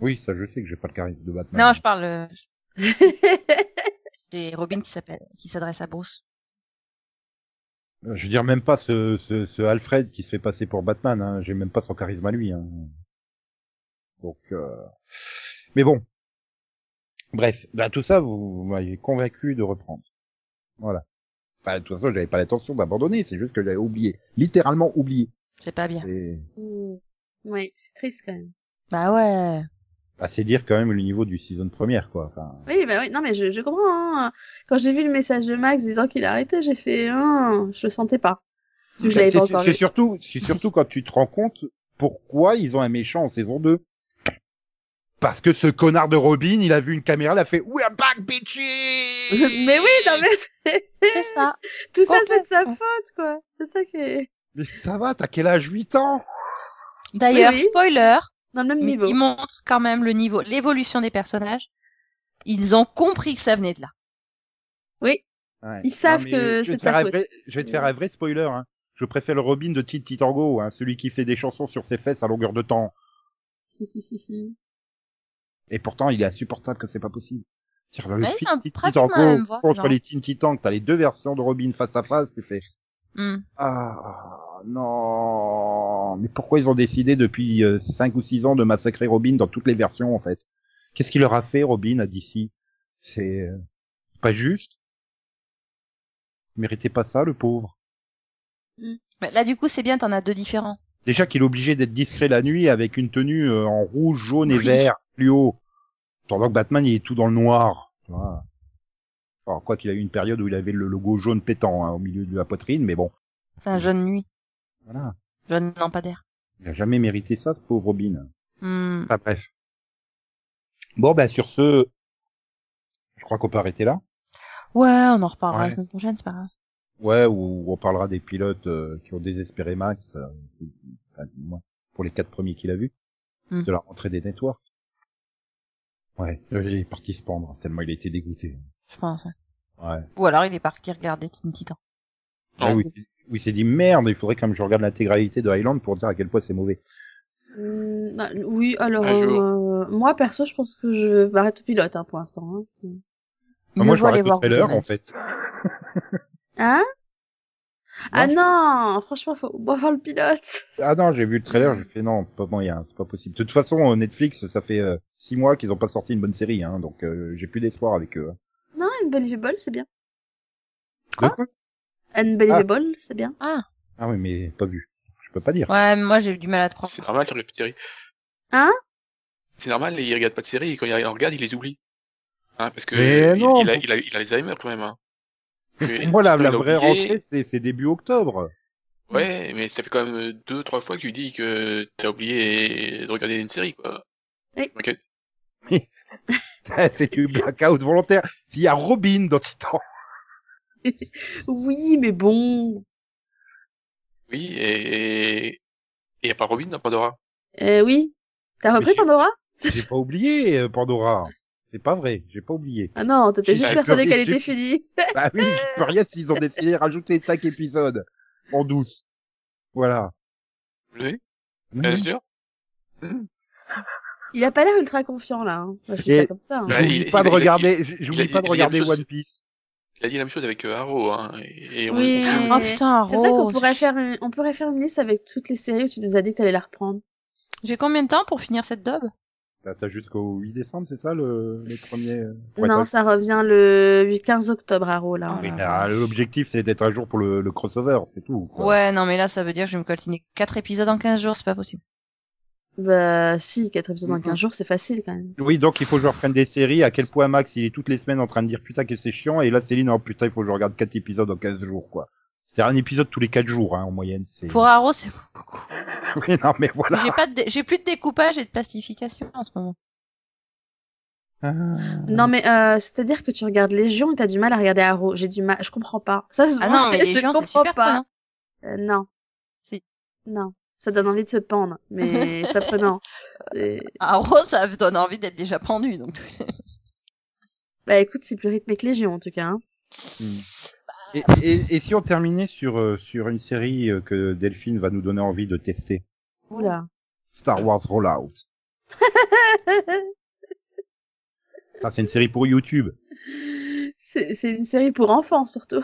[SPEAKER 1] Oui, ça, je sais que j'ai pas le charisme de Batman.
[SPEAKER 2] Non, je parle, <laughs> euh, c'est Robin qui s'appelle, qui s'adresse à Bruce.
[SPEAKER 1] Euh, Je veux dire même pas ce, ce, ce Alfred qui se fait passer pour Batman. Hein. J'ai même pas son charisme à lui. Hein. Donc, euh, mais bon. Bref, bah tout ça, vous, vous m'avez convaincu de reprendre. Voilà. Enfin, de toute façon, j'avais pas l'intention d'abandonner. C'est juste que j'avais oublié, littéralement oublié.
[SPEAKER 2] C'est pas bien.
[SPEAKER 1] C'est-
[SPEAKER 4] Mm. oui, c'est triste, quand même.
[SPEAKER 2] Bah ouais.
[SPEAKER 1] Bah, c'est dire quand même le niveau du season première, quoi. Enfin,
[SPEAKER 4] Oui, bah oui, non, mais je, je comprends. hein. Quand j'ai vu le message de Max disant qu'il a arrêté, j'ai fait, hein, je le sentais pas. Je
[SPEAKER 1] Bah,
[SPEAKER 4] l'avais
[SPEAKER 1] c'est
[SPEAKER 4] pas encore
[SPEAKER 1] c'est
[SPEAKER 4] vu.
[SPEAKER 1] surtout, c'est surtout quand tu te rends compte pourquoi ils ont un méchant en saison 2. Parce que ce connard de Robin, il a vu une caméra, il a fait We're back, bitches!
[SPEAKER 4] <laughs> mais oui, non, mais c'est- <laughs>
[SPEAKER 2] C'est <laughs> ça.
[SPEAKER 4] tout ça, c'est de sa
[SPEAKER 2] Complètement.
[SPEAKER 4] faute, quoi. C'est ça qui est
[SPEAKER 1] Mais ça va, t'as quel âge? 8 ans?
[SPEAKER 2] D'ailleurs,
[SPEAKER 4] Oui, oui.
[SPEAKER 2] spoiler,
[SPEAKER 4] dans le même
[SPEAKER 2] mais
[SPEAKER 4] niveau.
[SPEAKER 2] qui montre quand même le niveau, l'évolution des personnages. Ils ont compris que ça venait de là.
[SPEAKER 1] Ouais.
[SPEAKER 4] Ils savent
[SPEAKER 1] mais
[SPEAKER 4] que
[SPEAKER 1] je vais
[SPEAKER 4] c'est
[SPEAKER 1] te
[SPEAKER 4] de sa
[SPEAKER 1] faire un
[SPEAKER 4] faute.
[SPEAKER 1] vrai- Je vais te faire un vrai spoiler, hein. Je préfère le Robin de Tite Titango, hein, celui qui fait des chansons sur ses fesses à longueur de temps.
[SPEAKER 4] Si, si, si, si.
[SPEAKER 1] Et pourtant, il est insupportable comme c'est pas possible. C'est-à-dire, le
[SPEAKER 2] Ouais,
[SPEAKER 1] Teen
[SPEAKER 2] c'est un-
[SPEAKER 1] Teen
[SPEAKER 2] pratiquement
[SPEAKER 1] Titango
[SPEAKER 2] la même voix,
[SPEAKER 1] contre
[SPEAKER 2] genre.
[SPEAKER 1] les Teen Titans, que t'as les deux versions de Robin face à face, tu fais,
[SPEAKER 2] Hmm.
[SPEAKER 1] ah, non. Mais pourquoi ils ont décidé depuis 5 ou 6 ans de massacrer Robin dans toutes les versions, en fait? Qu'est-ce qu'il leur a fait, Robin, à DC? C'est euh, pas juste. Il méritait pas ça, le pauvre.
[SPEAKER 2] Mais Là, du coup, c'est bien, t'en as deux différents.
[SPEAKER 1] Déjà qu'il est obligé d'être discret la nuit avec une tenue euh, en rouge, jaune et
[SPEAKER 2] Oui.
[SPEAKER 1] vert, fluo. Pendant que Batman, il est tout dans le noir. tu vois. Alors, quoi qu'il a eu une période où il avait le logo jaune pétant hein, au milieu de la poitrine, mais bon,
[SPEAKER 2] C'est un jeune nuit,
[SPEAKER 1] voilà.
[SPEAKER 2] jeune lampadaire.
[SPEAKER 1] Il a jamais mérité ça, ce pauvre Robin.
[SPEAKER 2] Hmm.
[SPEAKER 1] Enfin, Bah, bref. Bon, ben, sur ce, je crois qu'on peut arrêter là.
[SPEAKER 2] Ouais, on en reparlera
[SPEAKER 1] Ouais.
[SPEAKER 2] la semaine prochaine, c'est pas grave.
[SPEAKER 1] Ouais, ou on parlera des pilotes euh, qui ont désespéré Max, euh, qui- enfin, du moins, pour les quatre premiers qu'il a vus,
[SPEAKER 2] Hmm.
[SPEAKER 1] de la rentrée des networks. Ouais, euh, il est parti se pendre, tellement il a été dégoûté.
[SPEAKER 2] Je pense. ouais.
[SPEAKER 1] Ouais.
[SPEAKER 2] Ou alors, il est parti regarder Teen Titan. Ah
[SPEAKER 1] Là où il s'est- où il s'est dit merde, il faudrait quand même que je regarde l'intégralité de Highland pour dire à quel point c'est mauvais.
[SPEAKER 4] Mm, non, oui, alors,
[SPEAKER 3] Un jour.
[SPEAKER 4] euh, moi, perso, je pense que je m'arrête au pilote, hein, pour l'instant. Hein.
[SPEAKER 2] Mieux
[SPEAKER 1] moi, je
[SPEAKER 2] vaut aller
[SPEAKER 1] vais
[SPEAKER 2] voir
[SPEAKER 1] arrêter l'heure,
[SPEAKER 2] Google
[SPEAKER 1] en
[SPEAKER 2] Maps.
[SPEAKER 1] fait.
[SPEAKER 4] Hein Ah non, franchement, faut bon, voir le pilote.
[SPEAKER 1] Ah non, j'ai vu le trailer, j'ai fait non, pas moyen, c'est pas possible. De toute façon, euh, Netflix, ça fait euh, six mois qu'ils ont pas sorti une bonne série, hein, donc euh, j'ai plus d'espoir avec eux. hein.
[SPEAKER 4] Non, Unbelievable, c'est bien.
[SPEAKER 1] De quoi
[SPEAKER 4] Unbelievable, c'est bien.
[SPEAKER 1] Hein
[SPEAKER 4] <laughs>
[SPEAKER 1] ah oui, mais pas vu. Je peux pas dire.
[SPEAKER 2] Ouais, mais moi, j'ai eu du mal à te croire.
[SPEAKER 3] C'est normal, ils regardent pas de série.
[SPEAKER 4] Hein
[SPEAKER 3] C'est normal, ils regardent pas de série, et quand ils en regardent, ils les oublient. Hein, parce que
[SPEAKER 1] Mais
[SPEAKER 3] il,
[SPEAKER 1] non,
[SPEAKER 3] il a,
[SPEAKER 1] pour-
[SPEAKER 3] il, a, il a Alzheimer
[SPEAKER 1] <laughs>
[SPEAKER 3] quand même. Hein. Que-
[SPEAKER 1] Pour moi, la,
[SPEAKER 3] il
[SPEAKER 1] la
[SPEAKER 3] l'a
[SPEAKER 1] vraie
[SPEAKER 3] oublié.
[SPEAKER 1] rentrée, c'est c'est début octobre. <laughs>
[SPEAKER 3] Ouais, mais ça fait quand même euh, deux, trois fois que tu dis que t'as oublié de regarder une série, quoi.
[SPEAKER 4] Oui.
[SPEAKER 3] Ok.
[SPEAKER 1] c'est du blackout volontaire. Il y a Robin dans Titan.
[SPEAKER 4] Oui, mais bon.
[SPEAKER 3] Oui, et, et et y a pas Robin dans Pandora.
[SPEAKER 4] Euh, oui. T'as repris
[SPEAKER 1] j'ai-
[SPEAKER 4] Pandora
[SPEAKER 1] J'ai pas oublié euh, Pandora. C'est pas vrai, j'ai pas oublié.
[SPEAKER 4] Ah non, t'étais
[SPEAKER 1] J'ai-
[SPEAKER 4] juste
[SPEAKER 1] j'ai
[SPEAKER 4] persuadé
[SPEAKER 1] pleuré,
[SPEAKER 4] qu'elle
[SPEAKER 1] j'ai-
[SPEAKER 4] était finie. <laughs>
[SPEAKER 1] Bah oui, je peux rien s'ils ont décidé de rajouter cinq épisodes en douce. Voilà.
[SPEAKER 3] Vous l'avez
[SPEAKER 1] Oui.
[SPEAKER 3] Bien sûr.
[SPEAKER 4] Il a pas l'air ultra confiant là. Hein. Bah, je dis
[SPEAKER 1] Et-
[SPEAKER 4] ça comme ça. hein.
[SPEAKER 3] Bah,
[SPEAKER 1] J'oublie
[SPEAKER 3] il-
[SPEAKER 1] pas de
[SPEAKER 3] il- il-
[SPEAKER 1] regarder, j- j'oublie
[SPEAKER 3] il-
[SPEAKER 1] pas de
[SPEAKER 3] il- il y a une
[SPEAKER 1] regarder
[SPEAKER 3] chose-
[SPEAKER 1] One Piece.
[SPEAKER 3] Il a dit la même chose avec euh, Arrow, hein. Et, et on,
[SPEAKER 4] Oui.
[SPEAKER 3] on-
[SPEAKER 2] Oh putain,
[SPEAKER 4] C'est vrai qu'on
[SPEAKER 2] Rose.
[SPEAKER 4] pourrait faire une... on pourrait faire une liste avec toutes les séries où tu nous as dit que t'allais la reprendre.
[SPEAKER 2] J'ai combien de temps pour finir cette daube
[SPEAKER 1] T'as Bah, t'as jusqu'au 8 décembre, c'est ça le, les premiers euh, pour
[SPEAKER 4] non,
[SPEAKER 1] être
[SPEAKER 4] ça revient le 8 15 octobre à Raw là.
[SPEAKER 2] Ah,
[SPEAKER 1] à- Oui,
[SPEAKER 2] la
[SPEAKER 1] mais, ah, L'objectif, c'est d'être à jour pour le, le crossover, c'est tout. quoi.
[SPEAKER 2] Ouais, non, mais là, ça veut dire que je vais me coltiner 4 épisodes en 15 jours, c'est pas possible.
[SPEAKER 4] Bah si, 4 épisodes en
[SPEAKER 1] Mhm.
[SPEAKER 4] 15 jours, c'est facile quand même.
[SPEAKER 1] Oui, donc il faut que je reprenne des séries. À quel point Max, il est toutes les semaines en train de dire putain que c'est chiant. Et là, Céline, oh putain, il faut que je regarde quatre épisodes en 15 jours, quoi. C'est-à-dire un épisode tous les quatre jours, hein, en moyenne. C'est...
[SPEAKER 2] Pour Arrow, c'est beaucoup.
[SPEAKER 1] <laughs> Oui, non, mais voilà.
[SPEAKER 2] J'ai pas de dé- j'ai plus de découpage et de plastification en ce moment.
[SPEAKER 1] Ah.
[SPEAKER 4] Non mais euh, c'est-à-dire que tu regardes Légion et t'as du mal à regarder Arrow. J'ai du mal, je comprends pas. Ça se
[SPEAKER 2] Ah <laughs>
[SPEAKER 4] voit,
[SPEAKER 2] non, mais les
[SPEAKER 4] <laughs> je
[SPEAKER 2] gens, c'est
[SPEAKER 4] comprends
[SPEAKER 2] super
[SPEAKER 4] pas.
[SPEAKER 2] prenant.
[SPEAKER 4] Euh, non.
[SPEAKER 2] Si.
[SPEAKER 4] Non. Ça donne envie de se pendre,
[SPEAKER 2] <laughs>
[SPEAKER 4] mais c'est pas prenant. Et-
[SPEAKER 2] Arrow, ça donne envie d'être déjà pendu, donc.
[SPEAKER 4] Bah écoute, c'est plus rythmé que Légion en tout cas. Hein.
[SPEAKER 1] Et, et- et si on terminait sur, euh, sur une série euh, que Delphine va nous donner envie de tester
[SPEAKER 4] Oula.
[SPEAKER 1] Star Wars Rollout. Ah, c'est une série pour YouTube.
[SPEAKER 4] c'est c'est une série pour enfants surtout.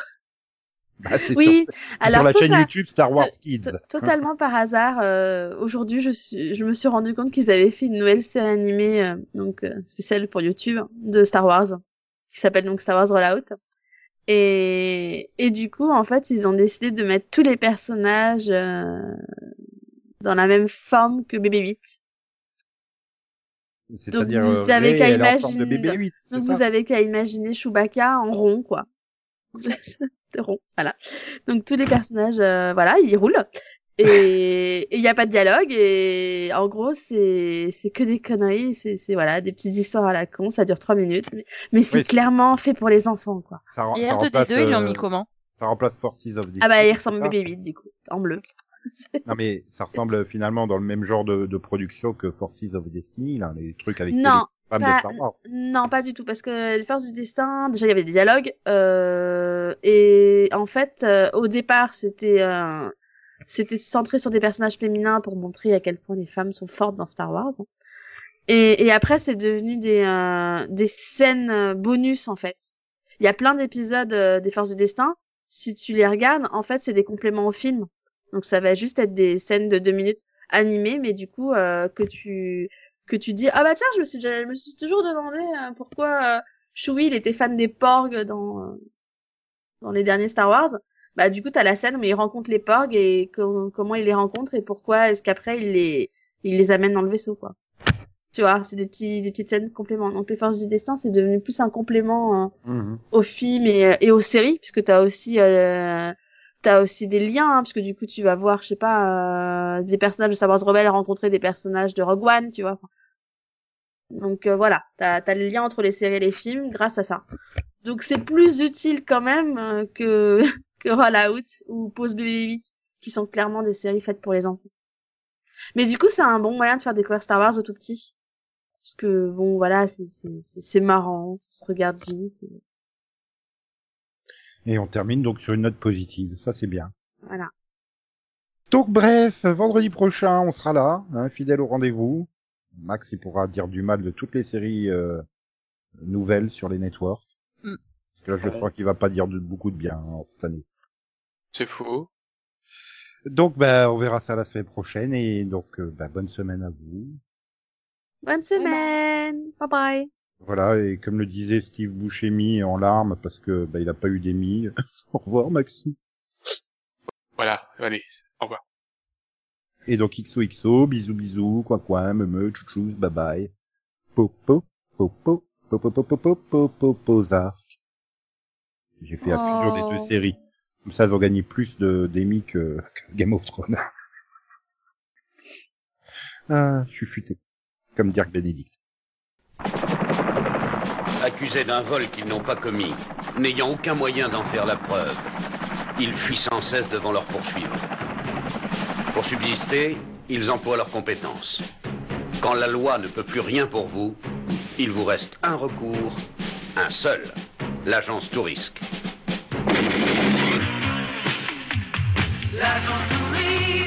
[SPEAKER 1] Bah, c'est
[SPEAKER 4] Oui.
[SPEAKER 1] sur, c'est
[SPEAKER 4] Alors
[SPEAKER 1] sur la chaîne
[SPEAKER 4] tota-
[SPEAKER 1] YouTube Star Wars Kids.
[SPEAKER 4] to- totalement par hasard, euh, aujourd'hui je suis, je me suis rendu compte qu'ils avaient fait une nouvelle série animée euh, donc euh, spéciale pour YouTube de Star Wars qui s'appelle donc Star Wars Rollout. Et, et du coup, en fait, ils ont décidé de mettre tous les personnages euh, dans la même forme que BB-8.
[SPEAKER 1] C'est-à-dire,
[SPEAKER 4] vous
[SPEAKER 1] euh,
[SPEAKER 4] savez
[SPEAKER 1] Ray,
[SPEAKER 4] qu'à
[SPEAKER 1] elle est en forme de
[SPEAKER 4] imaginer-
[SPEAKER 1] BB-8. c'est
[SPEAKER 4] Donc
[SPEAKER 1] ça
[SPEAKER 4] vous avez qu'à imaginer Chewbacca en rond, quoi. <laughs> de rond, voilà. Donc tous les personnages, euh, voilà, ils roulent.
[SPEAKER 1] <laughs>
[SPEAKER 4] Et il n'y a pas de dialogue. Et en gros, c'est c'est que des conneries. C'est c'est, voilà, des petites histoires à la con. Ça dure trois minutes. Mais, mais c'est
[SPEAKER 1] Oui.
[SPEAKER 4] clairement fait pour les enfants, quoi.
[SPEAKER 1] Ça rem-
[SPEAKER 2] Et
[SPEAKER 1] ça
[SPEAKER 2] R2D2, ils l'ont
[SPEAKER 1] remplace,
[SPEAKER 2] mis
[SPEAKER 1] euh,
[SPEAKER 2] comment
[SPEAKER 1] Ça remplace Forces of the
[SPEAKER 4] Ah bah,
[SPEAKER 1] Sith,
[SPEAKER 4] il
[SPEAKER 1] c'est
[SPEAKER 4] ressemble
[SPEAKER 1] ça
[SPEAKER 4] à BB-8, du coup, en bleu.
[SPEAKER 1] Non mais ça ressemble finalement dans le même genre de, de production que Forces of Destiny, là, les trucs avec
[SPEAKER 4] Non,
[SPEAKER 1] les femmes
[SPEAKER 4] pas-
[SPEAKER 1] de Star Wars.
[SPEAKER 4] Non, pas du tout, parce que les forces du destin, déjà il y avait des dialogues, euh, et en fait, euh, au départ, c'était euh, c'était centré sur des personnages féminins pour montrer à quel point les femmes sont fortes dans Star Wars. hein. Et, et après, c'est devenu des euh, des scènes euh, bonus en fait. Il y a plein d'épisodes euh, des forces du destin. Si tu les regardes, en fait, c'est des compléments au film. Donc ça va juste être des scènes de deux minutes animées, mais du coup euh, que tu que tu dis ah bah tiens je me suis déjà- je me suis toujours demandé euh, pourquoi euh, Chewie il était fan des Porgs dans euh, dans les derniers Star Wars bah du coup t'as la scène où il rencontre les Porgs et com- comment il les rencontre et pourquoi est-ce qu'après il les il les amène dans le vaisseau quoi tu vois c'est des petits des petites scènes compléments donc les forces du destin c'est devenu plus un complément euh,
[SPEAKER 1] Mhm.
[SPEAKER 4] aux films et, et aux séries puisque t'as aussi euh, t'as aussi des liens hein, puisque du coup tu vas voir je sais pas euh, des personnages de Star Wars Rebelle rencontrer des personnages de Rogue One tu vois donc euh, voilà t'as as le lien entre les séries et les films grâce à ça donc c'est plus utile quand même euh, que <laughs> que Rollout ou Pause BB8 qui sont clairement des séries faites pour les enfants mais du coup c'est un bon moyen de faire découvrir Star Wars aux tout petits parce que bon voilà c'est c'est- c'est c'est marrant ça se regarde vite et-
[SPEAKER 1] Et on termine donc sur une note positive, ça c'est bien.
[SPEAKER 4] Voilà.
[SPEAKER 1] Donc bref, vendredi prochain, on sera là, hein, fidèle au rendez-vous. Max, il pourra dire du mal de toutes les séries euh, nouvelles sur les networks.
[SPEAKER 2] Mm.
[SPEAKER 1] Parce que là, je
[SPEAKER 3] Ouais.
[SPEAKER 1] crois qu'il va pas dire de, beaucoup de bien hein, cette année.
[SPEAKER 3] C'est faux.
[SPEAKER 1] Donc, bah, on verra ça la semaine prochaine. Et donc, euh, bah, bonne semaine à vous.
[SPEAKER 4] Bonne semaine. Bye bye.
[SPEAKER 1] Voilà, et comme le disait Steve Buscemi en larmes, parce que bah, il a pas eu d'émis. <laughs> au revoir, Maxi.
[SPEAKER 3] Voilà, allez, au revoir.
[SPEAKER 1] Et donc, XOXO, bisous, bisous, quoi, quoi, me, me, chouchous, bye bye. Popo, popo, popo, popo, popo, popo, zark. J'ai fait la fusion
[SPEAKER 4] Oh.
[SPEAKER 1] des deux séries. Comme ça, elles ont gagné plus de d'émis que, que Game of Thrones. ah, je suis futé. Comme Dirk Benedict.
[SPEAKER 7] accusés d'un vol qu'ils n'ont pas commis, n'ayant aucun moyen d'en faire la preuve. Ils fuient sans cesse devant leurs poursuivants. Pour subsister, ils emploient leurs compétences. Quand la loi ne peut plus rien pour vous, il vous reste un recours, un seul, l'agence tout risque.
[SPEAKER 5] L'agent touriste